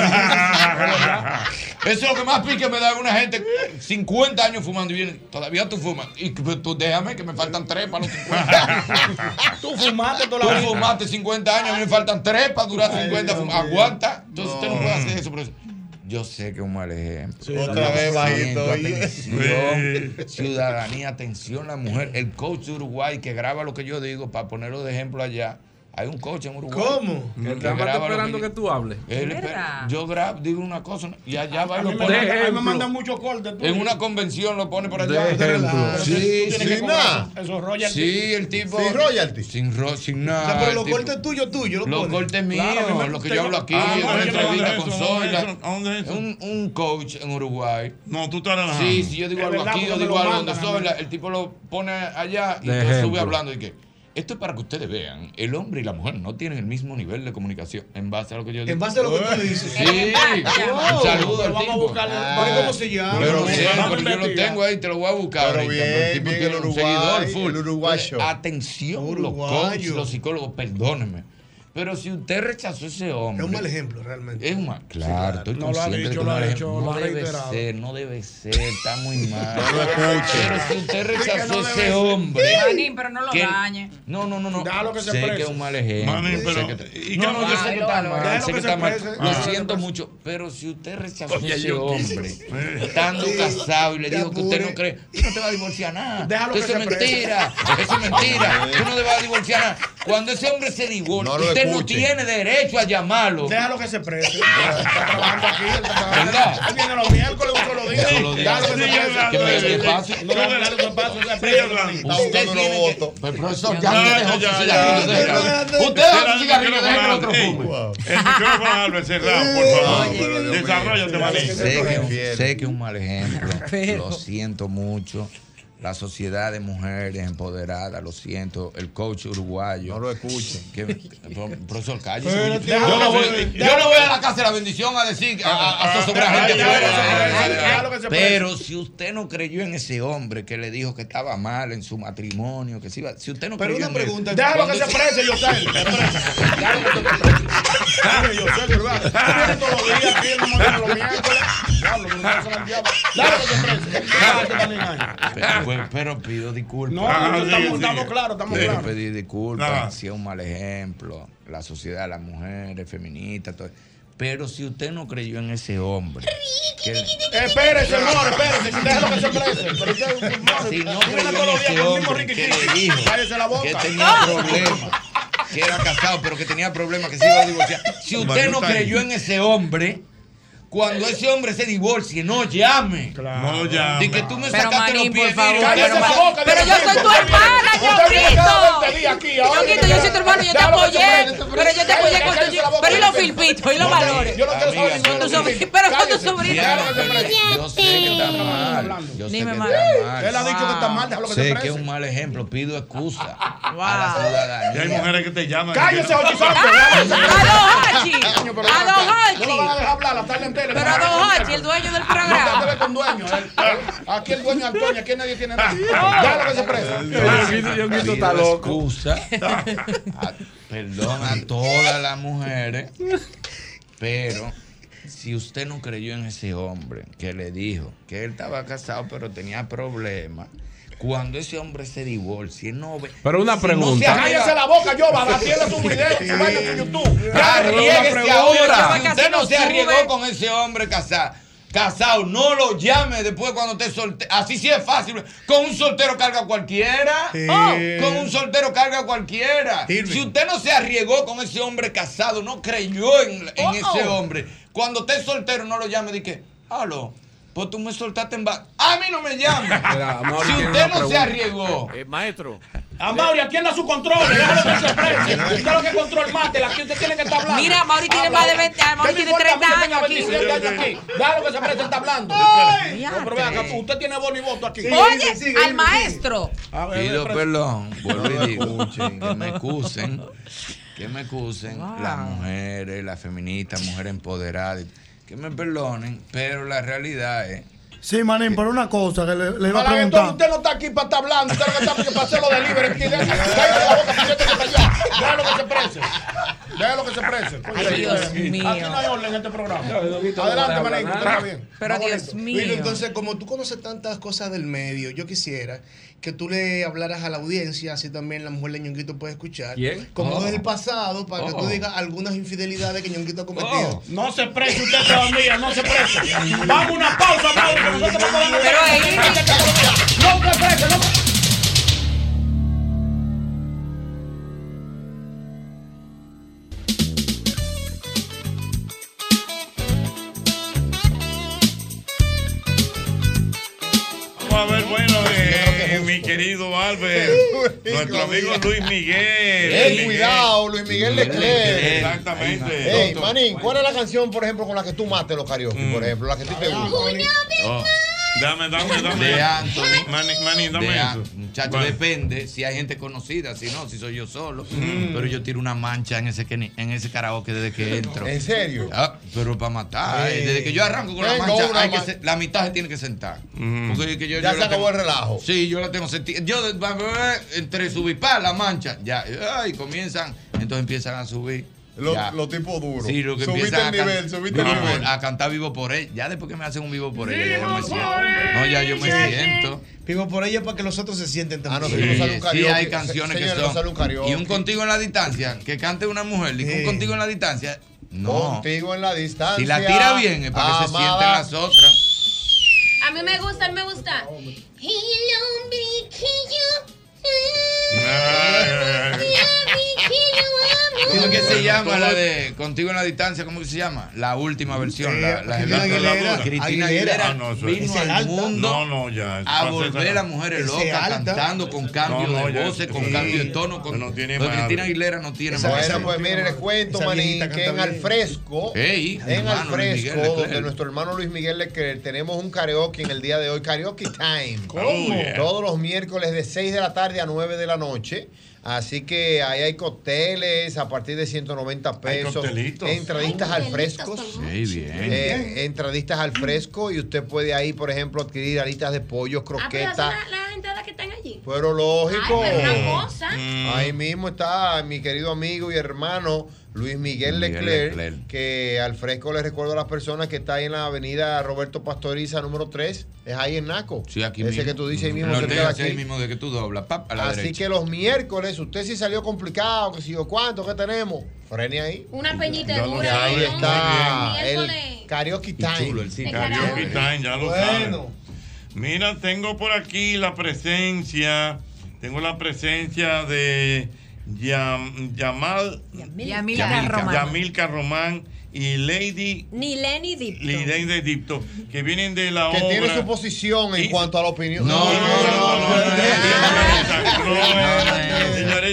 Eso es lo que más pique me da una gente 50 años fumando y viene, todavía tú fumas. Y que- pues, tú déjame que me faltan tres para los 50. tú fumaste
toda la vida.
Tú fumaste 50 años, a mí me faltan tres para durar 50. fum- Aguanta. Entonces usted no puede hacer eso, profesor. Yo sé que es un mal ejemplo.
Otra
Lo
vez
siento,
bajito, oye.
Atención, ciudadanía, atención la mujer. El coach de Uruguay que graba lo que yo digo para ponerlo de ejemplo allá. Hay un coach en Uruguay.
¿Cómo?
Que
El que está
graba lo
esperando
yo-
que tú hables.
Él espera- yo grabo, digo una cosa y allá va
a
y lo
mí me
pone.
manda- a mí me
Ejemplo.
mandan muchos cortes.
pues.
tú.
En una convención lo pone por
De
allá.
ejemplo.
Claro,
Sí,
tú tienes
sí,
que cobrar
nada.
eso.
Eso es royalty.
Sí, el tipo.
Sin royalty.
Sin, ro- sin O nada. sea, pero los el tipo- cortes
tuyos, tuyos.
Los cortes míos, Claro, a mí me- lo que yo hablo aquí,
Ah, ¿dónde
una
es que me
entrevista
mandan
con
eso? ¿Dónde es
Zoila.
eso? ¿A dónde es eso?
Un, un coach en Uruguay.
No, tú estás relajando.
Sí, si yo digo
Es
algo
verdad,
aquí, yo
porque me
digo
lo
algo donde
mandan a
Zoila,
mí.
el tipo lo pone allá y De entonces sube ejemplo. hablando y que. Esto es para que ustedes vean, el hombre y la mujer no tienen el mismo nivel de comunicación en base a lo que yo digo.
En base a lo que tú dices.
Sí.
Wow.
Un saludo al
Pero vamos a
tipo.
buscarlo. Pero ¿cómo se llama?
Pero
Vamos a
bien,
investigar.
pero yo lo tengo ahí, te lo voy a buscar.
Pero
ahorita,
bien,
pero el tipo
bien,
tiene un
el
seguidor
Uruguay,
full.
el uruguayo.
Entonces, Atención, los coaches, los psicólogos, perdónenme. Pero si usted rechazó a ese hombre.
Es un mal ejemplo, realmente.
Es un mal. Claro,
claro.
estoy
No lo ha
consciente
dicho,
de que
lo
no
ha
lo
hecho,
No
lo ha
debe
reiterado.
ser, no debe ser, está muy mal. No lo escuche. Pero si usted
Dije que
rechazó a
no debe
ese
ser.
hombre.
Manín, pero no lo
que-
dañe.
No, no, no, no.
Déjalo que se
sé que
exprese.
es un mal ejemplo.
Manín,
sé
pero-
que está-
¿y qué
no, no, yo
pasa?
sé que está
Déjalo,
mal.
déjalo
Sé
que
que
se
está mal.
exprese.
Lo
Ah.
siento mucho, pero si usted rechazó a
Oye,
ese
yo-
hombre, estando casado y le dijo que usted no cree, tú no te vas a divorciar nada.
Déjalo
Eso
que
es
se exprese.
mentira. Eso es mentira. Tú no te vas a divorciar nada. Cuando ese hombre se divorcia,
No lo
usted no
escuche.
tiene derecho a llamarlo.
Déjalo que se
[laughs]
prese.
¿Verdad?
Él viene los miércoles, usted lo dice.
Yo lo digo.
Déjalo que se
Sí, yo
prese.
hablando,
Que me-
sí,
que
sí.
pase.
Sí,
No,
yo
déjalo que pase, se prese.
Usted tiene que... Pero, profesor, ya
Ya,
me
ya,
dejó
ya,
sin
ya.
cigarrillo, déjalo.
Usted
Usted dejó sin cigarrillo, deje que el otro fume.
El micrófono a Albert cerrado, por
Oye,
favor. Desarrollate, Marín. [laughs]
[laughs] Sé que, sé que es un mal ejemplo. Lo siento mucho. la sociedad de mujeres empoderadas, lo siento, el coach uruguayo. No lo escuchen. Que,
[laughs]
Pro- profesor, Calle.
Pero,
yo,
tío,
no voy,
pero,
yo no voy a la casa de la bendición a decir, a, a- a zozobrar
Ah,
gente
ah,
fuera.
ah, ah, ah, ah, ah, ah,
Pero si usted no creyó en ese hombre que le dijo que estaba mal en su matrimonio, que se iba, si usted no
Pero
creyó
una
en él,
pregunta.
cuando
¿cuándo
se- [laughs]
Yosel? Se prese. Déjalo que se prese. Oye, Yosel, ¿verdad? Tú vienes todos los días aquí, no me los miércoles. Diablo, pero no se la lleva. Déjalo que
[laughs]
se prese. Déjalo que también hay.
Pero, pues, pero pido disculpas. Ah,
No, no, no, estamos- estamos claros, estamos
Pero
claros.
pedir disculpas,
Ajá.
si es un mal ejemplo, la sociedad, las mujeres, feministas, todo. Pero si usted no creyó en ese hombre. que-
Espérese, amor, espérese. Déjalo que se prese. Pero usted, amor,
Si no
viene
creyó
todos
en
los días
ese
con el mismo
hombre que le dijo
riquitín. Cállese la boca.
que tenía
Ah.
problemas, que era casado, pero que tenía problemas, que se iba a divorciar. Si usted no creyó en ese hombre, cuando ese hombre se divorcie, no llame.
No llame.
Di que tú me
Pero,
sacaste
Marín,
los pies.
por favor,
mira,
pero Marín, pero yo soy tu hermana,
Usted viene cada
Ñonguito.
20 días aquí. ahora
Ñonguito, yo
viene
soy tu hermano, yo te
Déjalo que
apoyé.
se prese, se
Pero
prese.
yo te apoyé
Cállese,
con
cállese la
tu.
boca,
Pero y los
cállese.
filpitos, y los
No,
valores.
yo no quiero saber
Son
ninguno
tus
de los
sobri-
filpitos.
Pero son tus
Cállese.
sobrinos.
Déjalo que se prese.
Yo sé que está
este.
mal. Yo sé que
Dime,
está
Marín.
mal.
Él ha dicho que está mal, déjalo que se
Sé
prese.
que es un mal ejemplo. Pido excusa
[laughs]
a la ciudadanía.
Ya hay mujeres que te llaman.
Cállese, Jochi
[laughs]
Santos. Coño, pero ven acá. No lo van a dejar hablar la tarde entera. Ah,
Pero a Don Hochi, el dueño del programa.
No, que te ve con dueño. él.
[laughs]
Aquí el dueño es Antonio, aquí nadie tiene nada.
Ah.
Déjalo que se prese.
Pido excusa. A- Ah, perdón a todas las mujeres. Pero si usted no creyó en ese hombre que le dijo que él estaba casado pero tenía problemas, cuando ese hombre se divorcie, no ve.
Pero una pregunta.
Cállese la boca, yo, va, tiene su video, vaya a YouTube. Ya,
Arriéguese
pregunta.
ahora. Si
Casi
usted no
no
se arriesgó
sube.
con ese hombre casado. Casado, no lo llame después cuando esté soltero. Así sí es fácil. Con un soltero carga cualquiera.
Sí.
Oh, con un soltero carga cualquiera. Si usted no se arriesgó con ese hombre casado, no creyó en, en
Oh.
ese hombre. Cuando esté soltero, no lo llame. Di que, aló, pues tú me soltaste en ba A mí no me llame.
Mauri
si usted
tiene una
no se
pregunta.
arriesgó.
maestro.
A Mauri, atienda su control. Déjalo que se prese. Usted lo que control mate, la que usted tiene que estar hablando.
Mira, Mauri tiene
Habla.
más de 20 ah, Mauri
¿Qué me
tiene
importa a mí
30
que tenga
años aquí.
27 años aquí. Déjalo que se prese, está hablando. No, pero vea, acá, usted tiene voz y voto aquí.
Oye, al maestro.
A ver,
Pido
prese.
[laughs]
perdón, vuelvo y digo, que me excusen, que me excusen
Wow.
las mujeres, las feministas, mujeres empoderadas, que me perdonen, pero la realidad es
Sí, Manín, pero una cosa que le, le iba a
Malaguetón,
preguntar.
usted no está aquí para estar hablando, usted no está aquí para hacer los delivery. aquí. Cállate la boca, siéntese allá. Déjalo que se prese. Déjalo que se prese. coño.
Ay, Dios
Aquí
mío.
no hay orden en este programa.
Adelante,
Adelante, Manín, usted está bien.
Pero
Dios mío.
entonces, como tú conoces tantas cosas del medio, yo quisiera que tú le hablaras a la audiencia, así también la mujer de Ñonguito puede escuchar.
¿Quién?
Como
Oh.
es el pasado, para que
Oh.
tú digas algunas infidelidades que Ñonguito ha
Oh.
cometido.
No se prese usted todavía, no se prese. Vamos a una pausa, Mauro, que nosotros vamos a dar
Pero ahí-
No se prese, no se
Vamos a ver, bueno, eh, mi querido Albert, nuestro amigo Luis Miguel.
Ey, cuidado, Luis Miguel Leclerc.
Exactamente.
Ey, Manín, ¿cuál es la canción, por ejemplo, con la que tú mates los karaoke, por ejemplo? La que a ti te gusta.
Oh,
Dame, dame, dame.
de Anthony.
Manny, Manny, dame
de An-
eso.
Muchacho,
Bueno.
depende si hay gente conocida, si no, si soy yo solo. Mm. Pero yo tiro una mancha en ese, que ni- en ese karaoke desde que entro.
¿En serio?
Ah, pero para matar. eh,
Sí.
Desde que yo arranco con la
Tengo
mancha,
una
hay que
man-
se- la mitad se tiene que sentar.
Mm.
Porque es que yo,
Ya
yo
se
la
acabó
tengo-
el relajo.
Sí, yo la tengo sentida. Yo de- va- va- va, entre subir para la mancha, ya. Ay, comienzan, entonces empiezan a subir.
Los
ya.
los tipos duros.
Sí, lo que
subiste
empiezan
el
a can-
nivel, subiste el
vivo
nivel.
por- A cantar vivo por él. Ya después que me hacen un vivo por él, ya yo
Vivo
me siento.
por ella.
No, ya yo me siento. Ah,
Vivo por ella para que los otros se sienten
Ah,
también.
Sí, sí, hay canciones que son. Y un contigo en la distancia, que cante una mujer, y un contigo en la distancia. No.
Contigo en la distancia.
Si la tira bien, es para que se
amada.
sienten las otras.
A mí me gusta, a mí me gusta. Y el hombre que yo.
Sino que se se llama la de Contigo en la Distancia? ¿Cómo que se llama? La última versión. la, la-
Cristina
la-
Aguilera.
la- la- Cristina
Aguilera.
Aguilera
Ah, no, eso es-
vino
Ese
al
alta.
mundo
No, no, ya, eso
a
pasa
volver
esa-
a mujeres
Ese
locas
alta.
cantando con cambio
No, no,
de
ya,
voces, con
sí.
cambio de tono. Con,
No tiene
Pero Cristina
madre.
Aguilera no tiene
Esa-
madre.
esa, pues mire, les cuento,
Esa
maní,
viejita
que
canta
en al
bien.
fresco,
Ey,
en al
hermano Luis Miguel
fresco,
Leclerc.
donde nuestro hermano Luis Miguel Leclerc, tenemos un karaoke en el día de hoy, karaoke time.
Oh, yeah.
Todos los miércoles de 6 de la tarde a 9 de la noche. Así que ahí hay cócteles a partir de 190 pesos.
coctelitos.
Entradistas
Hay
al fresco.
Sí, bien.
Eh, entradistas al fresco y usted puede ahí, por ejemplo, adquirir alitas de pollo,
Ah,
croquetas.
las entradas que están allí.
Pero lógico. Mm.
Ay, pero una cosa.
Ahí mismo está mi querido amigo y hermano Luis Miguel Leclerc, que al fresco les recuerdo a las personas que está ahí en la avenida Roberto Pastoriza número 3, es ahí en Naco.
Sí, aquí
Ese
mismo.
que tú dices ahí mismo.
Lo
cerca de
lees
aquí.
ahí mismo de que tú doblas. Pap, a la
Así
derecha.
que los miércoles, usted si salió complicado, que si yo cuánto, que tenemos, frene ahí.
Una peñita
Ya lo
dura.
sabe,
ahí,
está
hombre, miércoles.
el karaoke time.
sitio.
Karaoke time, ya lo
Bueno.
saben. Mira, tengo por aquí la presencia. Tengo la presencia de Yam- Yamal.
Yamilca
Yamilca-
Román.
Yamilca Román y Lady
Ni Lenny Dip.
Lidén de Egipto, que vienen de la
Que
obra. [laughs]
tiene su posición en cuanto a la opinión.
No, no, no, no, no,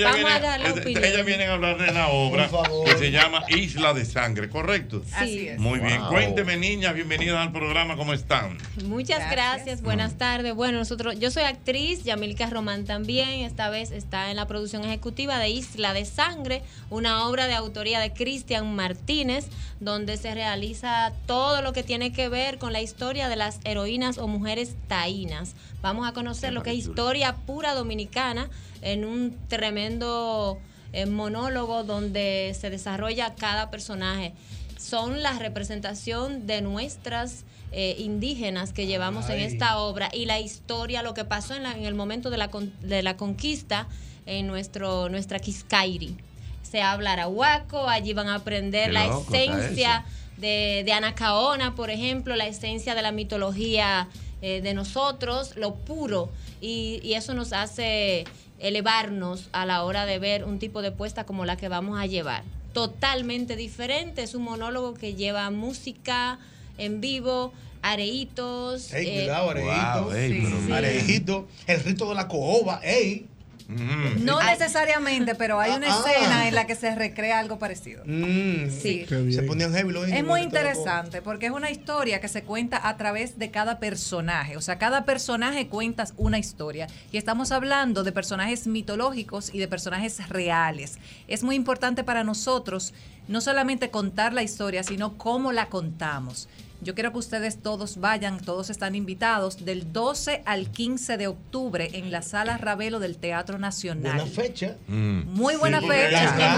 Vamos a dar la opinión.
Ellas vienen a hablar de la obra que se llama Isla de Sangre, ¿correcto?
Así es.
Muy bien.
Wow.
Cuénteme, niñas, bienvenidas al programa, ¿cómo están?
[laughs] Muchas gracias, buenas tardes. Bueno, nosotros, yo soy actriz, Yamilka Román también, esta vez está en la producción ejecutiva de Isla de Sangre, una obra de autoría de Cristian Martínez, donde se realiza todo lo que tiene que ver con la historia de las heroínas o mujeres taínas. Vamos a conocer lo que es historia pura dominicana en un tremendo eh, monólogo donde se desarrolla cada personaje son la representación de nuestras eh, indígenas que llevamos
Ay.
en esta obra y la historia, lo que pasó en, la- en el momento de la, con- de la conquista en nuestro, nuestra Quiscairi. Se habla arahuaco, allí van a aprender
Qué
la
loco está
esencia de, de Anacaona, por ejemplo, la esencia de la mitología eh, de nosotros, lo puro, y, y eso nos hace elevarnos a la hora de ver un tipo de puesta como la que vamos a llevar. Totalmente diferente, es un monólogo que lleva música en vivo, areitos.
Ey,
eh,
cuidado, Areguito.
Wow, ey, pero mira.
Areguito, el rito de la cojoba, ey.
Mm.
No
Ay,
necesariamente, pero hay una
Ah, ah.
escena en la que se recrea algo parecido.
mm,
Sí.
Se ponían heavy los
Es
indios,
muy
el rito de la cojoba.
interesante porque es una historia que se cuenta a través de cada personaje. O sea, cada personaje cuentas una historia. Y estamos hablando de personajes mitológicos y de personajes reales. Es muy importante para nosotros no solamente contar la historia, sino cómo la contamos. Yo quiero que ustedes todos vayan, todos están invitados, del 12 al 15 de octubre en la Sala Ravelo del Teatro Nacional.
Buena fecha.
Mm.
Muy buena
Sí, porque
fecha.
las razas-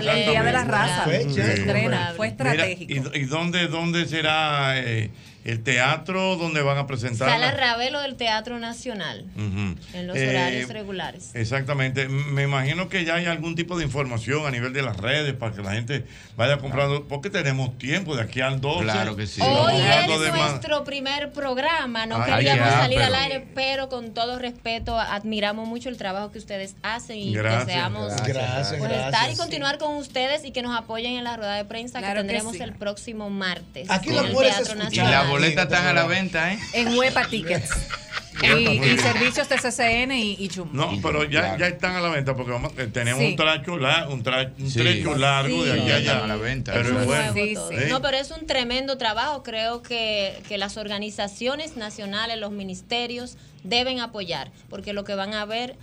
Temporal, el Día de la Raza.
Exactamente.
Se
Sí.
estrena. Fue
Mira,
estratégico.
¿y, y dónde, dónde será eh, el teatro donde van a presentar?
Sala Ravelo del Teatro Nacional,
Ujú.
en los
Eh,
horarios regulares.
Exactamente. M- Me imagino que ya hay algún tipo de información a nivel de las redes para que la gente vaya comprando. Porque tenemos tiempo de aquí al 12.
Claro que sí.
Estamos
Hoy
hablando
es
de más-
nuestro primer programa, no
Ay,
queríamos
ya,
salir
pero-
al aire, pero con todo respeto, admiramos mucho el trabajo que ustedes hacen y
Gracias,
deseamos
gracias, gracias,
pues,
gracias,
estar y
sí.
continuar con ustedes y que nos apoyen en la rueda de prensa
Claro
que
que
tendremos
sí.
el próximo martes.
Aquí
en
lo
el
puedes
Teatro
escuchar.
Y
Nacional.
las boletas están a la venta, ¿eh?
En Huepa Tickets. y, y servicios de CCN y, y Jumbo.
No, pero ya, ya están a la venta porque vamos, eh, tenemos
Sí.
un tracho, la- un tra- un trecho largo de
Sí.
aquí
Ya
a
están
allá.
a la venta,
Pero
eso
es
es
bueno.
Sí, sí.
¿Eh?
No, pero es un tremendo trabajo. Creo que, que las organizaciones nacionales, los ministerios, deben apoyar, porque lo que van a ver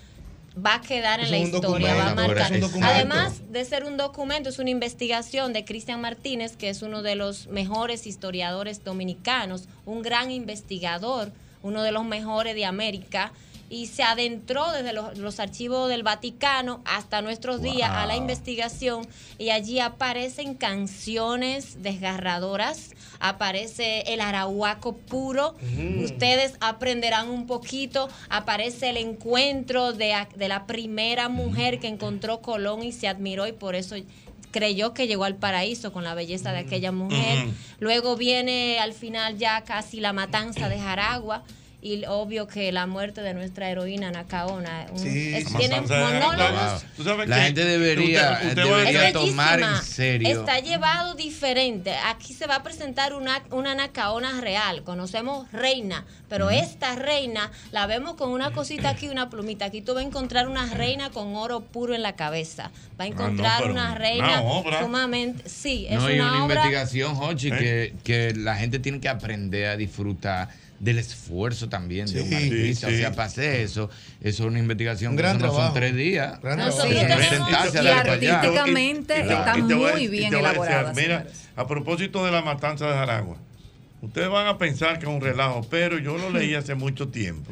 va a quedar en
Es
la
un
historia, va a
documento,
marcar.
es un documento.
Además de ser un documento, es una investigación de Cristian Martínez, que es uno de los mejores historiadores dominicanos, un gran investigador, uno de los mejores de América. Y se adentró desde los, los archivos del Vaticano hasta nuestros días a la
Wow.
investigación investigación y allí aparecen canciones desgarradoras, aparece el arahuaco puro,
Ujú.
ustedes aprenderán un poquito, aparece el encuentro de, a- de la primera mujer que encontró Colón y se admiró y por eso creyó que llegó al paraíso con la belleza de aquella mujer.
Ujú.
Luego viene al final ya casi la matanza de Jaragua. y obvio que la muerte de nuestra heroína Nacaona un-
Sí.
es- tiene
Vamos a ver,
monólogos.
wow. Tú sabes La que gente debería-
Es
debería
bellísima.
tomar en serio.
Está llevado diferente. Aquí se va a presentar una, una Nacaona real. Conocemos reina, pero
Ujú.
esta reina la vemos con una cosita aquí, una plumita. Aquí tú vas a encontrar una reina con oro puro en la cabeza. Va a encontrar
Ah, pero
una
una
reina
obra.
sumamente. Sí, es
No, y
una,
una
obra.
investigación, Jochi, que, que la gente tiene que aprender a disfrutar del esfuerzo también de un Sí, artista. sí. O sea, pasé eso. Eso es una investigación Un que gran eso no son trabajo. tres días. Gran
Nosotros
Sí.
tenemos-
Sentarse a
y
dar para allá.
artísticamente
Y te- y te-
está
y
te voy a-
muy
y
bien
te voy a decir,
elaborada.
Mira, a propósito de la matanza de Jaragua, ustedes van a pensar que es un relajo, pero yo lo leí hace mucho tiempo.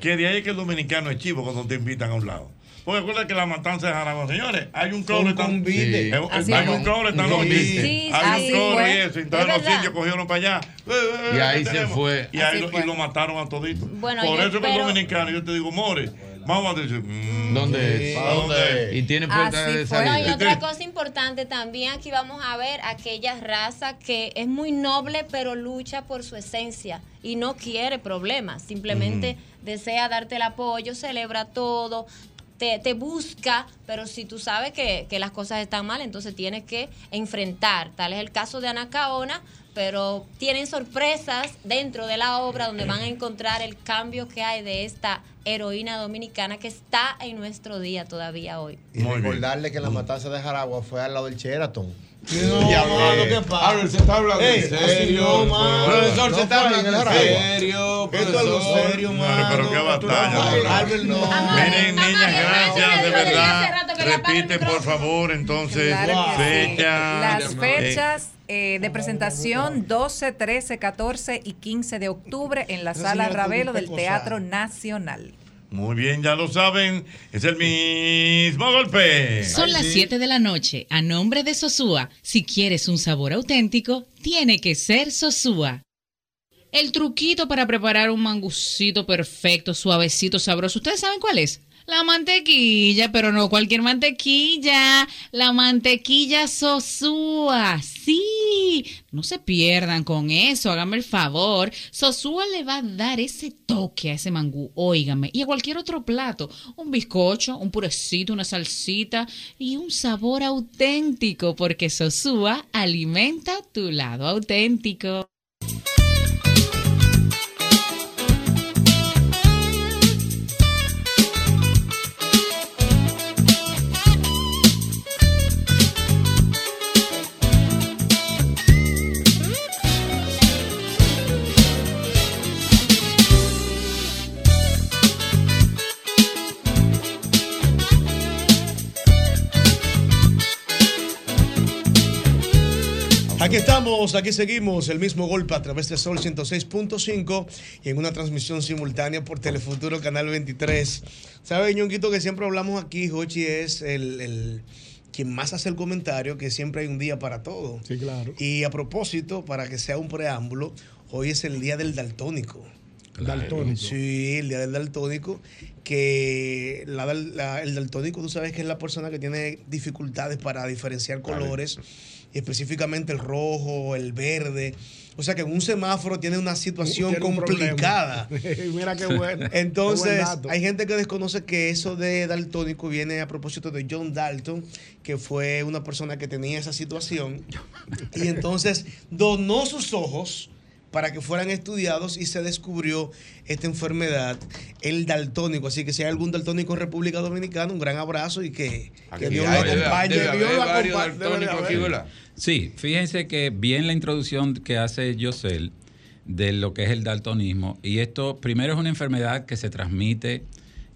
Que de ahí es que el dominicano es chivo cuando te invitan a un lado. Porque recuerda que la matanza de Jaragua, señores, hay un cobro
Un
esta-
convite.
Eh, eh,
Así
Hay
es.
un cobro esta
Un
noche.
convite. Sí,
hay
así
un cobro y
fue.
eso. Entonces
Es
los
verdad.
indios cogieron para allá. Eh, eh,
Y
eh,
ahí
¿qué
se
tenemos?
fue.
Y, ahí
Así
lo, y
fue.
lo mataron a todito.
Bueno,
Por
yo
eso que
espero-
los dominicanos, yo te digo, More, vamos a decir, mm,
¿Dónde es?
¿para dónde es?
Y
Ah,
tiene puerta de
No, y
salida. [laughs]
otra cosa importante también, aquí vamos a ver aquella raza que es muy noble, pero lucha por su esencia y no quiere problemas, simplemente desea darte el apoyo, celebra todo. Te, te busca, pero si tú sabes que, que las cosas están mal, entonces tienes que enfrentar. Tal es el caso de Anacaona, pero tienen sorpresas dentro de la obra donde van a encontrar el cambio que hay de esta heroína dominicana que está en nuestro día todavía hoy.
Y recordarle que la matanza de Jaragua fue al lado del Sheraton.
Ya, mano, ¿qué pasa? Albert, se está hablando en
Ey, así
serio.
no, mano.
Profesor,
No
se está
fue en el
hablando en
Jaragua.
serio.
Esto es
Profesor.
algo serio,
Claro, pero qué batalla. Albert, no. Miren, niñas, gracias, de verdad. Repite, por favor, entonces,
Claro que sí.
fecha.
Las
Eh,
fechas eh, de presentación 12, 13, 14 y 15 de octubre en la
Esa
sala
señora
Ravelo
tuvo
del
que
Teatro Nacional.
Muy bien, ya lo saben. Es el mismo golpe.
Son las 7 de la noche. A nombre de Sosúa, si quieres un sabor auténtico, tiene que ser Sosúa. El truquito para preparar un mangucito perfecto, suavecito, sabroso, ¿ustedes saben cuál es? La mantequilla, pero no cualquier mantequilla, la mantequilla Sosúa. Sí, no se pierdan con eso, háganme el favor. Sosúa le va a dar ese toque a ese mangú, óigame, y a cualquier otro plato, un bizcocho, un purecito, una salsita y un sabor auténtico, porque Sosúa alimenta tu lado auténtico.
Aquí estamos, aquí seguimos, el mismo golpe a través de Sol 106.5 y en una transmisión simultánea por Telefuturo Canal 23. ¿Sabe, Ñonguito, que siempre hablamos aquí, Jochi es el, el- quien más hace el comentario, que siempre hay un día para todo. Sí, claro. Y a propósito, para que sea un preámbulo, hoy es el día del daltónico.
Daltónico.
Sí, el día del daltónico, que la dal- la- el daltónico tú sabes que es la persona que tiene dificultades para diferenciar colores y específicamente el rojo, el verde. O sea que en un semáforo tiene una situación
Uh, Tiene un
complicada.
[laughs] problema. Mira qué bueno. Qué
Entonces,
buen dato.
hay gente que desconoce que eso de daltónico viene a propósito de John Dalton, que fue una persona que tenía esa situación. Y entonces donó sus ojos para que fueran estudiados y se descubrió esta enfermedad, el daltónico. Así que si hay algún daltónico en República Dominicana, un gran abrazo y que,
Aquí
que Dios lo
hay, debe-
acompañe.
debe
Dios lo
haber varios
acompañe. Debe de
daltónicos aquí,
haber.
¿verdad?
Sí, fíjense que bien la introducción que hace Yosel de lo que es el daltonismo. Y esto, primero, es una enfermedad que se transmite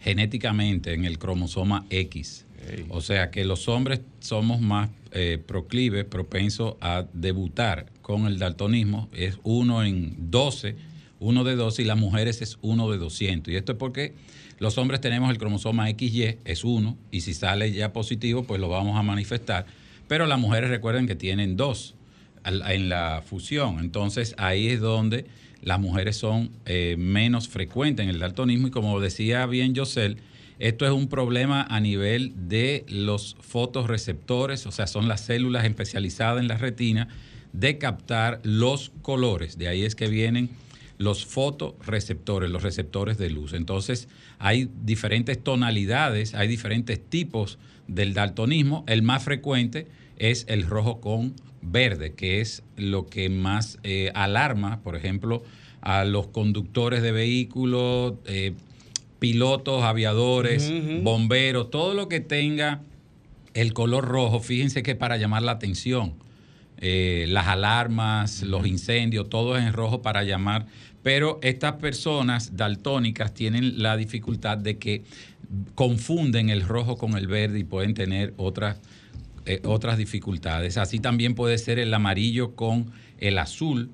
genéticamente en el cromosoma X. O sea que los hombres somos más eh, proclives, propensos a debutar con el daltonismo. Es uno en 12, uno de 12, y las mujeres es uno de 200. Y esto es porque los hombres tenemos el cromosoma XY, es uno, y si sale ya positivo, pues lo vamos a manifestar. Pero las mujeres recuerden que tienen dos al- en la fusión. Entonces ahí es donde las mujeres son eh, menos frecuentes en el daltonismo. Y como decía bien Yosel, esto es un problema a nivel de los fotorreceptores, o sea, son las células especializadas en la retina de captar los colores. De ahí es que vienen los fotoreceptores, los receptores de luz. Entonces, hay diferentes tonalidades, hay diferentes tipos del daltonismo. El más frecuente es el rojo con verde, que es lo que más eh, alarma, por ejemplo, a los conductores de vehículos, eh, pilotos, aviadores,
Ujú.
bomberos, todo lo que tenga el color rojo, fíjense que para llamar la atención. Eh, las alarmas, los incendios, todo es en rojo para llamar. Pero estas personas daltónicas tienen la dificultad de que confunden el rojo con el verde y pueden tener otras, eh, otras dificultades. Así también puede ser el amarillo con el azul.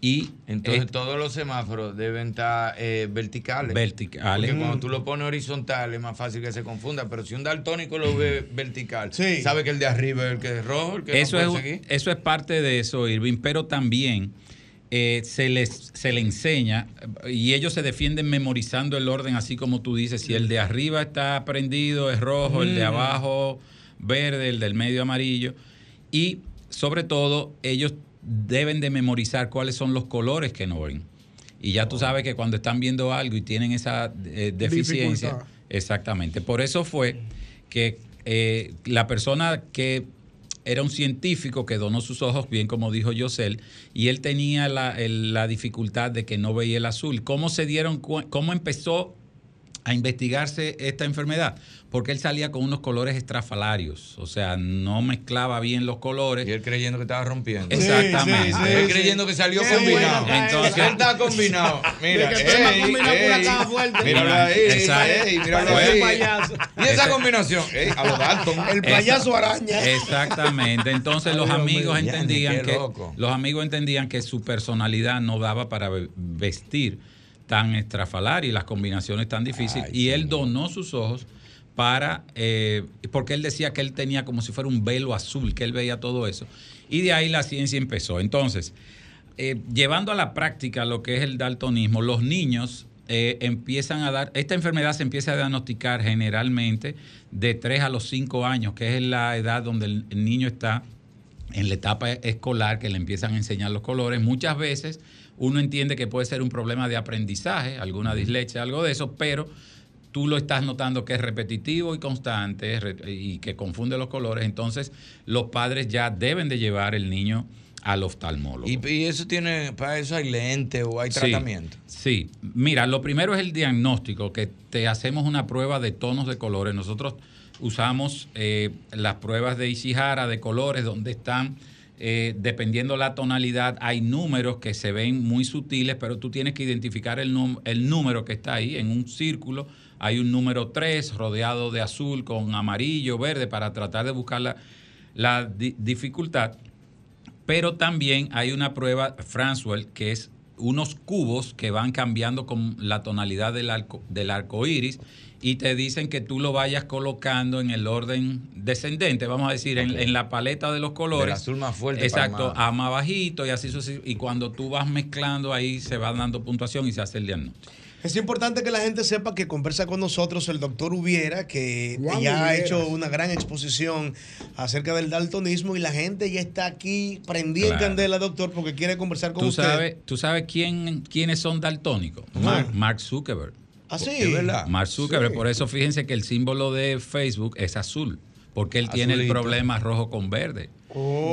Y
Entonces
eh,
todos los semáforos deben estar eh, verticales.
Verticales.
Porque
Mm.
cuando tú lo pones horizontal es más fácil que se confunda. Pero si un daltónico lo ve vertical, sabe que el de arriba es el que es rojo, el que no
eso,
puede
es,
seguir.
eso es parte de eso, Irving, pero también eh, se, les, se le enseña eh, y ellos se defienden memorizando el orden, así como tú dices, si el de arriba está prendido es rojo, el de
Mm.
abajo verde, el del medio amarillo, y sobre todo ellos deben de memorizar cuáles son los colores que no ven. Y ya
Oh.
tú sabes que cuando están viendo algo y tienen esa eh, deficiencia,
Dificultad.
exactamente. Por eso fue que eh, la persona que era un científico que donó sus ojos, bien como dijo Yosel, y él tenía la, el- la dificultad de que no veía el azul. ¿Cómo se dieron cuen- cómo empezó a investigarse esta enfermedad? Porque él salía con unos colores estrafalarios, o sea, no mezclaba bien los colores. Y
él creyendo que estaba rompiendo.
Exactamente.
Sí, sí, sí, Él sí. creyendo que salió Qué combinado. buena está
Entonces,
esa. Él [laughs] está combinado. Mira, De que está ey, combinado con la ey, cara fuerte. míralo ahí, ey, míralo
Fue-
ahí. Y esa combinación, ey, a lo Dalton. El payaso
Eh.
araña.
Exactamente. Entonces los
Dios
amigos
mío,
entendían
Yanni, qué
que
loco.
los amigos entendían que su personalidad no daba para ve- vestir tan estrafalar y las combinaciones tan difíciles. y él donó sus ojos para eh, porque él decía que él tenía como si fuera un velo azul, que él veía todo eso. Y de ahí la ciencia empezó. Entonces, eh, llevando a la práctica lo que es el daltonismo, los niños eh, empiezan a dar, esta enfermedad se empieza a diagnosticar generalmente de 3 a los 5 años, que es la edad donde el el niño está en la etapa escolar que le empiezan a enseñar los colores. Muchas veces uno entiende que puede ser un problema de aprendizaje, alguna dislexia, algo de eso, pero tú lo estás notando que es repetitivo y constante re- y que confunde los colores, entonces los padres ya deben de llevar el niño al oftalmólogo.
Y, y eso tiene, para eso hay lente o hay
Sí,
tratamiento.
Sí, mira, lo primero es el diagnóstico, que te hacemos una prueba de tonos de colores. Nosotros usamos eh, las pruebas de Ishihara de colores, donde están, eh, dependiendo la tonalidad, hay números que se ven muy sutiles, pero tú tienes que identificar el, num- el número que está ahí en un círculo. Hay un número 3 rodeado de azul con amarillo, verde, para tratar de buscar la, la di- dificultad pero también hay una prueba Franswell que es unos cubos que van cambiando con la tonalidad del arco, del arco iris y te dicen que tú lo vayas colocando en el orden descendente, vamos a decir, en,
Ok.
en la paleta de los colores.
Del azul más fuerte para
Exacto,
más-
a más bajito y así sucesivamente. Y cuando tú vas mezclando ahí se va dando puntuación y se hace el diagnóstico.
Es importante que la gente sepa que conversa con nosotros el doctor Hubiera, que
Juan
ya ha
Hubiera.
hecho una gran exposición acerca del daltonismo y la gente ya está aquí prendida en
Claro.
candela, doctor, porque quiere conversar con
¿Tú
usted.
sabes, ¿Tú sabes quién, quiénes son daltónicos? Mark, Mark Zuckerberg.
Ah, sí.
Es verdad. Mark
Sí.
Zuckerberg. Por eso fíjense que el símbolo de Facebook es azul. Porque él tiene el
Azulito.
problema rojo con verde.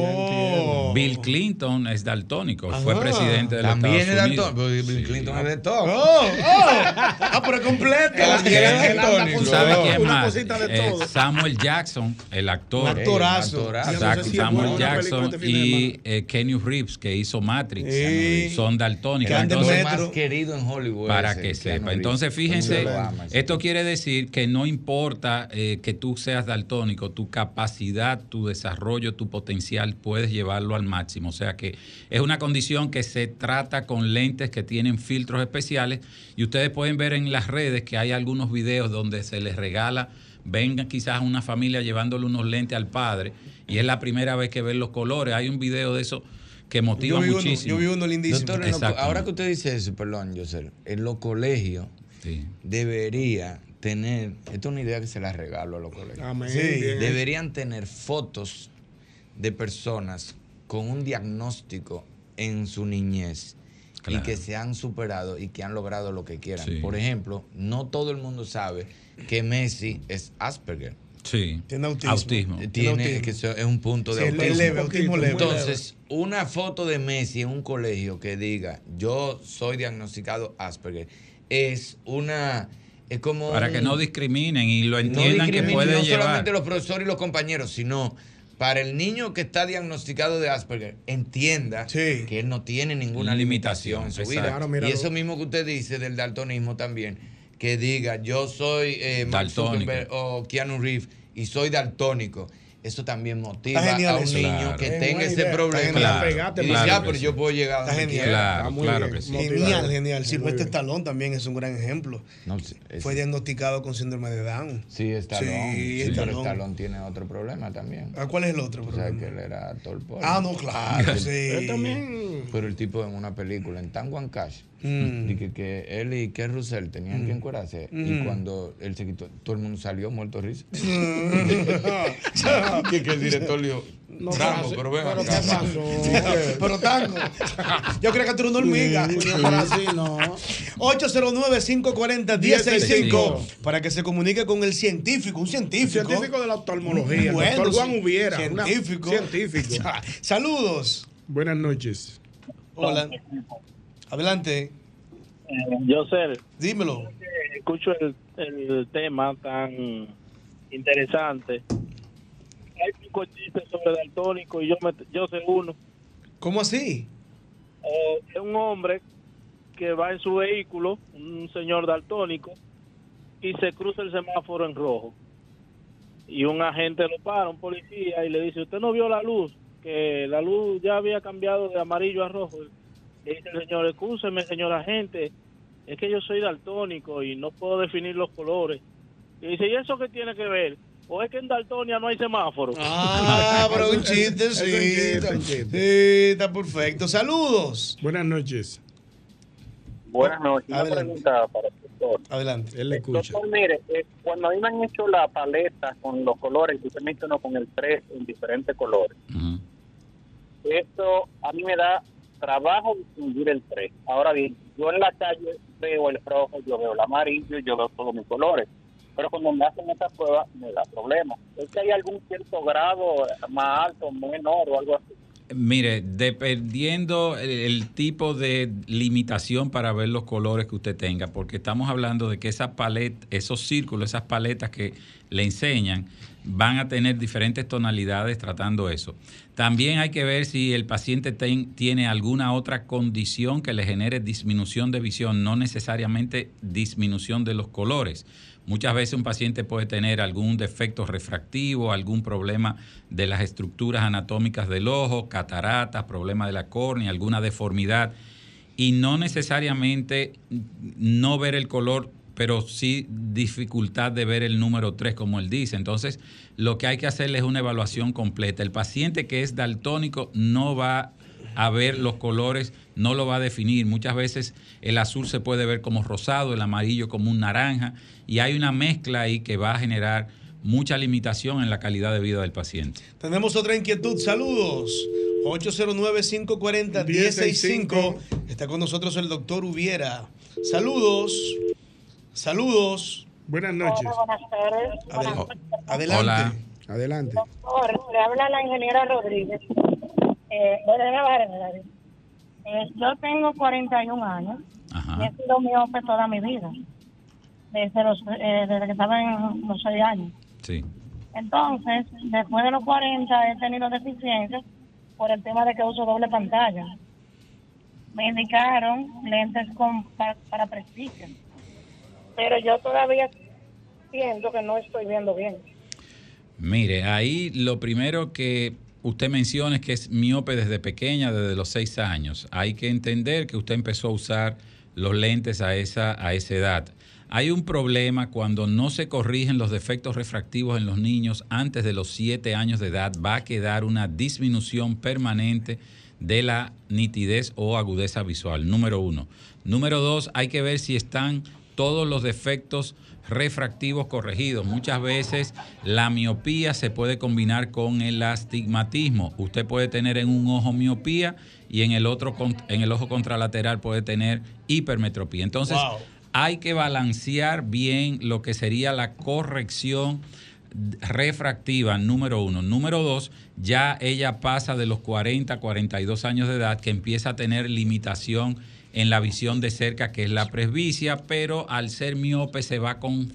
Oh.
Bill Clinton es daltónico. Fue
Ah.
presidente de los
También
Estados
es
Unidos.
daltónico. Bill Clinton es de todo.
Oh, oh.
[laughs]
Ah, pero completo.
También es
¿Quién?
daltónico.
¿Tú sabes quién
Eh, Una
más?
cosita de
Eh,
todo.
Samuel Jackson, el actor.
Un actorazo.
Eh,
Actorazo.
Exacto,
Yo no sé si es
Samuel
buena una película
Jackson
este fin de
y eh, Kenny Reeves, que hizo Matrix. Son daltónicos.
el
Entonces,
más querido en Hollywood.
para
ese,
que
Keanu
sepa.
Reeves.
Entonces, fíjense,
Lo ama, ese.
esto quiere decir que no importa eh, que tú seas daltónico, tu capacidad, tu desarrollo, tu potencial, puedes llevarlo al máximo. O sea que es una condición que se trata con lentes que tienen filtros especiales y ustedes pueden ver en las redes que hay algunos videos donde se les regala. Vengan quizás una familia llevándole unos lentes al padre y es la primera vez que ven los colores. Hay un video de eso que motiva
Yo vi uno,
muchísimo.
yo vi uno lindísimo. Doctor, en lo-
Exactamente.
ahora que usted dice eso, perdón, José, en los colegios debería tener, esta es una idea que se la regalo a los colegios.
Amén,
Sí.
bien.
Deberían tener fotos de personas con un diagnóstico en su niñez y que se han superado y que han logrado lo que quieran.
Sí.
Por ejemplo, no todo el mundo sabe que Messi es Asperger.
Sí.
Tiene
autismo. Autismo.
Tiene,
Tiene autismo.
Que eso es un punto de
Sí,
autismo.
leve, autismo leve.
Entonces, una foto de Messi en un colegio que diga yo soy diagnosticado Asperger es una es como
Para que
un-
no discriminen y lo
no
entiendan que
discriminen,
puede
no
llevar.
solamente los profesores y los compañeros, sino para el niño que está diagnosticado de Asperger, entienda que él no tiene ninguna limitación en su
Mm, exacto.
vida.
Claro, mira,
y
lo-
eso mismo que usted dice del daltonismo también, que diga yo soy eh, Mark
Daltónico.
Zuckerberg o Keanu Reeves y soy daltónico. Eso también motiva
Está genial
a un
eso.
niño
Claro.
que
Es
tenga
buena
ese
idea.
problema.
Está genial. Pegate,
Y
claro
ya,
que
pero
sí.
yo puedo llegar a
Está
donde
genial.
quiera.
Está muy bien. Genial, genial.
pues,
Silvestre
este-
Stallone también es un gran ejemplo.
No, sí, es-
Fue diagnosticado con síndrome de Down.
Sí, Stallone.
Sí,
Sí,
Stallone.
pero Stallone tiene otro problema también.
Ah, ¿Cuál es el otro?
O sea, que él era actor porno.
Ah, no, claro, sí.
Pero
Pero también-
Pero el tipo en una película, en Tango Cash,
Mm.
dije que, él y que Russell tenían que encuerarse.
Mm.
Y cuando él se quitó, todo el mundo salió muerto de risa.
Mm.
y [laughs] que el director le dijo,
No,
"Tramo, pero
pero-
ven
pero
acá".
¿qué [laughs] pasó? Pero tango. Yo creía que tú eras una hormiga.
Así no.
809-540-1065 para que se comunique con el científico, un científico.
Científico de la oftalmología.
Bueno,
el doctor Juan
sí,
Hubiera. una-
Científico. [laughs]
científico.
Saludos.
Buenas noches.
Hola. Adelante.
Yo sé.
Dímelo.
Escucho el, el tema tan interesante. Hay cinco chistes sobre daltónico y yo, me, yo sé uno.
¿Cómo así?
Eh, es un hombre que va en su vehículo, un señor daltónico, y se cruza el semáforo en rojo. Y un agente lo para, un policía, y le dice, ¿usted no vio la luz? Que la luz ya había cambiado de amarillo a rojo. Le dice el señor, escúcheme, señor agente, es que yo soy daltónico y no puedo definir los colores. Y dice, ¿y eso qué tiene que ver? ¿O es que en Daltonia no hay semáforo?
Ah, pero un chiste, sí. está- Sí, está perfecto. Saludos.
Buenas noches.
Buenas noches. Una
Adelante.
pregunta para el doctor.
Adelante.
Él le escucha.
Doctor, mire, eh, cuando a mí me han hecho la paleta con los colores, y usted mencionó con el 3 en diferentes colores, esto a mí me da trabajo distinguir el 3. Ahora bien, yo en la calle veo el rojo, yo veo el amarillo, yo veo todos mis colores. Pero cuando me hacen esta prueba, me da problema. ¿Es que hay algún cierto grado más alto, menor o algo así?
Mire, dependiendo el, el tipo de limitación para ver los colores que usted tenga, porque estamos hablando de que esa paleta, esos círculos, esas paletas que le enseñan, van a tener diferentes tonalidades tratando eso. También hay que ver si el paciente ten- tiene alguna otra condición que le genere disminución de visión, no necesariamente disminución de los colores. Muchas veces un paciente puede tener algún defecto refractivo, algún problema de las estructuras anatómicas del ojo, cataratas, problema de la córnea, alguna deformidad y no necesariamente no ver el color, pero sí dificultad de ver el número 3, como él dice. Entonces, lo que hay que hacerle es una evaluación completa. El paciente que es daltónico no va a ver los colores, no lo va a definir. Muchas veces el azul se puede ver como rosado, el amarillo como un naranja, y hay una mezcla ahí que va a generar mucha limitación en la calidad de vida del paciente.
Tenemos otra inquietud. Saludos. 809-540-1065. Está con nosotros el doctor Hubiera. Saludos. Saludos.
Buenas
buenas tardes.
Adelante.
Adelante.
Doctor, le habla la ingeniera Rodríguez. Eh, Lorena Vargas. Eh, yo tengo 41 años y he sido miope toda mi vida, desde, los, eh, desde que estaba en los 6 años.
Sí.
Entonces, después de los 40 he tenido deficiencias por el tema de que uso doble pantalla. Me indicaron lentes con, para, para presbicia, pero yo todavía siento que no estoy viendo bien.
Mire, ahí lo primero que usted menciona es que es miope desde pequeña, desde los seis años. Hay que entender que usted empezó a usar los lentes a esa, a esa edad. Hay un problema cuando no se corrigen los defectos refractivos en los niños antes de los siete años de edad, va a quedar una disminución permanente de la nitidez o agudeza visual, número uno. Número dos, hay que ver si están todos los defectos refractivos corregidos. Muchas veces la miopía se puede combinar con el astigmatismo. Usted puede tener en un ojo miopía y en el otro con- en el ojo contralateral puede tener hipermetropía. Entonces,
Wow.
hay que balancear bien lo que sería la corrección refractiva, número uno. Número dos, ya ella pasa de los 40 a 42 años de edad que empieza a tener limitación en la visión de cerca, que es la presbicia, pero al ser miope se va con-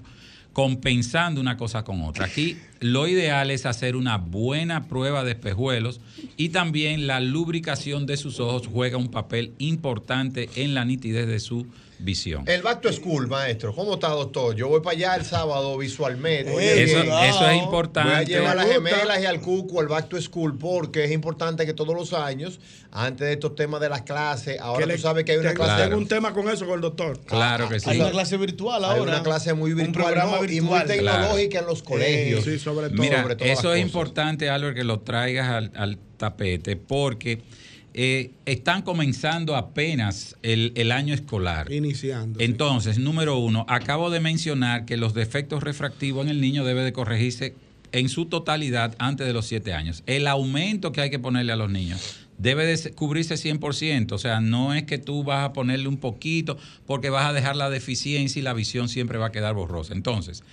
compensando una cosa con otra. Aquí lo ideal es hacer una buena prueba de espejuelos y también la lubricación de sus ojos juega un papel importante en la nitidez de su visión.
El Back to School, maestro. ¿Cómo está, doctor? Yo voy para allá el sábado visualmente.
Oye, Eso- cuidado. eso es
Voy a
importante.
llevar a las
Me gusta.
gemelas y al cuco al Back to School porque es importante que todos los años, antes de estos temas de las clases, ahora
Que
tú
le-
sabes que hay una
tengo-
clase.
Tengo un tema con eso con el doctor.
Claro que
Hay
sí.
una clase virtual
Hay
ahora.
una clase muy
Un
virtual,
programa
¿no? y muy
virtual.
tecnológica en los
Eh,
colegios.
sí, sobre todo.
Mira,
sobre todas las
eso es
cosas.
importante, Álvaro, que lo traigas al, al tapete, porque eh, están comenzando apenas el, el año escolar.
Iniciando.
Entonces, número uno, acabo de mencionar que los defectos refractivos en el niño debe de corregirse en su totalidad antes de los siete años. El aumento que hay que ponerle a los niños debe de se- cubrirse 100%, o sea, no es que tú vas a ponerle un poquito porque vas a dejar la deficiencia y la visión siempre va a quedar borrosa. Entonces,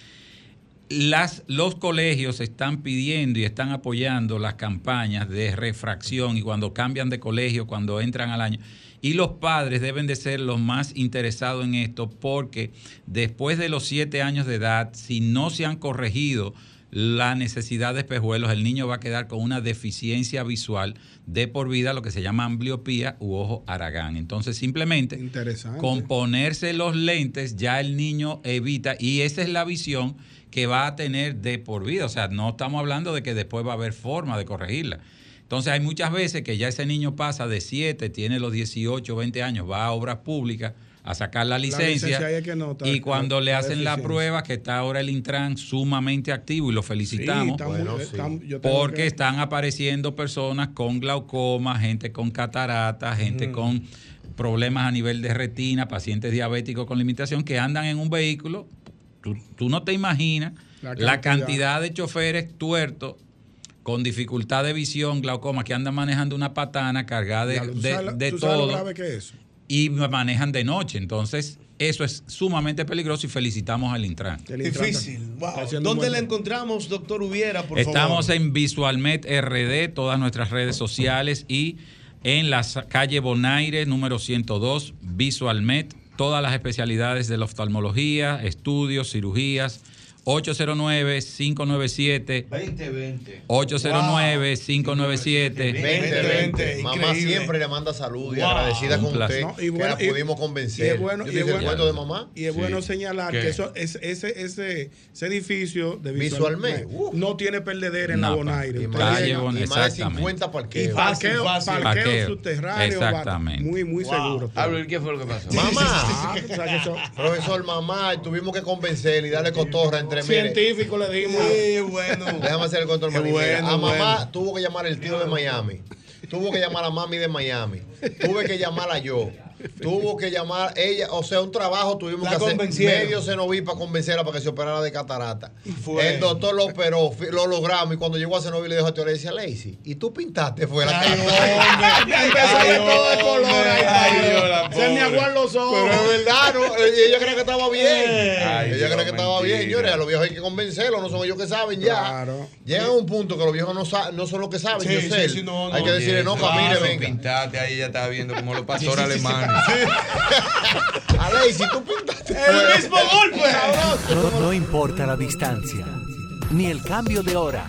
las, los colegios están pidiendo y están apoyando las campañas de refracción y cuando cambian de colegio, cuando entran al año. Y los padres deben de ser los más interesados en esto porque después de los siete años de edad, si no se han corregido la necesidad de espejuelos, el niño va a quedar con una deficiencia visual de por vida, lo que se llama ambliopía u ojo aragán. Entonces, simplemente
Interesante.
con ponerse los lentes ya el niño evita y esa es la visión que va a tener de por vida. O sea, no estamos hablando de que después va a haber forma de corregirla. Entonces hay muchas veces que ya ese niño pasa de 7, tiene los 18, 20 años, va a obras públicas a sacar la licencia.
licencia ahí es que nota
y cuando le
la
hacen la
deficiencia.
prueba, que está ahora el Intran sumamente activo y lo felicitamos.
estamos- Bueno, sí. estamos- yo tengo
porque
que-
están apareciendo personas con glaucoma, gente con catarata, gente
Mm.
con problemas a nivel de retina, pacientes diabéticos con limitación que andan en un vehículo. Tú, tú no te imaginas la
La
cantidad.
cantidad
de choferes tuertos con dificultad de visión, glaucoma, que andan manejando una patana cargada de,
Ya lo- ¿tú
de-
sabes lo-
este de
tú sabes lo
todo
grave que es eso?
y manejan de noche. Entonces, eso es sumamente peligroso y felicitamos al Intran.
Difícil. Wow.
haciendo un
¿Dónde
buen-
la encontramos, doctor Hubiera, por
Estamos
favor?
en Visualmet RD, todas nuestras redes sociales y en la sa- calle Bonaire número 102, Visualmet, todas las especialidades de la oftalmología, estudios, cirugías. 809-597
2020.
809-597-2020.
Mamá siempre le manda salud y
Wow.
agradecida
Un
con
placer.
usted
No,
que la
y-
pudimos convencer.
Y es bueno,
Yo
y
hice
es
el
bueno-
cuento de mamá.
Y es bueno señalar
¿Qué?
que eso, es, ese, ese, ese edificio de
Visualmente,
Visualmente no tiene perdedera en la
No,
Bonaire.
y más-
Ustedes-
calle Bonaire,
y más de
exactamente.
50
parqueos.
Y parqueo,
Fácil, fácil.
parqueo
Parqueo.
subterráneo, barato.
Exactamente.
Muy, muy seguro.
Álvaro, ¿y ¿qué fue lo que pasó?
Ah,
Mamá, profesor, mamá, y tuvimos que convencer y darle cotorra entre mire.
Científico le dimos.
Sí, bueno. Déjame hacer el control.
Qué
Manny. Mira,
bueno,
a mamá
bueno.
tuvo que llamar el tío de Miami. Tuvo que llamar a mami de Miami. Tuve que llamarla yo. Tuvo que llamar ella. O sea, un trabajo tuvimos
La
que hacer.
convencieron.
Medio cenoví para convencerla para que se operara de catarata.
fue.
El doctor lo operó, fi- lo logramos. Y cuando llegó a cenoví le dijo a Teoría, le decía, Lacey, ¿y tú pintaste? Fue la
hombre.
[laughs] Empezó a
Ay,
ver todo de color ahí.
Ay,
padre.
Dios, la
Se me
pobre.
aguan los ojos.
Pero es
verdad, ¿no? Eh, Ella cree que estaba bien.
Ay,
Ella cree
Dios,
que estaba bien,
mentira.
señores. A los viejos hay que convencerlos, no son ellos que saben ya.
Claro.
Llega un punto que los viejos no, sa- no son los que saben. yo sé. hay que decirle, no, camine,
Claro,
venga.
pintaste, ahí ya estaba viendo como los pastores alemanes.
Aley, si tú pintaste.
El mismo
pues.
golpe.
No, no importa la distancia, ni el cambio de hora,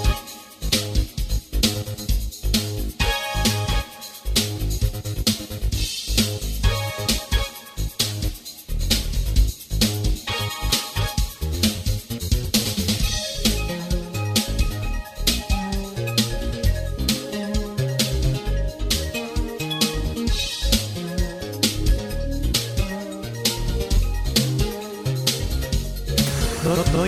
No, no-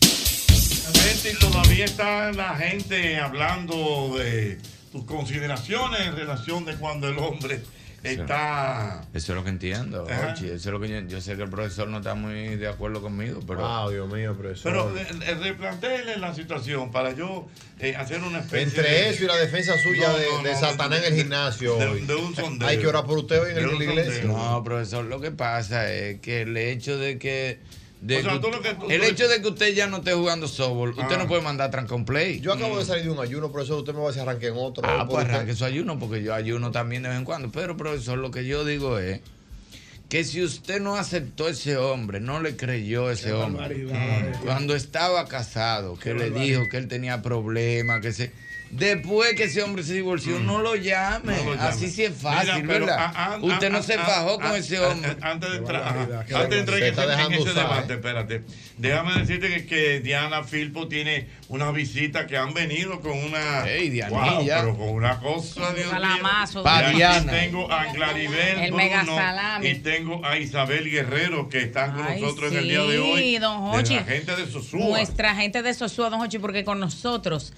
Gente, y todavía está la gente hablando de tus consideraciones en relación de cuando el hombre está...
Eso es lo que entiendo,
Ajá.
Jochi, Eso es lo que yo, yo sé que el profesor no está muy de acuerdo conmigo, pero.
Wow, Dios mío, profesor.
Pero,
Pero eh, eh, replantéele la situación para yo eh, hacer una especie
Entre
de-
eso y la defensa suya
No,
de,
no,
de
no,
Satanás en el gimnasio.
de-
hoy.
de un sondeo.
Hay que orar por usted hoy en
de
el de
un
la iglesia.
sondeo. No, profesor, lo que pasa es que el hecho de que. de
O sea,
que
tú
usted-
lo que tú-
el
tú-
hecho de que usted ya no esté jugando softball, usted
Ah.
no puede mandar tranca un play.
Yo acabo de salir de un ayuno, profesor. Usted me va a decir arranque en otro.
Ah,
Hoy por
pues
usted.
arranque su ayuno, porque yo ayuno también de vez en cuando. Pero, profesor, lo que yo digo es que si usted no aceptó ese hombre, no le creyó a ese hombre, mm, cuando estaba casado, que le dijo que él tenía problemas, que se. Después que ese hombre se divorció,
Mm.
no lo llame. Así sí es fácil,
Mira, pero,
¿verdad?
ah, ah,
usted no
ah,
se
ah,
fajó con
ah,
ese
ah,
hombre.
ah, Antes de entrar, ajá,
barbaridad, qué
antes de entrar en
barbaridad.
ese,
Se está
en
dejando
ese
usar,
debate, espérate. Déjame decirte que, que Diana Filpo tiene una visita que han venido con una.
Ey,
Wow,
Dianilla.
pero con una cosa, Dios
Salamazo,
mío.
Pa'
Y aquí
Diana.
Tengo a Claribel
El
Bruno
mega salami.
y tengo a Isabel Guerrero que están con
Ay,
nosotros en el día de
sí,
hoy.
don
de
Jochi.
la gente de Sosúa.
Nuestra gente de Sosúa, don Hochi, porque con nosotros,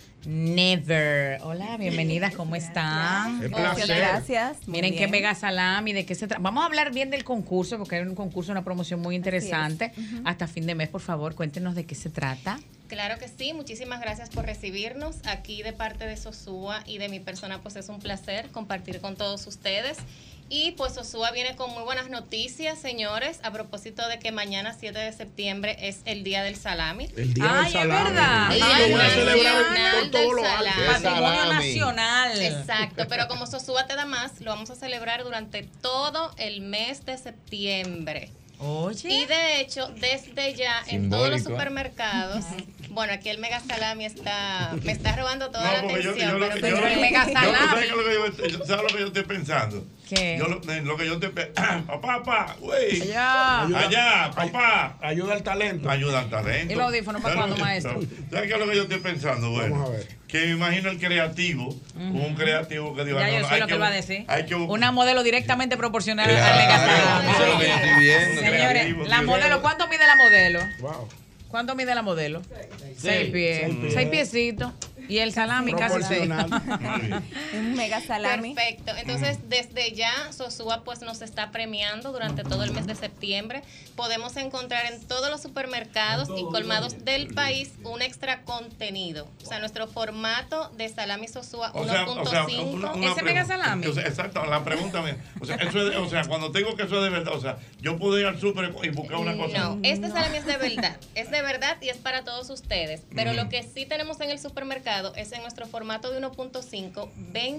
Never. Hola, bienvenidas, ¿cómo están?
Qué Gracias, placer. gracias. Muy
Miren qué
bien.
mega salami, de qué se trata. Vamos a hablar bien del concurso, porque hay un concurso, una promoción muy interesante. Hasta fin de mes, por favor, cuéntenos de qué se trata.
Claro que sí, muchísimas gracias por recibirnos aquí de parte de Sosúa y de mi persona, pues es un placer compartir con todos ustedes. Y pues Sosúa viene con muy buenas noticias, señores, a propósito de que mañana 7 de septiembre es el Día del Salami.
El Día del Ay, es Salami. verdad.
El
Ay,
Día
lo voy a celebrar
Nacional
por todo
del
lo alto.
Salami.
Patrimonio Salami. nacional.
Exacto, pero como Sosúa te da más, lo vamos a celebrar durante todo el mes de septiembre. Y de hecho, desde ya en todos
Simbólico,
los
¿eh?
supermercados, bueno, aquí el mega salami está, me está robando toda la
porque yo,
atención.
yo lo
pero-
que
pero
yo,
el
yo-
mega
¿sabes
salami.
lo que yo- yo- ¿sabes lo que yo estoy pensando?
¿Qué?
Yo lo, lo que yo estoy pensando. [clears throat] papá, papá, güey.
Allá.
Allá, papá. Ayuda al talento. Ayuda al talento.
¿Y los audífonos para cuándo, maestro?
¿Sabes qué es lo que yo estoy pensando, güey? Vamos a ver. Que me imagino el creativo, un creativo que diga,
Ya yo
no,
sé
hay
lo que él
bu-
va a decir.
Hay que buscar.
Una modelo directamente proporcional al
Eso es lo que yo estoy viendo.
Señores, la modelo, ¿cuánto mide la modelo? ¿Cuánto mide la modelo? Seis pies.
Seis pies.
Seis piecitos. Y el salami casi seis. [laughs]
Un mega salami. Perfecto. Entonces, desde ya, Sosúa pues nos está premiando durante todo el mes de septiembre. Podemos encontrar en todos los supermercados y colmados del país un extra contenido. O sea, nuestro formato de salami Sosúa
O sea, o sea, una- una
1.5.
pregunta. O sea, exacto, la pregunta mía. O sea, eso es de- o sea, cuando tengo que eso es de verdad, o sea, yo puedo ir al súper y buscar una cosa.
No, este salami es de verdad, es de verdad y es para todos ustedes. Pero
Mm.
lo que sí tenemos en el supermercado es en nuestro formato de 1.5,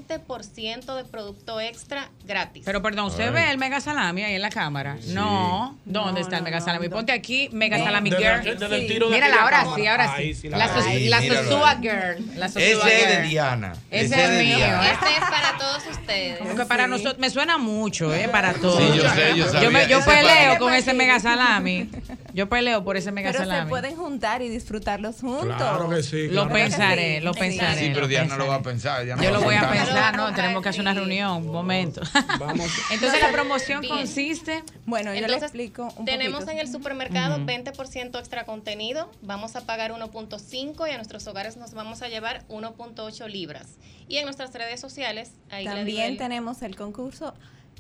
20% de producto extra gratis.
Pero perdón, ¿usted
Ay.
ve el mega salami ahí en la cámara? No. ¿Dónde está el mega salami? Ponte aquí, mega salami
desde
girl.
aquí, desde el tiro de
Mírala,
aquí la
ahora
cámara.
sí, ahora
Ahí
sí.
sí la
La,
veo.
sos-
Ahí,
la
míralo
Sosúa
ahí.
girl. La
Ese
Sosúa
es de
girl.
Diana.
Ese
Ese
es
es de
mío.
Diana.
Este-
Este es para
[laughs]
todos ustedes.
Porque para nosotros me suena mucho, ¿eh? Para todos.
Sí, yo sé, yo sabía.
me- yo
Ese
peleo
para-
con ese mega salami. Yo peleo por ese mega
Pero se
salami.
pueden juntar y disfrutarlos juntos.
Claro que sí, Lo claro que sí. pensaré, lo pensaré,
Sí, pero
lo
Diana lo va a pensar. Diana
Yo
va
lo voy a
sentar.
pensar, no, tenemos que hacer una reunión, un momento. Entonces la promoción consiste.
Bueno, yo le
Entonces,
explico un
Tenemos
poquito.
en el supermercado
Ujú.
20% extra contenido, vamos a pagar 1.5 y a nuestros hogares nos vamos a llevar 1.8 libras. Y en nuestras redes sociales, ahí le digo
También
el-
tenemos el concurso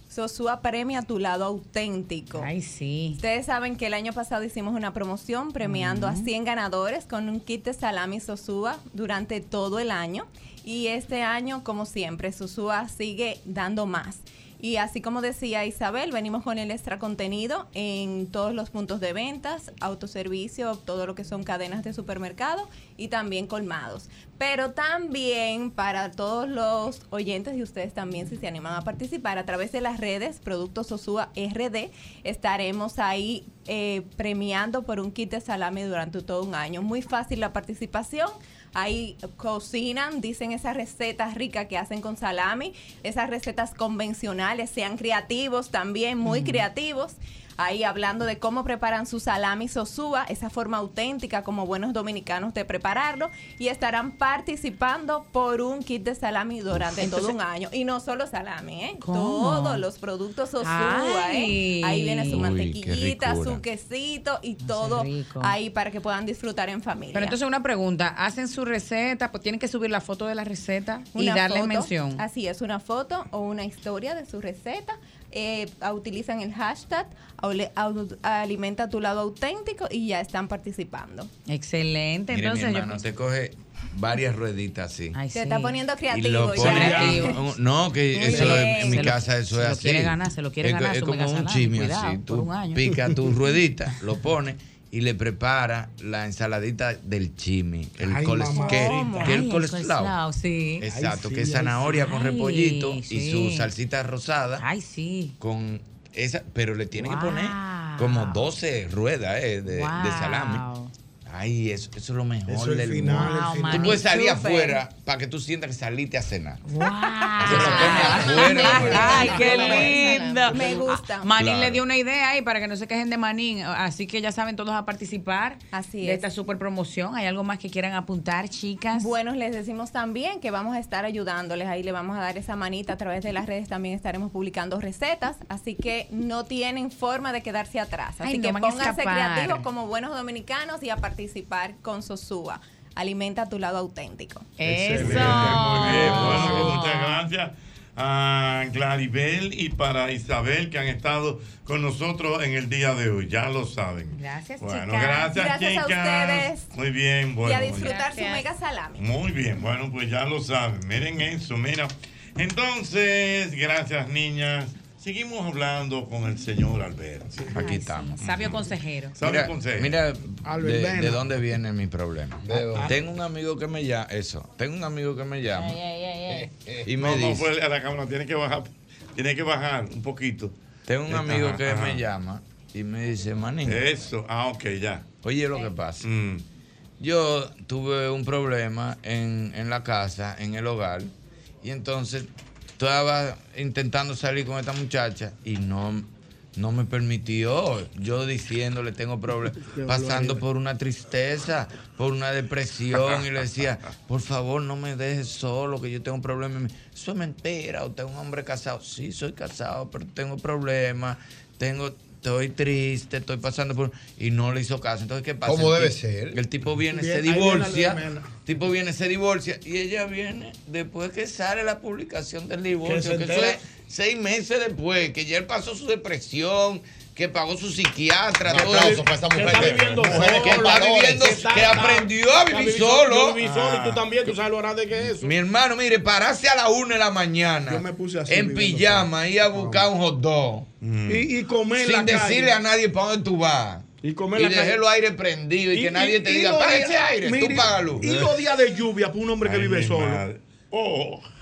Sosúa Premia Tu Lado Auténtico.
Ay, sí.
Ustedes saben que el año pasado hicimos una promoción premiando a 100 ganadores con un kit de salami Sosúa durante todo el año. Y este año, como siempre, Sosúa sigue dando más. Y así como decía Isabel, venimos con el extra contenido en todos los puntos de ventas, autoservicio, todo lo que son cadenas de supermercado y también colmados. Pero también para todos los oyentes y ustedes también si se animan a participar a través de las redes Productos Osúa RD, estaremos ahí eh, premiando por un kit de salami durante todo un año. Muy fácil la participación. Ahí cocinan, dicen esas recetas ricas que hacen con salami, esas recetas convencionales, sean creativos también, muy creativos. Ahí hablando de cómo preparan su salami sosúa, esa forma auténtica como buenos dominicanos de prepararlo. Y estarán participando por un kit de salami durante todo
Entonces-
un año. Y no solo salami, ¿eh?
¿Cómo?
Todos los productos sosúa, ¿eh?
Ay.
Ahí viene su
Uy, qué
mantequillita, su
ricura.
quesito y todo
rico.
ahí para que puedan disfrutar en familia.
Pero entonces una pregunta, ¿hacen su receta? Pues tienen que subir la foto de la receta y
Una
darle
foto,
mención.
Así es, una foto o una historia de su receta. Eh, ah, utilizan el hashtag aule- au- alimenta tu lado auténtico y ya están participando.
[laughs] Excelente,
Mire, mi
entonces yo pues
hermano, te coge varias rueditas así.
Se está poniendo
Y
creativo.
lo
ya.
pone-
Creativo.
no, que
Muy
eso
bien.
es- en mi
Se lo-
casa eso
se
es
lo
así.
quiere ganar, se lo quiere
es,
ganar
Es
su
como
mega
un
salami,
chisme
cuidado,
así.
por
Tú
un año.
pica
[laughs]
tu ruedita, lo pones y le prepara la ensaladita del chimi, el
Ay,
colesterol,
mamá.
que,
¿Cómo?
que
Ay,
el
el
colesterol.
coleslaw, sí.
Exacto,
Ay,
que es
sí, ay,
zanahoria
sí.
con repollito
Ay,
y
sí.
su salsita rosada.
Ay, sí.
Con esa, pero le tiene que poner como 12 ruedas eh, de, de Wow. salami. Ay, eso, eso es lo mejor
Eso es el
del
final,
mundo.
el Wow, final.
Tú puedes salir
Manichufe.
afuera para que tú sientas que saliste a cenar. [laughs]
Ay, qué
Ay,
lindo.
Me gusta.
Ah, Manín
Claro.
le dio una idea ahí para que no se quejen de Manín. Así que ya saben todos a participar
Así
de
es.
esta super promoción. ¿Hay algo más que quieran apuntar, chicas?
Bueno, les decimos también que vamos a estar ayudándoles. Ahí le vamos a dar esa manita a través de las redes. También estaremos publicando recetas. Así que no tienen forma de quedarse atrás. Así
Ay, no
que
van a
pónganse
escapar.
creativos como buenos dominicanos y a participar con Sosúa. Alimenta tu lado auténtico.
Excelente, Muy bien, bueno, pues muchas gracias a Claribel y para Isabel que han estado con nosotros en el día de hoy. Ya lo saben.
Gracias,
Bueno,
chicas.
gracias,
Gracias a
chicas.
ustedes.
Muy bien, bueno.
y a
bueno.
disfrutar su mega salami.
Muy bien, bueno, pues ya lo saben. Miren eso, mira. Entonces, gracias, niñas. Seguimos hablando con el señor Alberto.
Aquí estamos.
Sabio consejero.
Mira, mira
Albert
de,
Vena.
de dónde viene mi
Ah,
problema. Ah,
¿De dónde?
Tengo un amigo que me llama, eso, tengo un amigo que me llama y me
No, no, pues,
dice...
fue a la cámara, tiene que bajar, tiene que bajar un poquito.
Tengo un
Ajá,
amigo que
ajá.
me llama Y me dice, manín.
Eso, ah, ok, ya. Mm.
Oye, lo que pasa. Yo tuve un problema en, en la casa, en el hogar, y entonces estaba intentando salir con esta muchacha y no, no me permitió. Yo diciéndole, tengo problemas, pasando por una tristeza, por una depresión, y le decía, por favor, no me dejes solo, que yo tengo problemas. Y me, Eso es mentira, usted es un hombre casado. Sí, soy casado, pero tengo problemas, tengo... Estoy triste, estoy pasando por... Y no le hizo caso. Entonces, ¿qué pasa?
¿Cómo
El
debe
ti-
ser?
El tipo viene,
Bien,
se
ahí viene la
divorcia.
Lumena.
tipo viene, se divorcia. Y ella viene después que sale la publicación del
Que se
divorcio. Que eso
entera.
es seis meses después, que ya él pasó su depresión, que pagó su psiquiatra.
Un aplauso para esa mujer
Que está
que-
viviendo
mujer
sola,
que valores.
está viviendo-
Que está-
que aprendió a vivir
yo
solo. Ah.
viví solo y tú
también, tú sabes lo grande que es eso. Mi hermano, mire, pararse a la una de la mañana en pijama, ir a buscar un hot dog.
Y- y comer en
Sin
la calle.
decirle a nadie para dónde tú vas. Y
comer
y
en la calle.
dejarlo aire prendido y, que nadie te diga,
los
para
días-
ese aire,
mire,
tú págalo.
Y los días de lluvia para un hombre que
Ay,
vive
mi
solo. Oh.
madre.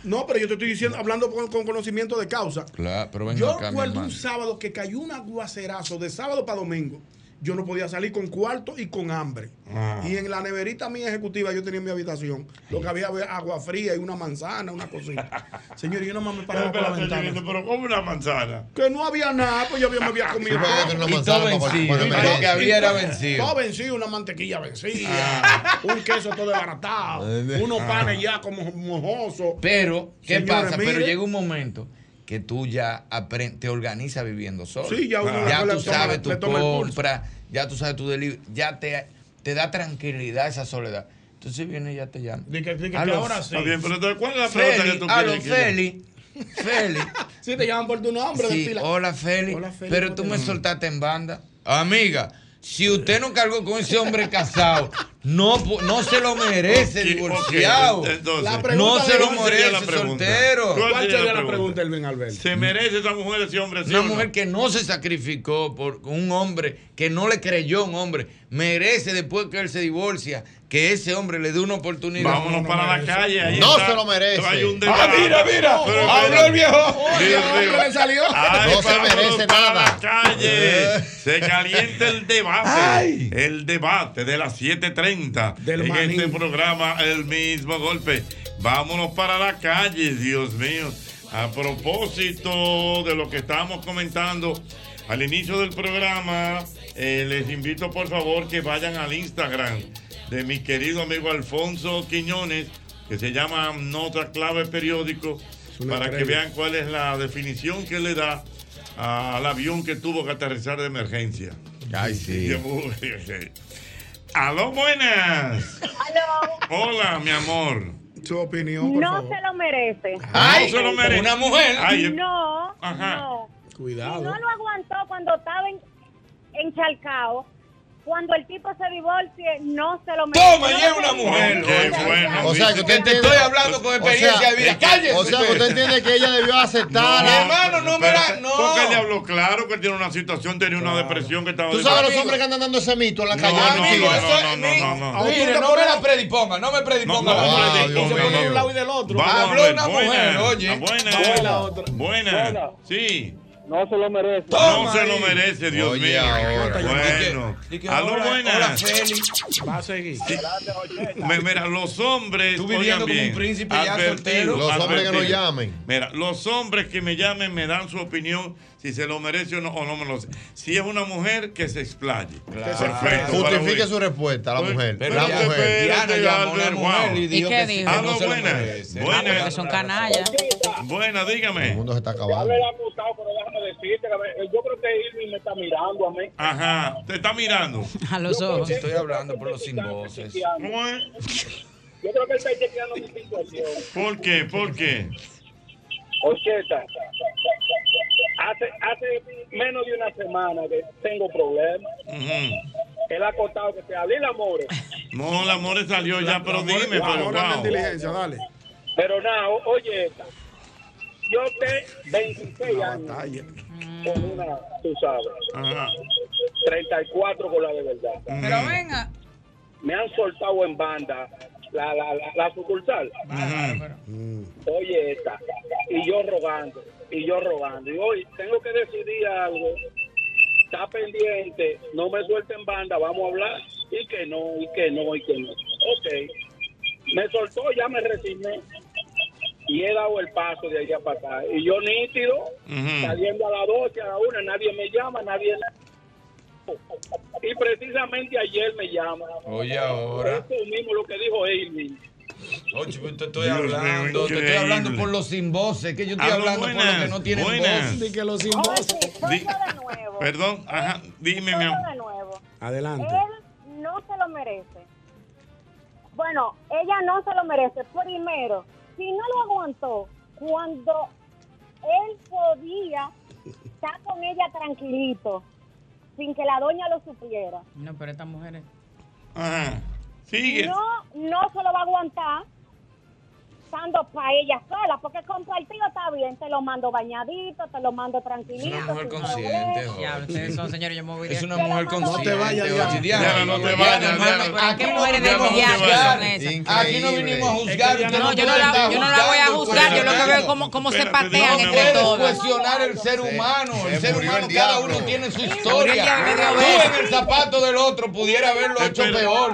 No, pero yo te estoy diciendo, hablando con, con conocimiento de causa.
[laughs] Claro, pero ven
Yo
acá, mi
recuerdo un
hermano.
sábado que cayó un aguacerazo de sábado para domingo. Yo no podía salir con cuarto y con hambre.
Ah.
Y en la neverita mía ejecutiva yo tenía en mi habitación. Lo que había era agua fría y una manzana, una
[laughs]
cosita. Señor, yo nomás me paraba por la
Espérate,
ventana.
Ñonguito, pero como una manzana.
Que no había nada, pues yo había- me había comido.
Sí, porque era una Y manzana todo para- para vencido. emergencia.
Y-
Lo que había era vencido. Ah.
Todo vencido, una mantequilla vencida, un queso
[laughs]
todo desbaratado, unos panes ya como mojosos.
Pero, ¿qué
Señores,
pasa?
mire,
Pero llega un momento que tú ya apren- te organizas viviendo solo.
Sí, ya uno le- le
tú
toma-
sabes
le
tu
toma el pulso.
compra, ya tú sabes tu delivery, ya te, te da tranquilidad esa soledad. Entonces viene y ya te llama.
Dice que,
Aló,
Está bien, pero entonces, ¿cuál es la
Feli,
pregunta que tú
aló,
quieres? que yo-
Feli, Feli.
[laughs] Sí, te llaman por tu nombre.
Sí,
de pila.
hola Feli.
Hola, Feli,
Pero
¿cómo
tú
te
me
llamas?
soltaste en banda. Amiga, si usted no cargó con ese hombre
[laughs]
casado, no, pu- no se lo merece
Ok,
divorciado.
ok, entonces,
La
pregunta
no se lo
de- ¿cuál sería la
merece
pregunta?
soltero.
¿Cuál ¿Cuál sería sería la la
pregunta, Elvin Alberto?
¿Se
merece esa mujer ese hombre?
Una mujer que no se sacrificó por un hombre, que no le creyó a un hombre, merece después que él se divorcia, que ese hombre le dé una oportunidad.
Vámonos para la calle, ahí
no
está.
se lo merece.
Hay un
ah,
desbarate.
mira, mira.
Pero-
Habló el viejo.
Dios mío. Ay,
No se
vámonos
merece
para
nada.
la calle. Se calienta el debate. El debate de las 7:30. en
maní.
este programa, el mismo golpe. Vámonos para la calle, Dios mío. A propósito de lo que estábamos comentando al inicio del programa, eh, les invito por favor que vayan al Instagram de mi querido amigo Alfonso Quiñones, que se llama Nota Clave Periódico,
una
para que
estrella.
vean cuál es la definición que le da al avión que tuvo que aterrizar de emergencia.
Ay, sí.
[laughs] Aló, buenas. Hola, mi amor.
Tu opinión, por
No
favor.
se lo merece.
Ay, no se lo merece. una mujer. Ay,
no,
ajá.
no.
Cuidado.
Y no lo aguantó cuando estaba en, en Chalcao. Cuando el tipo se divorcie, no se lo merece.
Toma,
No
y es
se
una
lo
mujer.
merece.
O sea, que usted
te
entiende-
estoy hablando con
o
experiencia
sea, eh, pues.
de vida. Cállese.
O sea, que usted entiende que ella debió aceptar.
No,
a-
hermano, no me la- no.
Porque él le habló claro que él tiene una situación, tenía una depresión que estaba...
Tú sabes los hombres que andan dando ese mito en la calle.
no,
mentira.
no, no, no, no, no, no.
Mire, no me la prediponga, no me Ah, prediponga.
No, no,
la
no,
mujer.
Dios mío. Vamos
Habló
a ver,
una mujer,
buena,
oye.
Buena, buena. Sí. No se lo merece. No
Toma
se
ahí.
lo merece, Dios
Oye,
mío.
ahora.
Bueno.
Y que- y que
Aló,
ahora- ahora
buenas.
Félix.
Va a seguir.
Me- Mira, los hombres.
Tú viviendo
oigan
como un
bien,
príncipe ya
advertido,
soltero. Los hombres que
advertido.
nos llamen.
Mira, los hombres que me llamen me dan su opinión si se lo merece o no, o no me lo sé. Si es una mujer, que se explaye. Perfecto.
Justifique
para
su respuesta, la mujer.
Pero
la
ya-
mujer.
Espérate, Albert, wow.
¿Y qué dijo? Ah,
Ah, no, buenas.
Porque
Buenas.
son canallas.
Buena, dígame. El
mundo se está
Ya
acabando.
le han gustado, pero déjame decirte, que me- yo creo que Irving me está mirando a mí.
Ajá, te está mirando.
A los ojos.
Estoy hablando por los sin voces.
¿Cómo es?
Yo creo que él está chequeando mi situación.
¿Por qué? ¿Por qué?
Ocheta, hace, hace menos de una semana que tengo problemas.
Ujú.
Él ha contado que te hablé el amor.
No, el amor salió ya, pero dime,
la
pero
amor anda en diligencia,
wow.
dale.
Pero nada, o- oye esta. Yo te 26 años con una, tú sabes. 34 con la de verdad.
Pero venga.
Me han soltado en banda la, la, la, la sucursal. Oye esta. Y yo rogando, y yo rogando. Y hoy tengo que decidir algo.
está pendiente, no me suelten banda, vamos a hablar, y que no, y que no, y que no. Ok, me soltó, ya me resigné, y he dado el paso de allá para acá. Y yo nítido,
Mm.
Ujú.
saliendo a las 12, a la 1, nadie me llama, nadie... Y precisamente ayer me llama.
Oye, ahora.
Eso mismo lo que dijo Amy.
Oye, pues te estoy Dios mío, hablando, te estoy increíble. hablando por los sin voces, que yo estoy
Aló,
hablando por los que
buenas,
no tienen
buenas.
voz.
De que los
Di- Perdón, ajá, dime, mi amor.
de nuevo.
Adelante.
Él no se lo merece. Bueno, ella no se lo merece. Primero, si no lo aguantó cuando él podía estar con ella tranquilito, sin que la doña lo supiera.
No, pero estas mujeres.
Ajá. Sigue.
No, no se lo va a aguantar estando para ella sola, porque compartido está bien, te lo mando bañadito, te lo mando tranquilito.
Es una mujer
sin
consciente,
problema.
Jorge.
Ustedes son señores, yo me voy de
Es una
aquí.
mujer consciente.
vayas,
Jorge.
Diana.
Diana,
Diana,
no te
Diana,
vayas.
no,
Diana.
pero ¿a qué
Aquí
mujeres
no
de
vinimos a
diablo
juzgar.
son esas?
Aquí no vinimos a juzgar.
No, yo no la, yo no la voy a
pues,
juzgar, yo lo que veo es cómo, cómo se patean entre
puedes
todos.
cuestionar el ser humano. El ser humano, cada uno tiene su
murió el
historia.
diablo de
Tú
vez.
en el zapato del otro pudiera haberlo hecho peor.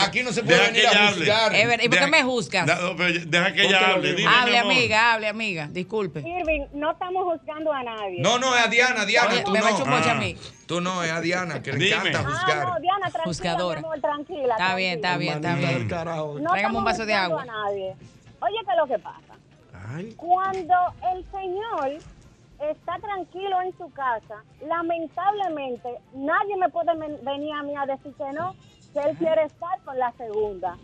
Aquí no se puede
Deja que
venir
ella
a
hable.
juzgar.
Es verdad, ¿y por qué
Deja-
me juzgas?
Da- no, pero Deja que ella
Póntelo
hable.
bien.
Dime, mi
[laughs] Hable,
amor.
amiga, hable, amiga. Disculpe.
Irving, no estamos juzgando a nadie.
No, no, es a Diana, Diana,
Oye,
tú
me va a
no. Ah.
echar un boche a mí.
Tú no, es a Diana, que le
Dime.
encanta
Ah,
juzgar.
no, Diana, tranquila,
Juzgadora.
mi amor, tranquila.
Está bien, está bien, está
Manita del
bien.
No
Tráigame un
estamos
vaso de
juzgando
agua.
a nadie. Oye, ¿qué es lo que pasa? Cuando el señor está tranquilo en su casa, lamentablemente nadie me puede men- venir a mí a decir que no, que él quiere estar con la segunda.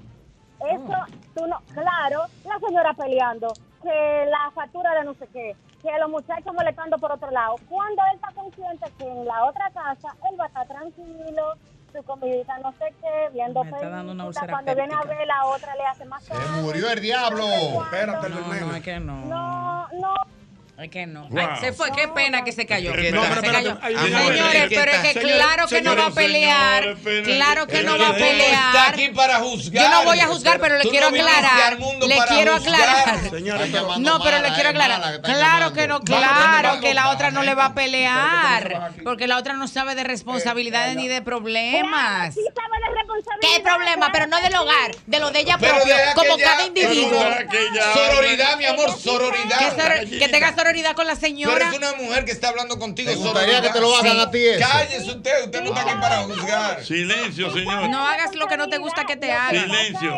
Eso,
Oh.
tú no, claro, la señora peleando, que la factura de no sé qué, que los muchachos molestando por otro lado. Cuando él está consciente que en la otra casa él va a estar tranquilo, su comidita no sé qué, viendo
Me está dando una
películas,
úlcera
cuando viene a
péptica.
ver la otra le hace más
Se murió el diablo.
Espérate,
No, no, es que no.
No, no.
Es que no.
Wow.
Ay, se fue, qué pena que se cayó.
Pero
que
espera,
se
espera,
cayó.
espera, espera. Ay,
Señores,
señores,
pero es que
señores,
claro que no va a
señores,
pelear.
espera.
Claro que
El
no va a
que Está
pelear.
aquí para juzgar.
Yo no voy a juzgar, pero le
Pues Tú
quiero
no viniste
aclarar.
al mundo
Le
para
quiero
juzgar.
aclarar.
llamando
No, pero
mala,
le quiero
eh, mala,
aclarar.
que está
Claro
llamando.
que no,
Vamos, vamos,
claro
vamos,
que la
vamos,
otra no le va a pelear.
aquí.
Porque la otra no sabe
Eh,
de responsabilidades ni de
Claro,
problemas.
sí sabe de responsabilidad.
¿Qué problema? Pero no del hogar, de lo de ella
Pero
propio,
deja que
como
ella-
cada individuo.
pero deja que ella- Sororidad, mi amor, sororidad.
Que, sor- que tenga sororidad con la
Pero
señora.
es una mujer que está hablando contigo.
¿Te gustaría
sororidad.
que te lo hagan a ti eso?
Cállese usted, usted no está aquí para juzgar.
Silencio, señor.
No hagas lo que no te gusta que te hagan.
Silencio.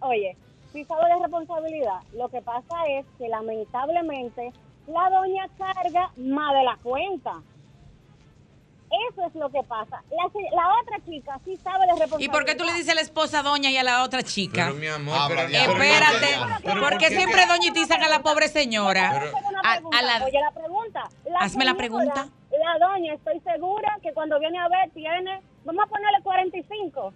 Oye, si sabe de responsabilidad, lo que pasa es que lamentablemente la doña carga más de la cuenta. Eso es lo que pasa. La, se- la otra chica sí sabe de
¿Y
responsabilidad.
por qué tú le dices a la esposa doña y a la otra chica?
Pero mi amor, pero-
Espérate,
Pero ¿por
porque
qué?
siempre doñitizan a la pobre señora.
Hazme una
A-
pregunta,
a la-
Oye, la pregunta.
Hazme la
señora,
pregunta.
La doña, estoy segura que cuando viene a ver tiene, vamos a ponerle 45.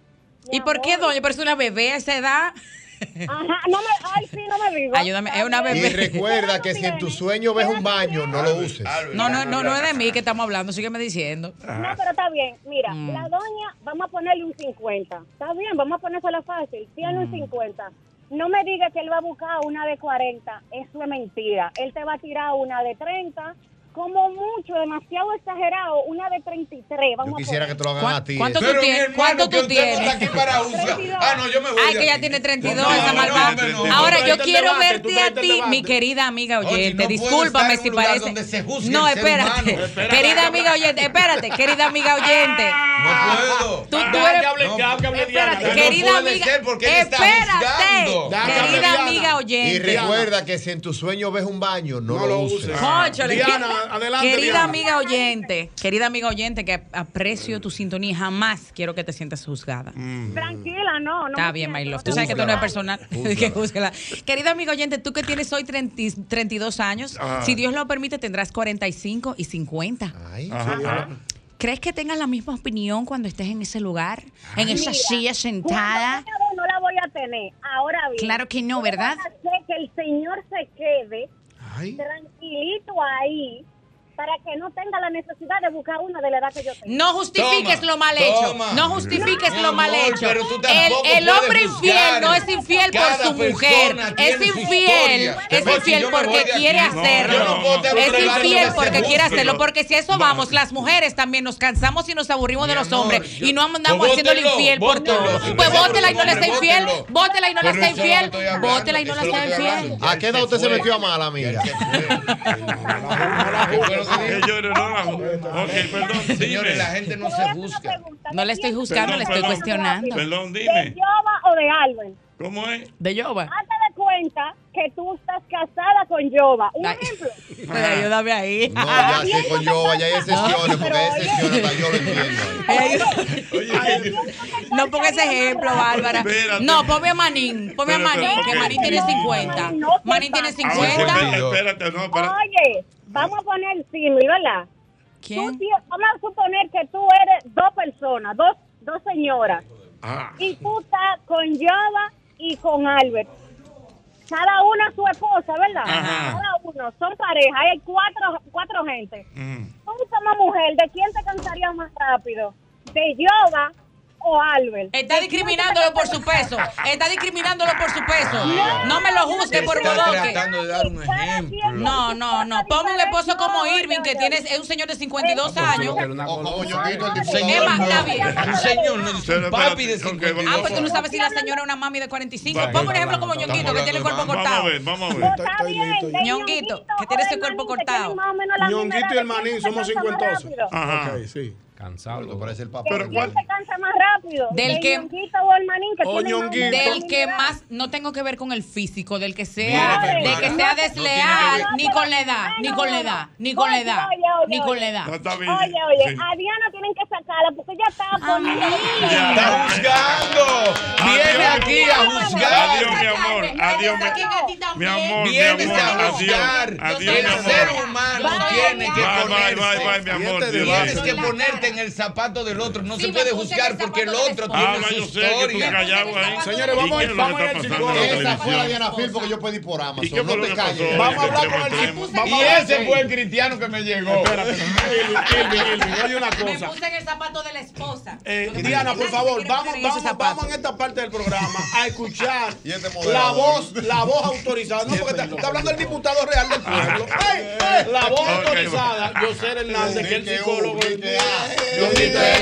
Mi
¿Y por qué
amor.
doña? Pero es una bebé a esa edad.
Ajá, no me, ay, sí, no me digo.
Ayúdame, es una
Y
bebé.
recuerda que si en tu sueño ves un baño, no lo uses.
No, no, no, no es de mí que estamos hablando, sígueme diciendo.
No,
Ah.
pero está bien. Mira,
Mm.
la doña, vamos a ponerle un 50. Está bien, vamos a ponérselo fácil. Tiene
Mm.
un 50. No me diga que él va a buscar una de 40. Eso es mentira. Él te va a tirar una de 30. Como mucho, demasiado exagerado, una de 33. Vamos
Yo quisiera que te lo hagan Ah, a ti.
¿Cuánto
eso.
tú tienes? ¿Cuánto tú
no
tienes?
está aquí para
[laughs]
juzgar. Ah, no, yo me voy.
Ay,
de
que ya
aquí.
tiene 32,
No,
esa
no,
malvada.
no, no, no.
Ahora, yo
Tú
quiero
traíste el
verte
debate,
a
tú
ti,
traíste el
mi querida amiga
Oye,
oyente.
no puedo estar
Discúlpame
en un
si
lugar
parece.
donde se juzgue
no,
el ser
espérate.
humano. Espérate.
Querida amiga oyente, espérate, querida amiga oyente.
No puedo.
Tú, tú eres.
Espérate,
Espérate, querida amiga. Espérate, querida amiga
Y
oyente.
recuerda que si en tu sueño ves un baño, no, lo uses.
Cónchale, que-
Diana, adelante,
querida
Diana.
amiga oyente, querida amiga oyente, que aprecio tu sintonía, jamás quiero que te sientas juzgada.
Tranquila, no, no.
Está
me
bien,
siento,
my love.
no
Tú
te
sabes que esto no es personal. [laughs] Que
Mm. Júzgala.
júzgala. Querido amigo oyente, tú que tienes hoy 30 y 32 años,
Ah.
si Dios lo permite, tendrás 45 y 50.
Ajá, ajá.
¿Crees que tengas la misma opinión cuando estés en ese lugar? En esa
Mira,
silla sentada.
cuando venga, No la voy a tener. Ahora bien.
Claro que no,
yo
¿verdad?
voy a hacer Que el Señor se quede tranquilito ahí para que no tenga la necesidad de buscar una de la edad que yo tengo.
No justifiques
Toma,
lo mal hecho.
toma.
No justifiques
Mi
lo mal
amor,
hecho.
pero tú tampoco
el, el
puedes
hombre
juzgar.
infiel no es infiel por su mujer. Es infiel. Es infiel porque quiere hacerlo. Es infiel porque quiere hacerlo. Porque si a eso vamos, las mujeres también nos cansamos y nos aburrimos de los hombres. Y no andamos
Pues
haciéndole
bótenlo,
infiel por
bótenlo,
todo.
si
Pues
no es
bótela y no le
hombre,
sea infiel.
bótenlo.
Bótela y no le
Pero
sea
eso no
infiel.
estoy hablando,
Bótela y no
eso
le
es lo
sea
que estoy
infiel.
¿A qué edad usted se metió a mala, amiga?
Ok, perdón, dime.
La gente no se busca.
No le estoy
Perdón,
juzgando, le estoy
perdón.
cuestionando.
Perdón,
¿De Yoba o de Alben?
¿Cómo es?
De Yoba.
Hazte de cuenta que tú estás casada con Yoba. Un
[laughs]
ejemplo.
Ah.
Pero ayúdame ahí.
No, ya sé con yo, ya hay excepciones, porque hay excepciones, hasta yo lo entiendo.
No ponga ese ejemplo, Bárbara. No, ponme a Manín. Ponme a
Espérate,
Manín, que
ok.
Manín tiene 50. Manín tiene
Ah, bueno,
50.
Espérate, no, para.
Oye, vamos a poner el símil, ¿verdad? Tú tie- vamos a suponer que tú eres dos personas, dos, dos señoras.
Ah.
Y tú estás con Yoba y con Albert. Cada una su esposa, ¿verdad?
Ajá.
Cada uno, son pareja, hay cuatro, cuatro gente. Tú como mujer, ¿de quién te cansarías más rápido? ¿De Yoba o Albert?
Está discriminándolo por su peso. Está discriminándolo por su peso. No me lo juzgue por
Está
bodoque.
tratando de dar un ejemplo.
No, no, no. Ponme un esposo como Irving, que tiene, es un señor de 52
Ah, pues,
años.
Señor,
Emma, está bien.
no. Un señor, no, es un papi de 52.
Ah, pues tú no sabes si la señora es una mami de 45.
Vale.
Ponme un ejemplo como
Estamos
Ñonguito, que tiene el cuerpo
hablando de
cortado.
mami.
Vamos a ver,
Está bien, de
Ñonguito, que tiene ese cuerpo cortado.
Ñonguito y el maní somos
cincuentosos.
cincuentosos.
Ajá.
Ok, sí.
Cansado. Parece el papá.
¿De quién se cansa más rápido?
Del
¿De
que-
Ñonguito o el manín que tiene más
Del que
unidad?
más, no tengo que ver con el físico, del que
Mira,
sea,
Fernanda,
del que sea
no tiene que
desleal,
ver.
ni con la edad, ni con la edad, ni con la edad,
Oye, oye,
ni con la edad.
oye. Oye, oye, a Diana tienen que sacarla porque ella está poniendo.
Está juzgando. Viene aquí a juzgar.
Adiós, mi amor. Adiós, mi, mi amor. Mi amor.
Vienes a
Adiós.
juzgar.
Adiós,
El
mi amor.
ser humano
Bye.
tiene que
Bye,
ponerse.
bye, bye, bye, mi amor. Dios
Tienes
mío.
que ponerte en el zapato del otro. No
Sí,
se
me
puede
puse en
juzgar
el
porque el
zapato del
otro
esposo. Ah,
tiene
ya
su
yo sé que tú
historia.
callado ahí.
Señores, vamos,
¿Y qué es lo que
vamos a ir
está
al
pasando en la
psicólogo. Esa fue la
televisión?
Diana Phil porque yo pedí por
¿Y qué
Amazon.
fue
No
lo
te
que pasó?
calles.
Vamos a hablar con el psico-
Y ese fue el cristiano que me llegó.
oye una
Me
cosa.
puse en el zapato de la esposa.
Eh, Diana, por favor, vamos, vamos, vamos en esta parte del programa a escuchar la
moderador.
voz, la voz autorizada. No, porque está, está hablando el diputado real del pueblo. Ey, ey, la voz
Ok,
autorizada, José Hernández, que es el psicólogo.
es el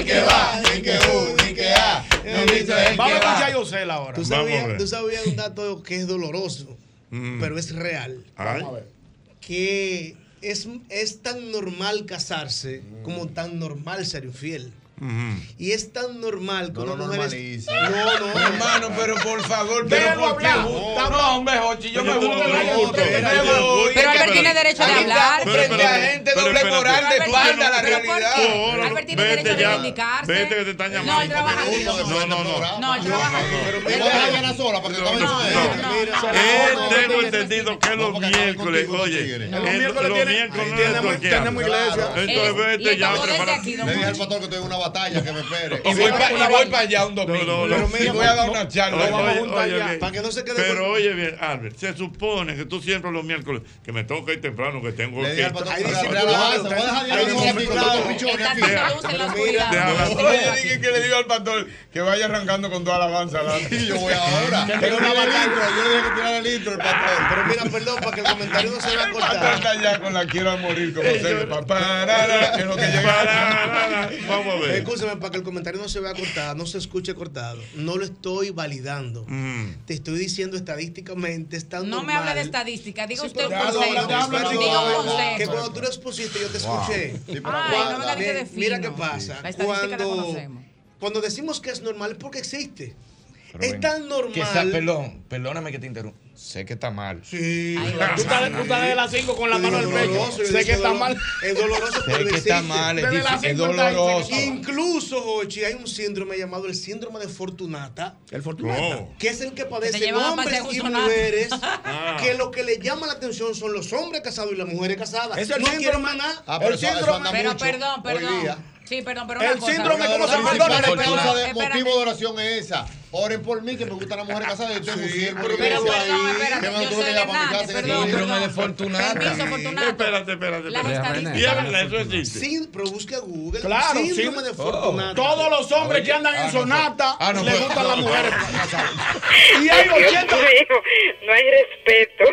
que va,
ni que U, ni que A. Vamos a escuchar a José ahora.
Eh, ¿Tú sabías, tú sabías un dato que es doloroso, pero es real.
Ay. Vamos Mm. a ver.
Que es, es tan normal casarse como tan normal ser infiel.
Mm.
Y es tan normal que
No
una
lo
mujer es...
normalice.
No,
[laughs]
no.
Hermano, pero por favor,
pero
pero ¿por qué?
hablar.
No, no, hombre, Jochi, yo me voy. Me voy.
Pero Albert tiene derecho de
Aquí
hablar.
estamos Frente a gente doble moral de espalda la realidad.
Albert tiene derecho de reivindicarse.
Vete que te están llamando.
No, él trabaja aquí.
No, no, no.
No, él trabaja aquí.
Él tengo entendido que los miércoles, oye, él- los miércoles no le toquea.
tenemos iglesia.
Entonces vete ya, prepárate.
Le dije al pastor que estoy en una batalla que me espere.
Y voy pa- y voy para allá un domingo.
Pero
Y
mira,
voy a dar
no,
una charla.
oye,
Vamos a
oye,
juntar
oye,
ya.
bien.
Para que no se quede
Pero
con-
oye bien, Albert, se supone que tú siempre los miércoles, que me tengo que ir temprano, que tengo
Le
que
dije al pastor, Ahí dice, "Claro,
Claro,
voy a dejar de
ahí
hablar
dice,
con los
"Claro".
pichones, pichones,
Está
pichones.
haciendo luz en
Pero
la oscuridad.
mira,
Déjala.
Oye, dije que le digo al pastor que vaya arrancando con toda la alabanza. Y yo voy ahora.
Pero no va el intro, yo le dije que tirara el intro el pastor.
Pero mira, perdón, para que el comentario no
[laughs]
se vea
El pastor
cortado.
está allá con la quiero a morir como se le Es lo que llega.
Vamos a ver.
Escúchame, para que el comentario no se vea cortado, no se escuche cortado. No lo estoy validando. Te estoy diciendo estadísticamente, es tan
No me
normal.
hable de estadística, diga
Sí,
usted un
pero ya lo
consejo.
hablamos, ya
Diga un
hablamos.
consejo.
Que cuando tú lo expusiste, yo te
Wow.
escuché.
Sí, pero
Cuando-
Ay, no me la
mi-
dije de
Mira qué
fino.
pasa.
La estadística la
Cuando,
conocemos.
cuando decimos que es normal, es porque existe.
Pero
Es
ven,
tan normal.
Que sa- perdón, perdóname que te interrumpa. Sé que está mal.
Sí.
Tú estás tú estás de las 5 con la mano al pecho. Sé que está mal.
Es doloroso,
Sé
pero
que está
existe.
mal, es Desde las difícil, es 50 dice que doloroso. está mal.
Incluso, Jochi, hay un síndrome llamado el síndrome de Fortunata.
El
Fortunata. Oh.
Que es el que
Que te
padecen
llevan a
hombres
pasear
y
Fortunata.
mujeres.
Ah.
Que lo que le llama la atención son los hombres casados y las mujeres casadas.
Es el
no quieren
síndrome-
más nada.
Ah, pero
el
eso- eso
síndrome.
anda
Pero perdón, perdón. Sí, perdón, pero una
El
cosa.
síndrome, ¿cómo se perdona? La causa de
Espérate.
motivo de oración es esa. Oren por mí, que me gustan las mujeres casadas y tengo un siervo.
pero
que tengo
perdón,
ahí,
espérate,
que me
yo
tuve que
soy
llamar a mi casa y que tengo-
Síndrome de Fortunata.
Espérate, espérate,
Las
espérate.
estadísticas-
Diabla, eso existe.
Sí, pero busca Google.
Claro,
síndrome
sí.
de Fortunata.
Todos los hombres
Oye,
que andan
ah,
en
no,
sonata
ah, no,
le
pues,
gustan
no,
las mujeres. [laughs]
Y hay 80. no hay respeto.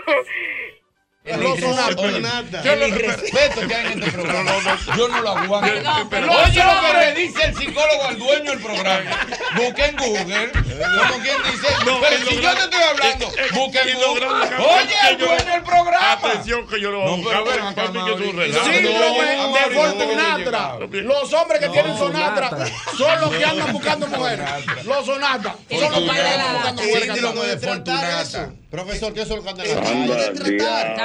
El irrespeto que hay en este programa. Yo no lo aguanto.
Perdón,
Pero
perdón.
Oye lo que le dice el psicólogo al dueño del programa. Busca en Google. Como quien dice.
No,
pero
él
si
logra-
yo te estoy hablando,
eh, eh,
busca en
él logra
Google.
buscar-
Oye, el
yo-
dueño del
Ah, pues,
programa.
Atención que yo lo voy a
No,
buscar.
pero
para mí que es un relajo.
Síndrome
No,
de
no, no,
Fortunatra.
no, no, no.
Los hombres que tienen sonatra
Sonatra.
son los que andan buscando mujeres. Los sonatas son los que andan buscando mujeres.
Síndrome de Fortunata. Profesor, ¿qué es eso?
Está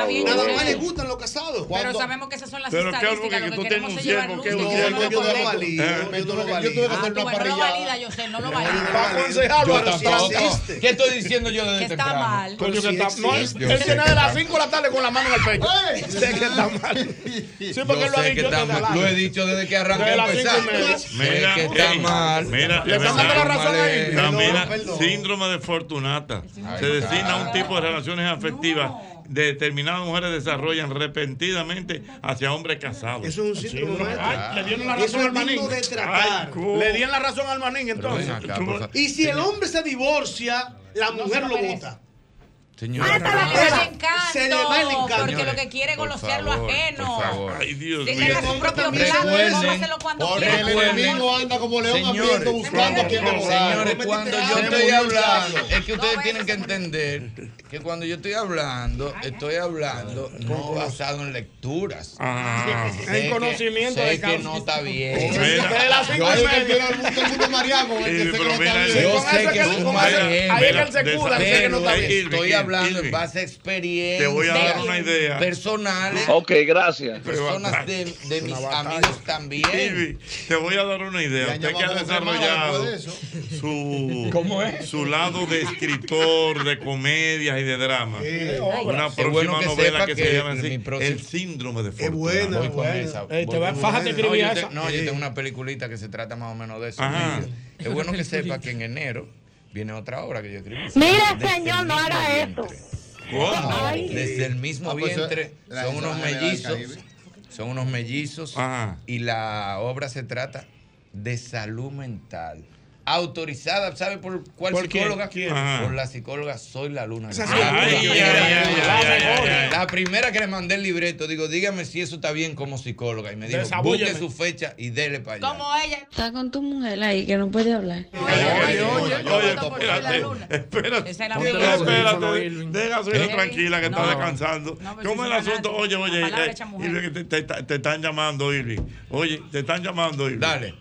bien,
Nada
yo
más
sé.
le gustan los casados.
Pero sabemos que esas son las
Pero qué
estadísticas.
algo que,
lo
que
que
tú
queremos
tienes
es
un
llevar
siervo
luz
que
de
es un
todo
siervo.
lo
Eh,
complejo.
Yo tuve que hacer una
Pues no lo
parrilla.
valida, yo sé, no lo valida.
Para aconsejarlo,
Yo
pero sí
tampoco.
existe.
¿Qué estoy diciendo yo desde
Que está
temprano? Coño,
mal.
Pero
que
sí
está-
existe.
no, yo
Él
sé
tiene
que
de las
está
5 de la tarde con la mano en el pecho. Sé que está
[laughs]
mal. Sí, porque
Yo
él lo ha
sé que
dicho
está
desde
mal.
la-
Lo he dicho desde que arranqué
Desde las
empezar.
cinco y media.
Sé
Mira,
que está
ey,
mal.
Mira,
Le están dando la razón ahí.
La
Perdón,
mira,
perdón.
síndrome de Fortunata. Se
Ahí está.
designa un tipo de relaciones afectivas. de Determinadas mujeres desarrollan repentinamente hacia hombres casados.
Eso es un síndrome.
Ay,
Le dieron la razón al manín.
digno de tratar.
Le dieron la razón al manín entonces.
Y si el hombre se divorcia, la
No
mujer
se lo
lo
merece.
vota.
Ah, Se le va el encanto. Porque lo que quiere es
Por
golosear lo
favor,
ajeno.
por favor.
Ay, Dios
Que tenga su propio
también.
plan, luego
Recuerden,
hágaselo cuando
porque
quiera.
el enemigo
anda como
león hambriento buscando a quien devorar. Señores, cuando yo estoy hablando, es que ustedes tienen que entender que cuando yo estoy hablando, estoy hablando no basado en lecturas.
Ah.
Sé
En
que-
conocimiento
sé
de
que
causa.
no está bien.
Mira. Desde las cinco
Yo
y
sé
media.
que tiene el mundo- el mundo mareado, el que
Sí,
sé que
pero
no está
mira,
bien.
sí.
Yo
Con
sé
eso
que
que-
tú
con
mareas.
eso- ahí es que él se
Pero
cura, sé que no está bien.
Estoy
Irving,
hablando en
Irving.
base a experiencia.
Te voy a dar una idea.
Personales.
Ok,
gracias. Personas de, de mis amigos también.
Baby, te voy a dar una idea. Usted que ha desarrollado su, su lado de escritor, de comedias y de drama. Una
Qué
próxima
bueno que
novela
sepa
que,
que
se llama así,
mi próxima-
El síndrome de Fortuna.
Voy con esa,
Ey,
voy
te va-
con
fájate
esa.
escribir
no, yo te-
esa.
no, yo
Sí.
tengo una peliculita que se trata más o menos de eso.
Ajá.
Mira, Es bueno que sepa que en enero viene otra obra que yo escribí.
Mira,
Desde
señor,
el
no
mismo
haga
vientre.
¿Cómo?
Ay. Desde el mismo
Ah, pues,
vientre.
la
Son
esa
unos
es la del
mellizos.
Caribe.
Son unos mellizos. Y la obra se trata de salud mental. Autorizada, ¿sabe por cuál
¿Por quién?
psicóloga?
¿Quién? Ajá.
Por la psicóloga Soy la Luna.
Esa sí
Ay,
es una
ay,
buena.
ay, ay,
La
ay, ay,
mejor.
ay. La primera que le mandé el libreto, digo, dígame si eso está bien como psicóloga. Y me dijo,
Desabúlleme.
busque su fecha y dele para allá.
Como ella. Está con tu mujer ahí que no puede hablar.
Oye, oye, oye, espérate, espérate.
Esa es la
Espérate,
primera.
espérate.
Irving.
Deja su hija
Irving.
tranquila que está
¿Eh? No. pues,
descansando. ¿Cómo es el asunto? Oye, oye, eh, Irving, te, te- te están llamando, Irving. Oye, te están llamando, Irving.
Dale.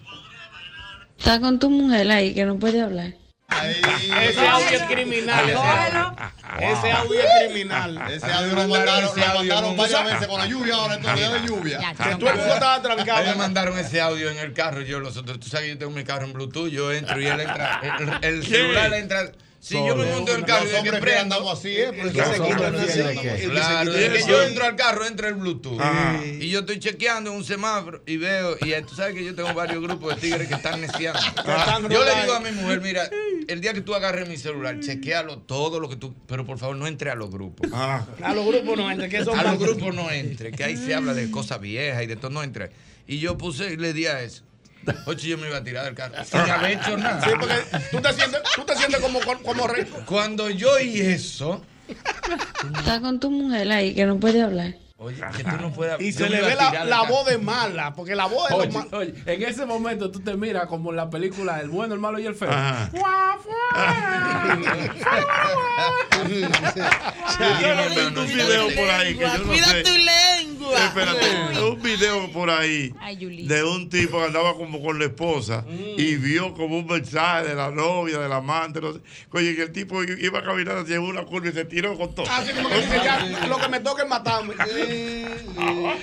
Está con tu mujer ahí que no puede hablar.
Ese audio es criminal. ese audio. Ese
Ah,
audio
[laughs]
es criminal.
Ese audio lo mandaron, lo mandaron varias veces con la lluvia ahora, en día de lluvia.
Que
todo el mundo estaba
trancado. me mandaron ese audio en el carro. Yo, los otros, tú sabes que yo tengo mi carro en Bluetooth. Yo entro y él entra. El, el
¿Qué?
celular entra. Si yo me monto en el carro,
Los
yo que
hombres
prendo.
andamos así, ¿eh?
El
Pero es
que
que
se
se
quita
quitan
el
así.
celular.
el que se
Claro,
quita el
es que yo
celular.
entro al carro, entra el Bluetooth.
Ajá.
Y yo estoy chequeando en un semáforo y veo, y eh, tú sabes que yo tengo varios grupos de tigres que están neciando.
están
Yo le
robando.
digo a mi mujer,
[laughs]
mira, el día que tú agarres mi celular, chequealo todo lo que tú, pero por favor no entre a los grupos.
A los grupos no entra, que son
A los
bandidos.
grupos no entre, que ahí se habla de cosas viejas y de todo, no entre. Y yo puse y le di a eso. Oye, yo me iba a tirar del carro. Sin haber [laughs] hecho nada.
Sí, porque tú te sientes, tú te sientes como, como rey.
Cuando yo y eso,
Está con tu mujer ahí que no puede hablar.
oye, que tú no puedas.
Y
yo
se
me
le
iba a
ve la,
tirar del
la
carro.
voz de mala, porque la voz de
Oye,
los malos.
oye, en ese momento tú te miras como en la película El bueno, el malo y el feo.
Ah.
[laughs]
Ajá. Yo no sé, un
ah,
video por ahí que yo no sé.
lengua.
Espérate, un video por ahí de un tipo que andaba como con la esposa
Mm.
y vio como un mensaje de la novia, del amante, no sé. Oye, que el tipo i- iba a caminar hacia una curva y se tiró con todo.
Así Ah, como que dice, ya, lo que me toque
[laughs]
es matarme.
¿Tú lo has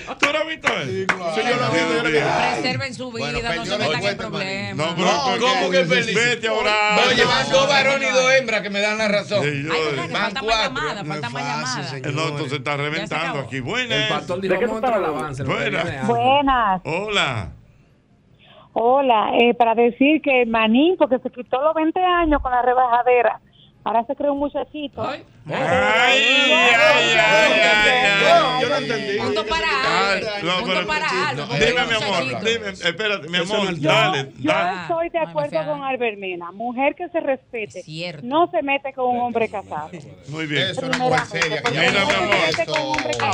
visto? Sí,
yo lo he visto, yo lo he visto.
Preserven su vida, no se metan en problemas.
No,
No,
pero
¿cómo que feliz?
Vete a orar.
Oye, van dos varones y dos hembras que me dan la razón.
verdad que
Van
falta más llamada,
cuatro.
falta más llamada.
No, entonces está reventando aquí. Buenas. El pastor
dijo,
vamos
a
Buenas.
Buenas.
Oh,
Hola.
Hola, eh, para decir que el manín, porque se quitó los 20 años con la rebajadera,
Ahora se creó un muchachito.
Yo no entendí. Punto para algo. Punto para algo. Dime, mi amor. Dime, espérate, mi amor. Dale,
Yo
dale.
estoy de acuerdo con Albermina. Mujer que se respete no se mete con un hombre casado.
Muy bien. Eso
una
mujer seria. Mira, mi amor.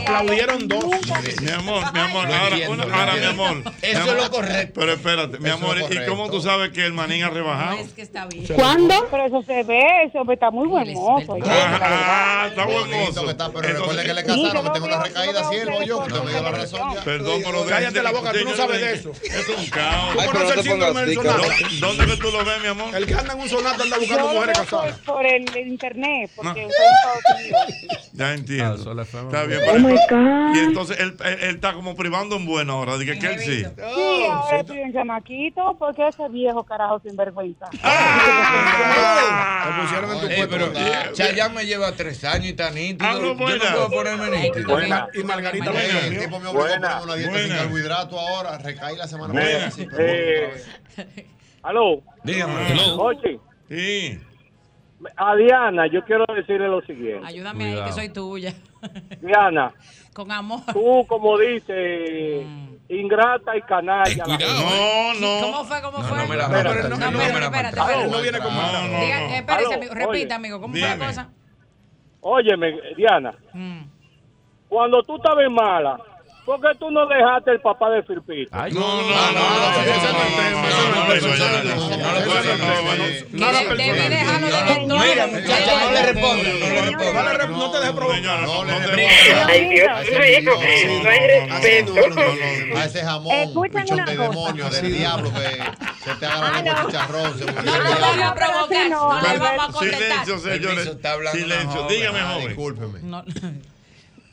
Aplaudieron dos.
Mi amor, mi amor. Ahora, una- ahora, mi amor. Mi
Eso
amor,
es lo correcto.
Pero espérate, mi
Eso es
amor.
lo
¿Y cómo
correcto.
tú sabes que el manín ha rebajado?
que está bien. ¿Cuándo? Pero eso se ve, ese hombre está muy buen mozo.
Ah, está buen mozo.
Pero recuerda que le
Sí,
casaron,
yo
que
lo
tengo una recaída siervo yo, que me dio la razón. ya.
Perdón, pero
Cállate la boca, tú no sabes de
eso. Es un caos.
Tú Ay, pero conoces no el te síndrome pongas del tica. sonata.
¿Dó- ¿Dónde que tú lo ves, mi amor?
El que anda en un sonata anda
Yo lo veo por, por el internet, porque usted [laughs]
Ya
Ah,
entiendo. Está bien,
Oh
pero.
my
Y entonces él, él- él está como privando en bueno ahora. Dije que él sí.
Sí, ahora estoy un chamaquito, porque ese viejo carajo sinvergüenza. Ah.
Ey, pero eh, Chayanne me lleva tres años y tan nítido.
Ah, no,
Yo no
buena.
puedo ponerme nítido.
Buena.
Y Margarita
Bueno, el tipo me obligó a
Buena.
ponerme una dieta sin
Buena.
carbohidrato ahora, recaí la semana
Buena.
pasada. sí, pero
Eh,
otra vez.
Aló.
Dígame.
Oye.
Sí.
A Diana, yo quiero decirle lo siguiente.
Ayúdame ahí, que soy tuya.
Diana,
Con amor.
tú como dices, ingrata y canalla.
eh.
No,
¿Cómo fue? ¿Cómo fue?
me la
Espérate, no, espérate, espérate,
Ah,
espérate.
No viene con mala. No, no,
Diga- eh,
no.
Espérese,
Aló,
amigo.
oye.
Repita, amigo. ¿Cómo fue la
Dime.
cosa?
Óyeme, Diana,
Mm.
cuando tú estabas mala, ¿por qué tú no dejaste el papá de Firpito?
No, no, no, no, ese no es tema, ese no es tema, ya, ya, ya. Ese no es tema.
Nada personal.
Mira, muchacha, no le responda. No le responda.
No te dejes provocar.
No
le
Ay, Dios mío, no hay respeto.
A ese jamón,
Escuchen
una
de
cosa.
demonio, del diablo, que se te haga la lengua chicharrón. se vuelve
Ah, No
diablo.
lo hagas provocar. No le
Pero-
vamos a contestar.
Silencio, señores. Silencio. Dígame,
Ah,
joven. Discúlpeme.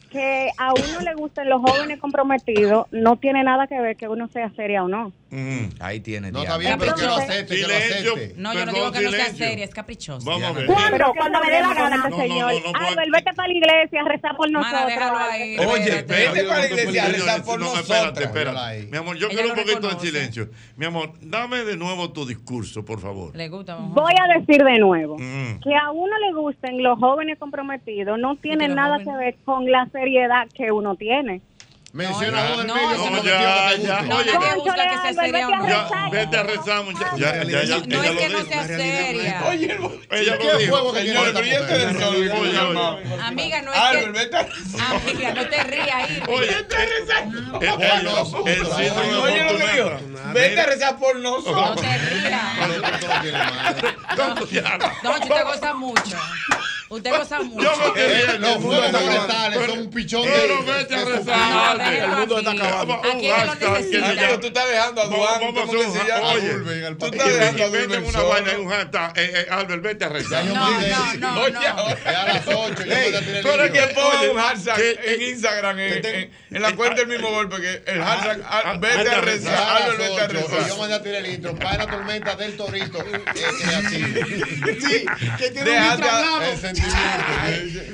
que a uno le gusten los jóvenes comprometidos no tiene nada que ver que uno sea seria o no.
Mm. Ahí tiene.
No está bien, pero que lo acepte, que lo acepte.
No, yo no digo que no sea seria, es caprichosa.
Vamos a ver.
Pero cuando me dé la gana, este señor. Albert, vete para la iglesia, reza por nosotros. Albert.
Oye, espérate.
para la iglesia a rezar por
No, espérate,
nosotras.
espérate. Mi amor, yo
Ella
quiero un
lo
poquito de
reconoce.
silencio. Mi amor, dame de nuevo tu discurso, por favor.
Le gusta,
Voy a decir de nuevo.
Mm.
Que a uno le gusten los jóvenes comprometidos no tiene nada que ver con la seriedad que uno tiene.
Menciona uno del
no,
medio,
no,
se
ya,
cometió que te
ya.
guste.
Oye,
Cónchale,
busca que sea seria
Albert, vete a
Ya,
rezar.
Vete a rezar, muchacha. Ya, ya, ya,
No
ella
es que
lo
no
dijo.
sea seria.
Oye, el
Ella
¿Qué
lo dijo.
juego que tiene
Señores,
esta
pero ya
mujer?
ustedes saben. Oye, oye.
Amiga, no es que... Amiga, no te rías, Irving.
Eh, eh, El síndrome de
Oye, lo que dijo.
Fortunata.
Vete a rezar por nosotros.
No, usted goza mucho. Usted goza mucho.
Yo no quería
No,
que
fueron
fuera-
brutales, son un pichón de-
Pero vete a
No,
rezar.
déjalo
El mundo está
así.
acabado.
¿A quién que lo necesita?
Tú estás dejando a Duarte,
Vamos, vamos
¿cómo
a hacer
que
un
se llama?
ha- Oye,
Durbin, al
tú
papá.
estás
Estás dejando a
dejando
Durbin
una
solo.
vaina en un hashtag. Eh, eh, Albert, vete a rezar.
No, no, no. Oye,
Ey,
Pero es que ponga
oye,
un hashtag
que-
en Instagram, en, en- en la cuenta del mismo golpe, que el hashtag eh, ah, vete a rezar,
Ya a las
Álvaro, vete a
ocho,
rezar.
y Yo mandé a tirar el intro. Para la tormenta del torito. eh,
Sí, que
tiene un infraglado.
[laughs]
El sentimiento.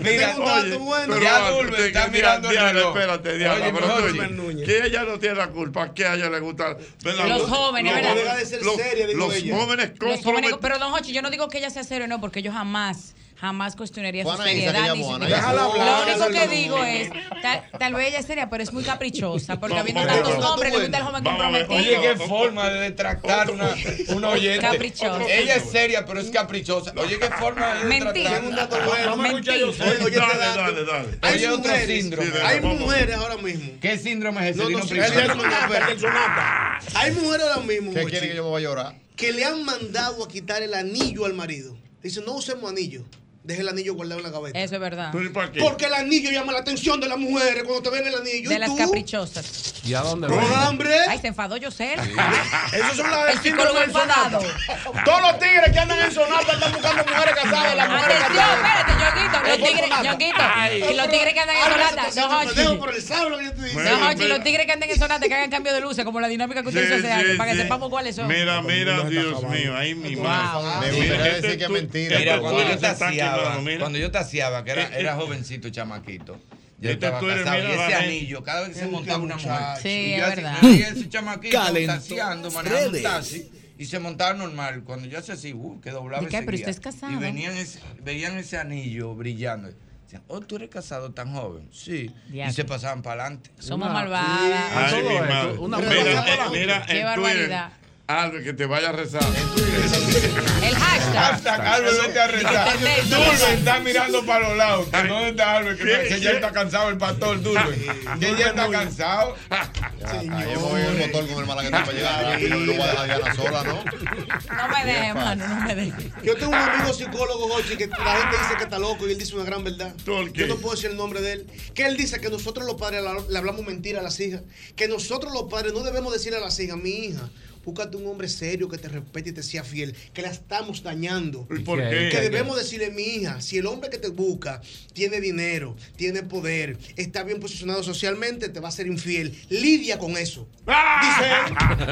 Mira,
Tengo un dato
oye,
bueno.
pero
Ya
va,
Dulce
te-
está
Diana,
mirando el
Diana,
reloj.
espérate, Diana,
Oye,
pero
mejor
tú oye, que ella no tiene la culpa, que a ella le gusta. ¿verdad?
Los jóvenes,
los
¿verdad?
jóvenes-
Deja de ser
los-
seria, digo
Los
ella.
jóvenes
Los jóvenes-
comprometidos.
pero don Hochi, yo no digo que ella sea serio, no, porque yo jamás, jamás cuestionaría su
Fue Anaísa que
seriedad.
llamó,
ni su-
Anaísa. Déjala
Lo
hablar,
único que
Alberto.
digo es, tal, tal vez ella es seria, pero es muy caprichosa, porque
Vamos,
habiendo
vamos,
tantos
vamos,
hombres, le gusta el joven comprometido.
Oye, qué forma de detractar una, una oyente.
Caprichosa.
Ella es seria, pero es caprichosa. Oye, qué forma de
Mentira.
detractar.
Tengo un dato bueno.
Vamos a escuchar yo solo. Oye,
Dale,
este dato.
dale, dale.
Hay Oye, otro síndrome.
Hay mujeres ahora mismo.
¿Qué síndrome es ese?
No, no,
Dino
sí,
primero.
el síndrome de Alberto, el sonata. Hay mujeres ahora mismo.
¿Qué
Mochi,
quiere que yo me vaya a llorar?
que le han mandado a quitar el anillo al marido. Dice, no usemos anillo. Deje el anillo guardado en la cabeza.
Eso es verdad.
¿Pero y para qué?
Porque el anillo llama la atención de las mujeres cuando te ven el anillo.
De
¿Y
las
tú?
caprichosas.
¿Y a dónde
Con
va?
hambre.
Ay, se enfadó yo sé.
[laughs] Esos son
El
las
psicólogo
síndrome del sonata.
enfadado.
Todos los tigres que andan en sonata están buscando mujeres casadas. Las mujeres
Atención,
casadas.
espérate, Ñonguito,
Es
los
por
tigres,
sonata.
Ñonguito,
Ay.
y los tigres que andan en
Ahora
sonata,
eso te
don
siento
Hochi.
pendejo por el sablo que yo te digo.
Bueno,
No, Hochi,
pero-
los tigres que andan en sonata, que hagan cambio de luces, como la dinámica que ustedes
Sí,
hace años,
sí,
Pues para que
sí.
sepamos cuáles son.
Mira, mira, Dios mío, ahí mi madre.
Me
Mira,
gustaría
este
decir que es
tú-
mentira.
este
Mira,
tú
cuando yo
eres tan
taseaba,
quemado, mira.
cuando yo taseaba, que era,
Eh,
era
eh.
jovencito, chamaquito. Yo
Este
estaba
tú eres,
casado y
mira,
ese
la-
anillo, cada vez que se montaba una mujer.
Sí,
y
es
yo así,
verdad.
y ese chamaquito
Calentó
taseando, manejando un
redes.
taxi. y se montaban normal. Cuando yo hacía así, uh, que doblaba
¿De
y
qué? Pero
seguía.
usted es casado.
Y venían ese- veían ese anillo brillando. Decían, oh, tú eres casado tan joven. Sí. Y
Diablo.
se pasaban para adelante.
Somos malvadas.
Ay,
Todo
mi
esto,
madre.
una
Mira,
cosa
eh,
para otra.
mira,
Qué
en Twitter,
barbaridad.
Albert, que te vaya a rezar. [laughs]
El hashtag.
Hashtag, Albert, vete a rezar.
Internet.
Dulce está mirando para los lados. Que ¿Dónde está Albert? Que, que ya está cansado el pastor Dulce. Que ya está cansado.
yo me voy en el motor con el malagueta Este para llegar. Ahora, No lo voy a dejar a Diana sola, ¿no?
No me dejes, hermano, no me dejes.
Yo tengo un amigo psicólogo, Jochi, que la gente dice que está loco y él dice una gran verdad. Yo no puedo decir el nombre de él. Que él dice que nosotros los padres la- le hablamos mentira a las hijas. Que nosotros los padres no debemos decirle a las hijas, mi hija, búscate un hombre serio que te respete y te sea fiel, que la estamos dañando.
¿Y por
Que
qué?
debemos decirle, mi hija, si el hombre que te busca tiene dinero, tiene poder, está bien posicionado socialmente, te va a ser infiel. Lidia con eso.
Ah.
Dice él.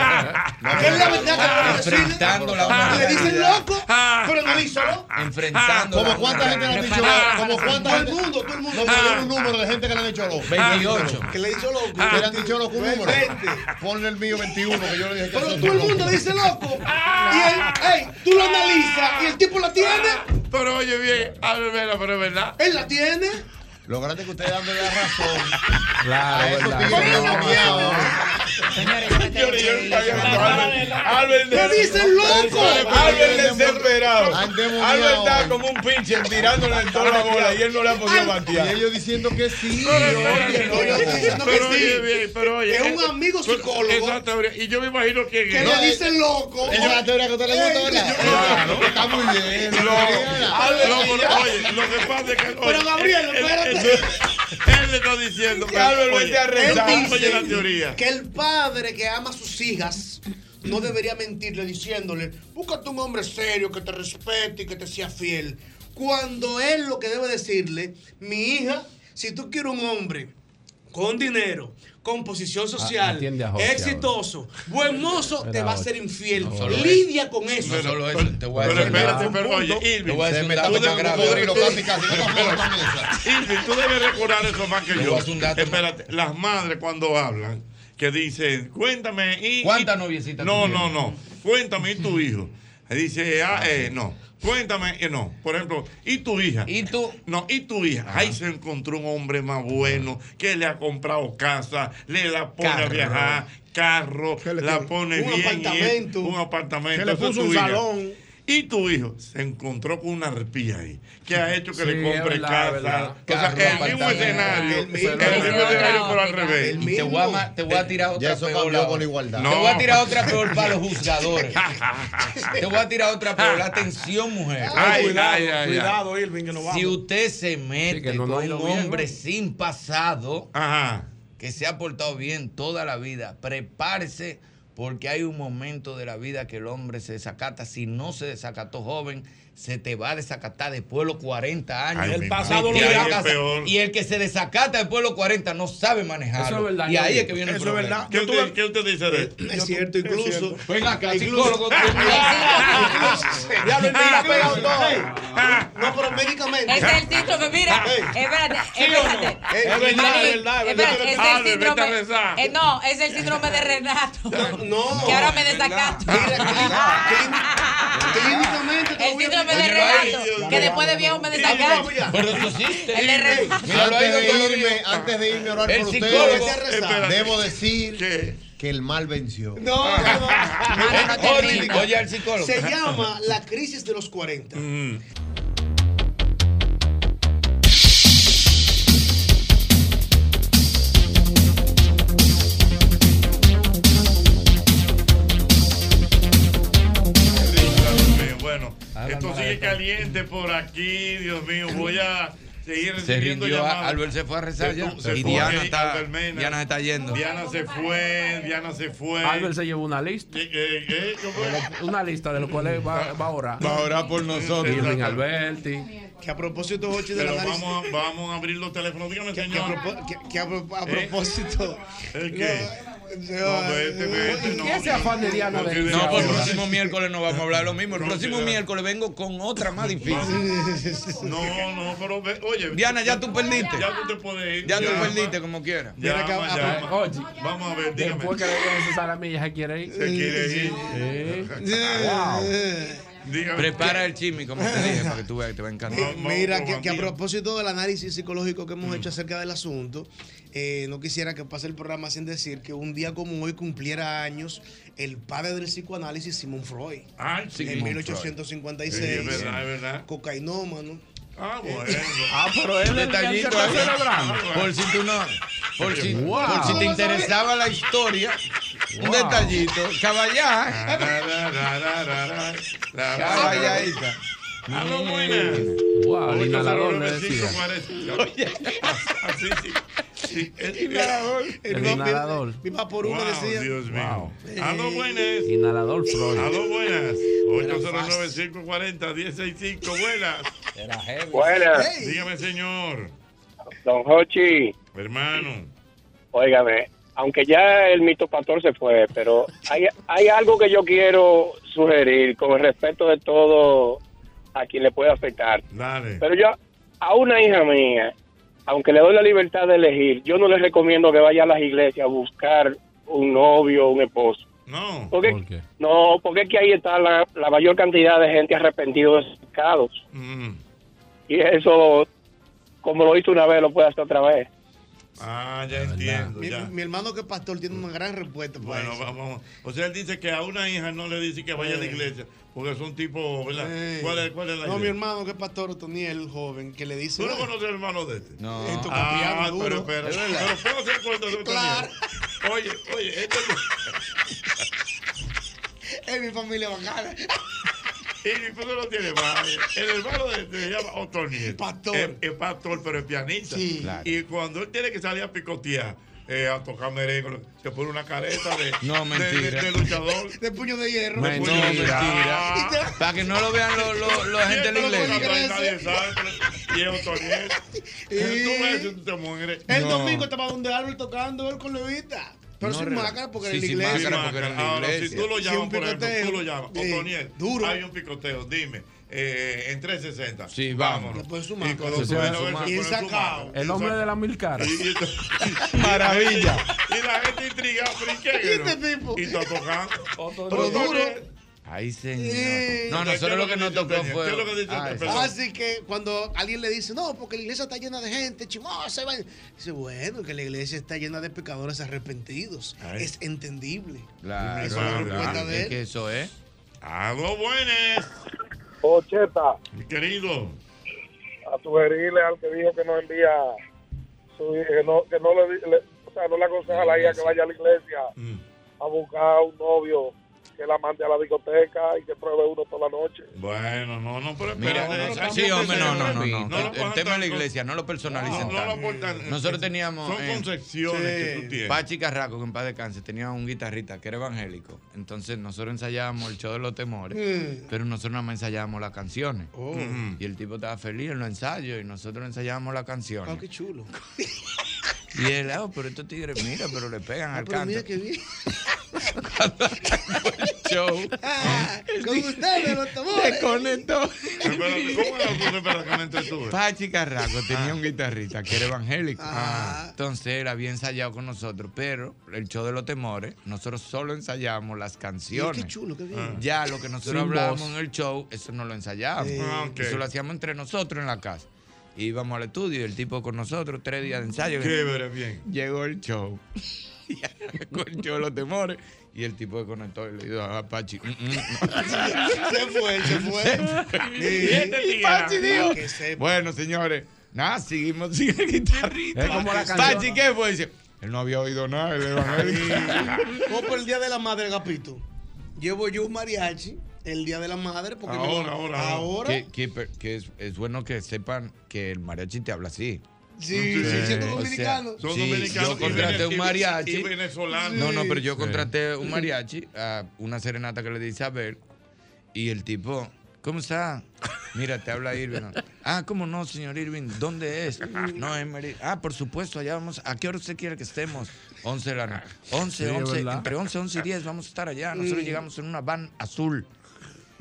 Que es la verdad que debemos decirle.
Enfrentando la
Le dicen
humanidad. Ah,
loco,
Ah.
pero analízalo.
Enfrentando
Ah, ¿Cómo
la
cuánta gente le han dicho
humanidad.
loco? ¿Cómo cuánta gente?
Todo el mundo, todo el mundo.
No,
Ah.
pero un número de gente que le han dicho loco.
28.
Que le han dicho loco.
Ah.
Que le han dicho loco un número.
20.
Ponle el mío 21, que yo le dije
Pues
que
Pero
era
todo el
loco.
mundo le dice loco. Y él, ey, tú lo analizas y el tipo la tiene.
Pero oye bien, Albert, mira, pero es verdad.
Él la tiene.
Lo grande es que ustedes dándole la razón.
Ah,
Claro,
verdad.
¡Me
dicen loco!
Albert desesperado.
Han demoniado.
Albert está como un pinche tirándole en toda la bola y él no le ha podido batear.
Y ellos diciendo que sí.
Pero,
y
espérate,
oye,
no,
oye,
no,
diciendo
pero
que sí.
oye, bien, pero oye,
Es un
eh,
amigo
pero-
psicólogo.
esa teoría, Y yo me imagino que eh,
Que le dicen
loco.
Esa es la teoría que a usted le gusta, ¿verdad? Está muy bien.
No,
Hable
no,
de
pero
ella.
oye, lo que pasa es que. oye,
Pero, Gabriel,
él-
espérate.
Él, él le está diciendo que.
Carlos,
oye,
vete a
Él
él dice
dice
la teoría.
que el padre que ama a sus hijas no debería mentirle diciéndole, búscate un hombre serio que te respete y que te sea fiel. Cuando él lo que debe decirle, mi hija, si tú quieres un hombre con dinero, con posición social,
atiende Ah, a Jorge
exitoso, buen mozo, te
Era
va a
Jorge.
ser infiel.
No solo
Lidia con eso.
No solo eso, te voy a
Pero
decir.
espérate,
un
pero
punto.
oye, Irving.
Te voy a decir un
se
dato
mete
más
un
grave.
cocodrilo
Pero-
casi, casi, no, no, no, Irving, tú debes recordar eso más que
Te
yo.
voy a hacer un dato.
Espérate, las madres cuando hablan, que dicen, cuéntame y.
¿Cuántas
y-
noviecitas
No, no,
tuvieron?
no. Cuéntame y tu hijo. Y Dice, ah, eh, no. Cuéntame, eh, no. Por ejemplo, ¿y tu hija? ¿Y
tú?
No, ¿y tu hija? Ahí se encontró un hombre más bueno que le ha comprado casa, le la pone a
Carro.
viajar, carro, la pone
Un
bien. y-
apartamento.
Un apartamento.
Que le
Eso es
puso
tu
un
hija.
salón.
Y tu hijo se encontró con una arpía ahí, que ha hecho que
Sí,
le
es
compre
verdad,
casa.
es verdad.
O sea,
Carro,
el mismo
apartamento.
escenario, el
El
mismo
mismo.
escenario, pero al revés.
Y te voy a, ma- te voy a tirar otra peor. Laura.
No.
Te voy a tirar otra peor para los juzgadores. te voy a tirar otra peor. Atención, mujer.
Ay, cuidado, cuidado, Irving, que nos vamos.
Si usted se mete
que no nos
con
ha ido
un
bien,
hombre sin pasado que se ha portado bien toda la vida, prepárese porque hay un momento de la vida que el hombre se desacata. Si no se desacató joven, se te va a desacatar después de los 40 años.
Ay,
Se
El
te
pasado
va
lo
a
dirá.
casar.
Ahí es peor.
Y el que se desacata después de los 40 no sabe manejar.
Eso es verdad,
Y ahí
yo-
es que viene el
eso es
problema. Eh,
verdad. ¿Qué Yo usted- tuve-
¿Qué usted dice de esto?
Es cierto, incluso.
Venga acá,
incluso-
psicólogo. tú-
[laughs]
Ya lo
Ah,
ha pegado
incluso.
todo. No, pero médicamente.
Ese Este es el síndrome, mira. Espérate, espérate.
Es
Mari,
verdad, es verdad, es verdad.
espérate,
Abre,
ese Es el
vete a
síndrome.
rezar.
eh, No, es el síndrome de Renato.
No.
Que ahora me desacato.
Clínicamente.
El síndrome de
Oye, Mari,
Renato. Que
Dios.
después de viejo me desacato. El de Renato.
Antes de irme, antes de irme a orar
El
por
psicólogo,
ustedes,
espérate.
debo decir que el mal venció.
No, no,
[laughs]
no.
Ah,
Oye, oye al psicólogo.
Se llama la crisis de los Eh, 40.
Mm, Eh, Bueno, esto sigue caliente por aquí, Dios mío. Voy a seguir
Se
recibiendo
rindió,
llamadas.
Albert se fue a rezar
Se
ya.
tu- se
Y
fue,
Diana está,
Albert Mena.
Diana se está yendo.
Diana se fue, Diana se fue.
Albert se llevó una lista.
Eh, eh, eh, ¿cómo Ah, es?
Una lista de los cuales va, va a orar.
Va a orar por nosotros.
Irving Alberti.
Que a propósito, Jochi, de
Pero
la nariz.
vamos a, vamos a abrir los teléfonos. Dígame,
Que a,
señor. ¿Eh?
propo- que- que a propo- a propósito.
¿El qué?
no,
¿Qué se afán de Diana
No,
de-
No, pues el próximo miércoles no vamos a hablar lo mismo. El próximo miércoles vengo con otra
[laughs]
más difícil.
No, no, pero ve- oye.
Diana, ya tú perdiste.
Ya tú te puedes ir.
Ya tú
Llama,
perdiste como quieras.
llama, llama.
Oye,
Vamos a ver, dígame.
Después que le dieron su salamilla, se quiere ir.
Se quiere ir. Dígame.
Prepara el chisme, como te dije, para que tú veas que te va a encantar.
Mira, que, que a propósito del análisis psicológico que
Mm.
hemos hecho acerca del asunto, eh, no quisiera que pase el programa sin decir que un día como hoy cumpliera años el padre del psicoanálisis, Sigmund Freud.
Ay,
en
Sigmund
1856.
Freud. Sí, es verdad, es verdad.
Cocainómano. Eh,
Ah, bueno.
Ah, pero él Detallito ahí. Por si tú no. Por si,
Wow.
por si te interesaba la historia. Un detallito. Caballá. Caballadita.
Aló,
buena.
Wow,
Ocho,
Lina
cero,
Ladón le
nueve, cinco,
decía.
cuarenta. Así, sí. Sí, es-
El inhalador.
Viva por uno,
Wow,
decía.
Dios mío. Aló, buenas.
Inhalador Freud.
Aló, buenas.
Era
809-540-1065. Buenas.
Buenas. Hey.
Dígame, señor.
Don Hochi.
Hermano.
Óigame, aunque ya el mito pastor se fue, pero hay, hay algo que yo quiero sugerir con el respeto de todo a quien le puede afectar.
Dale.
Pero yo a una hija mía, aunque le doy la libertad de elegir, yo no le recomiendo que vaya a las iglesias a buscar un novio o un esposo.
No.
Porque, No, porque es que ahí está la, la mayor cantidad de gente arrepentida de sus pecados. Y eso, como lo hizo una vez, lo puede hacer otra vez.
Ah, ya entiendo.
Mi,
Ya.
mi hermano que es pastor tiene una gran respuesta para
Bueno,
eso.
vamos. O sea, él dice que a una hija no le dice que vaya a la
Eh.
iglesia, porque son tipos, ¿verdad?
Eh.
¿Cuál es, cuál es la
No, mi
iglesia?
hermano que es pastor, Otoniel, joven, que le dice.
¿Tú no conoces al hermano de este?
No.
Esto
Ah,
copiamos
pero
duro.
espera.
Es verdad.
Pero puedo hacer cuentas de
Claro.
Oye, oye, este
Es mi familia bacana.
Y mi padre no tiene madre. El hermano de este se llama Otoniel.
Pastor.
Es, es pastor, pero es pianista.
Sí. Claro.
Y cuando él tiene que salir a picotear, eh, a tocar merengue, se pone una careta de,
No,
de- de-
mentira.
de luchador.
De puño de hierro.
No, [laughs] mentira. Para que no lo vean los los- los gente de la iglesia.
Nadie sabe, pero- y es Otoniel. Tú ves y tú te mueres.
El
No.
domingo estaba donde Árbol tocando él con Levita. Pero
No,
sin
relaja.
máscara porque
Sí,
era en
sin
la iglesia.
máscara porque era en la
Ahora, si
iglesia.
tú lo
Sí,
llamas,
un
por ejemplo,
picoteo.
tú lo llamas,
Sí,
Otoniel,
duro.
hay un picoteo, dime, eh, en 360.
Sí, vamos.
Vámonos.
Después su
Y con
máscara.
su
Después
mano,
su
él
máscara.
se
Y
pone su
sacao.
máscara.
El hombre de la mil caras. [laughs]
Maravilla.
[laughs] Y la gente intrigada, pero ¿y qué?
¿Y este tipo?
Y está tocando.
Pero duro.
Ahí
Sí.
señor. No, nosotros lo que nos tocó fue.
este
Ay,
Así que cuando alguien le dice, no, porque la iglesia está llena de gente, chimosa, y vaina", dice, bueno, que la iglesia está llena de pecadores arrepentidos.
Ay.
Es entendible.
Claro,
Eso es la
claro,
respuesta de
Es
él.
que eso ¿eh? es.
Algo buenas.
Ocheta,
Mi querido.
a sugerirle al que dijo que no envía, su, que, no, que no le, di- le- o sea, no le aconseja a la hija que vaya a la iglesia a buscar un novio que la mande a la discoteca y que pruebe uno toda la noche.
Bueno, no, no, pero
Mira,
espérate,
no,
estamos
sí, hombre, no, no, no, no.
No lo
El- El
cojan
tema de la
tanto.
iglesia, no lo personalicen
No, no lo
tanto.
aportan. eh,
Nosotros teníamos.
Son concepciones que tú tienes.
Pachi Carraco, que en paz descanse, tenía un guitarrista que era evangélico. Entonces nosotros ensayábamos el show de los temores,
Mm.
pero nosotros nada más ensayábamos las canciones.
Oh.
Mm. Y el tipo estaba feliz en los ensayos y nosotros ensayábamos las
Ah,
canciones.
qué chulo.
Y él, ah, pero estos tigres, mira, pero le pegan
Ah,
al
pero
canto.
mira qué bien.
[laughs]
Show.
Con ustedes los
Se conectó.
Espérate, ¿Cómo era la cosa? Espérate, que me entretuve. Ah.
Pachi Carraco tenía un guitarrista que era evangélico. Entonces él había ensayado con nosotros, pero el show de los temores, nosotros solo ensayamos las
Mira,
canciones.
Qué chulo, qué bien.
Ya lo que nosotros
Ah. Sin
hablábamos
voz.
en el show, eso no lo ensayábamos.
Eh. Ah, ok.
Eso lo hacíamos entre nosotros en la casa. Íbamos al estudio y el tipo con nosotros, tres días de ensayo.
Chévere, bien.
Llegó el show. [laughs] Y arrancó el show de los temores. Y el tipo se conectó y le dijo a Pachi. "Mm, mm, no".
Se fue, se fue.
Y este
[laughs] Sí.
tigre,
Pachi dijo,
"Ah, Bueno, señores, nada, seguimos sin el guitarrista.
Es como la canción,
Pachi, ¿qué fue? Dice, él no había oído nada, el evangelio.
O por el Día de la Madre, Gapito. Llevo yo un mariachi el Día de la Madre. Porque mi mamá- ahora.
Que, que- per- que es, es bueno que sepan que el mariachi te habla así.
Sí, sí,
Eh,
siendo
o
dominicano.
sea,
Son
sí,
dominicanos
Yo
y
contraté
vene- y-
un mariachi.
y venezolanos.
No, no, pero yo
Sí.
contraté un mariachi a una serenata que le di a Isabel. Y el tipo, ¿cómo está? Mira, te habla Irving. Ah, ¿cómo no, señor Irving? ¿Dónde es? No, en Meri- Ah, por supuesto, allá vamos. ¿A qué hora usted quiere que estemos? 11 de la noche. 11, Sí, 11, ¿verdad? entre 11, 11 y 10 vamos a estar allá. Nosotros Mm. llegamos en una van azul.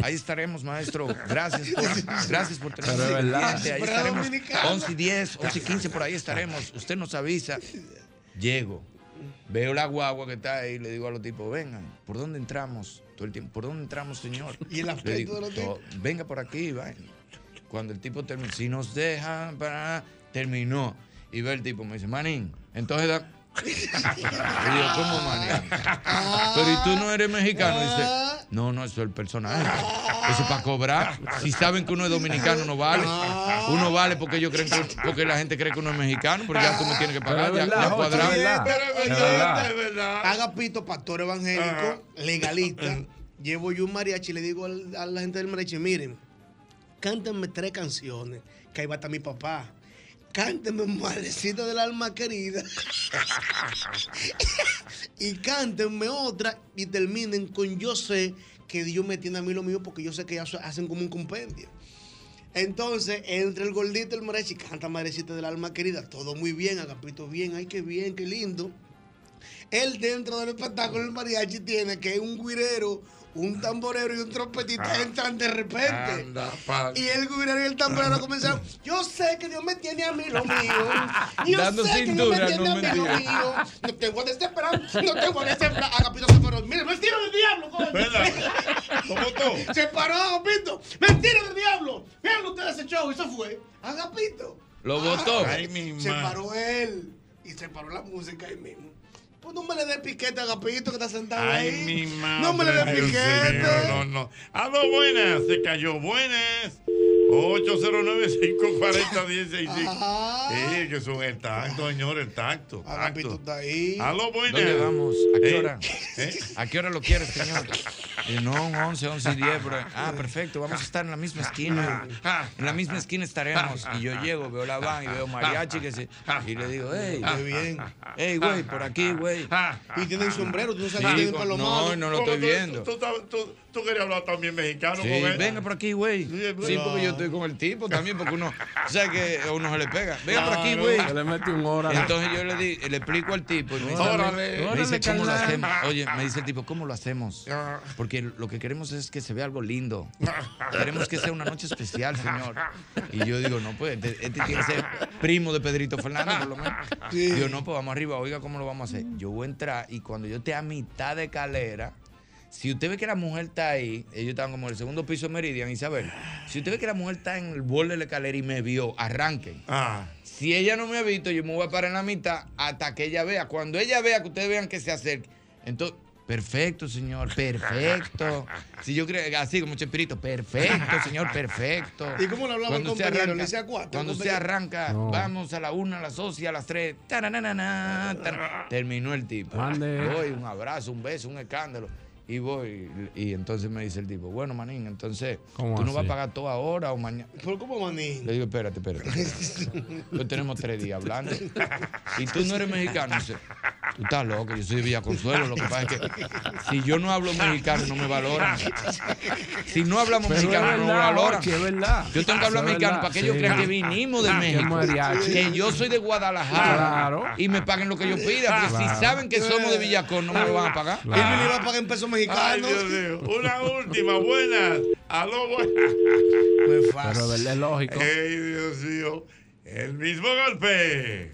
Ahí estaremos, maestro. Gracias
[laughs]
por, gracias por tener
Pero es
ese
verdad.
cliente. Ahí
Pero
estaremos.
dominicano.
11 y 10, 11 y 15, por ahí estaremos. Usted nos avisa. Llego. Veo la guagua que está ahí, le digo a los tipos, vengan, ¿por dónde entramos? Todo el tiempo, ¿por dónde entramos, señor?
Y el
Le
aspecto
digo,
de los tipos.
"Oh, Venga por aquí, vaina. Cuando el tipo termina, si nos dejan, para terminó. Y ve el tipo, me dice, Manín, entonces da. Y yo, ¿cómo Manín? Pero y tú no eres mexicano. Dice, no, no, eso es el personaje. Eso es para cobrar. Si saben que uno es dominicano, no vale. Uno vale porque ellos creen que, porque la gente cree que uno es mexicano, pero ya tú me tienes que pagar, ya, ya cuadrado.
Ah, Haga pito, pastor evangélico, legalista. Llevo yo un mariachi y le digo al- a la gente del mariachi, miren, cántenme tres canciones, que ahí va a estar mi papá. Cántenme Malecita del alma [laughs] querida y cántenme otra y terminen con yo sé que Dios me tiene a mí lo mío porque yo sé que ya so- hacen como un compendio. Entonces, entre el gordito y el mariachi, canta Madrecita del alma querida, todo muy bien, Agapito bien, ay, qué bien, qué lindo. Él dentro del espectáculo del mariachi tiene que un guirero, un tamborero y un trompetista entran de repente.
Anda, pa-
Y el gobernador y el
Ah.
tamborero comenzaron. Yo sé que Dios me tiene a mí lo mío. Yo
Dando
sé
cintura,
que Dios
no
me tiene a mí lo
mentira.
mío. No tengo a desesperar. No tengo a desesperar. Agapito se paró. Mira, mentira del diablo, coño. Se paró Agapito. Mentira del diablo. Vean ustedes ese show. Eso fue. Agapito.
Lo votó.
Ay, se
Ah.
paró él. Y se paró la música ahí mismo. Pues no me le des piquete a Agapito que está sentado
Ay,
ahí.
mi madre.
no me le des
Dios
piquete.
mío, No, no. Aló, buenas. Se cayó. Buenas. 809-540-165. Sí, que es un el tacto, señor, el tacto. tacto.
Ah, Está ahí.
Aló, buenas.
¿Dónde vamos? ¿A qué
Eh,
[laughs]
hora? [laughs] ¿A qué hora lo quieres, señor? Eh, no, un 11, 11 y 10, bro. Ah, perfecto, vamos a estar en la misma esquina. En la misma esquina estaremos. Y yo llego, veo la van y veo mariachi que se... Y le digo, hey,
Qué bien.
Hey, güey, por aquí, güey.
Y
Ah,
tienen sombrero, tú no sabes
Sí,
que tienen
con-
palomado.
No, no lo
Porque
estoy
tú-
viendo.
Tú, tú- tú- tú querías hablar también mexicano
Sí,
con él.
venga por aquí, güey. Sí, porque yo estoy con el tipo también, porque uno, o sea que a uno se le pega. Venga por aquí,
Claro,
güey.
se le mete un órale.
Entonces yo le, di- le explico al tipo y me dice,
Órale.
me dice,
Órale,
¿cómo lo
carnal.
hacemos? Oye, me dice el tipo, ¿cómo lo hacemos? Porque lo que queremos es que se vea algo lindo. Queremos que sea una noche especial, señor. Y yo digo, no, pues, este, este tiene que ser primo de Pedrito Fernández, por lo menos.
Sí.
Yo, no, pues vamos arriba, oiga, ¿cómo lo vamos a hacer? Yo voy a entrar y cuando yo esté a mitad de calera, si usted ve que la mujer está ahí, ellos estaban como en el segundo piso de Meridian, Isabel. Si usted ve que la mujer está en el borde de la escalera y me vio, arranquen.
Ah.
Si ella no me ha visto, yo me voy a parar en la mitad hasta que ella vea. Cuando ella vea, que ustedes vean que se acerque. Entonces, perfecto, señor, perfecto. Si yo creo, así como Chespirito, perfecto, señor, perfecto.
¿Y cómo lo hablaba el
Cuando usted
compañero?
arranca-
¿Le decía cuatro,
Cuando usted
compañero?
arranca,
No.
vamos a la una, a las dos y a las tres. Taranana, tar- Terminó el tipo.
Mande.
Voy, un abrazo, un beso, un escándalo. Y voy, y entonces me dice el tipo, bueno, manín, entonces, ¿tú
¿Cómo
no vas a
así?
pagar todo ahora o mañana?
¿Pero cómo, manín?
Le digo, espérate, espérate. Yo tenemos tres días hablando. Y tú no eres mexicano. Dice, tú estás loco, yo soy de Villa Consuelo. Lo que pasa es que si yo no hablo mexicano, no me valoran. Si no hablamos
Pero es
mexicano, no me
verdad,
valoran.
Ochi, es verdad.
Yo tengo que hablar
Eso es
mexicano
verdad,
para que ellos
sí.
crean que vinimos de
Que
México.
mariachi.
Que yo soy de Guadalajara.
Claro.
Y me paguen lo que yo pida. Porque
Claro.
si saben que somos de Villacón, no me lo van a pagar.
Él me le iba a pagar en pesos mexicanos.
Ay, Dios mío. Una última, buenas. Aló,
[laughs]
buenas.
Pero es verdad, es lógico.
Ey, Dios mío. El mismo golpe.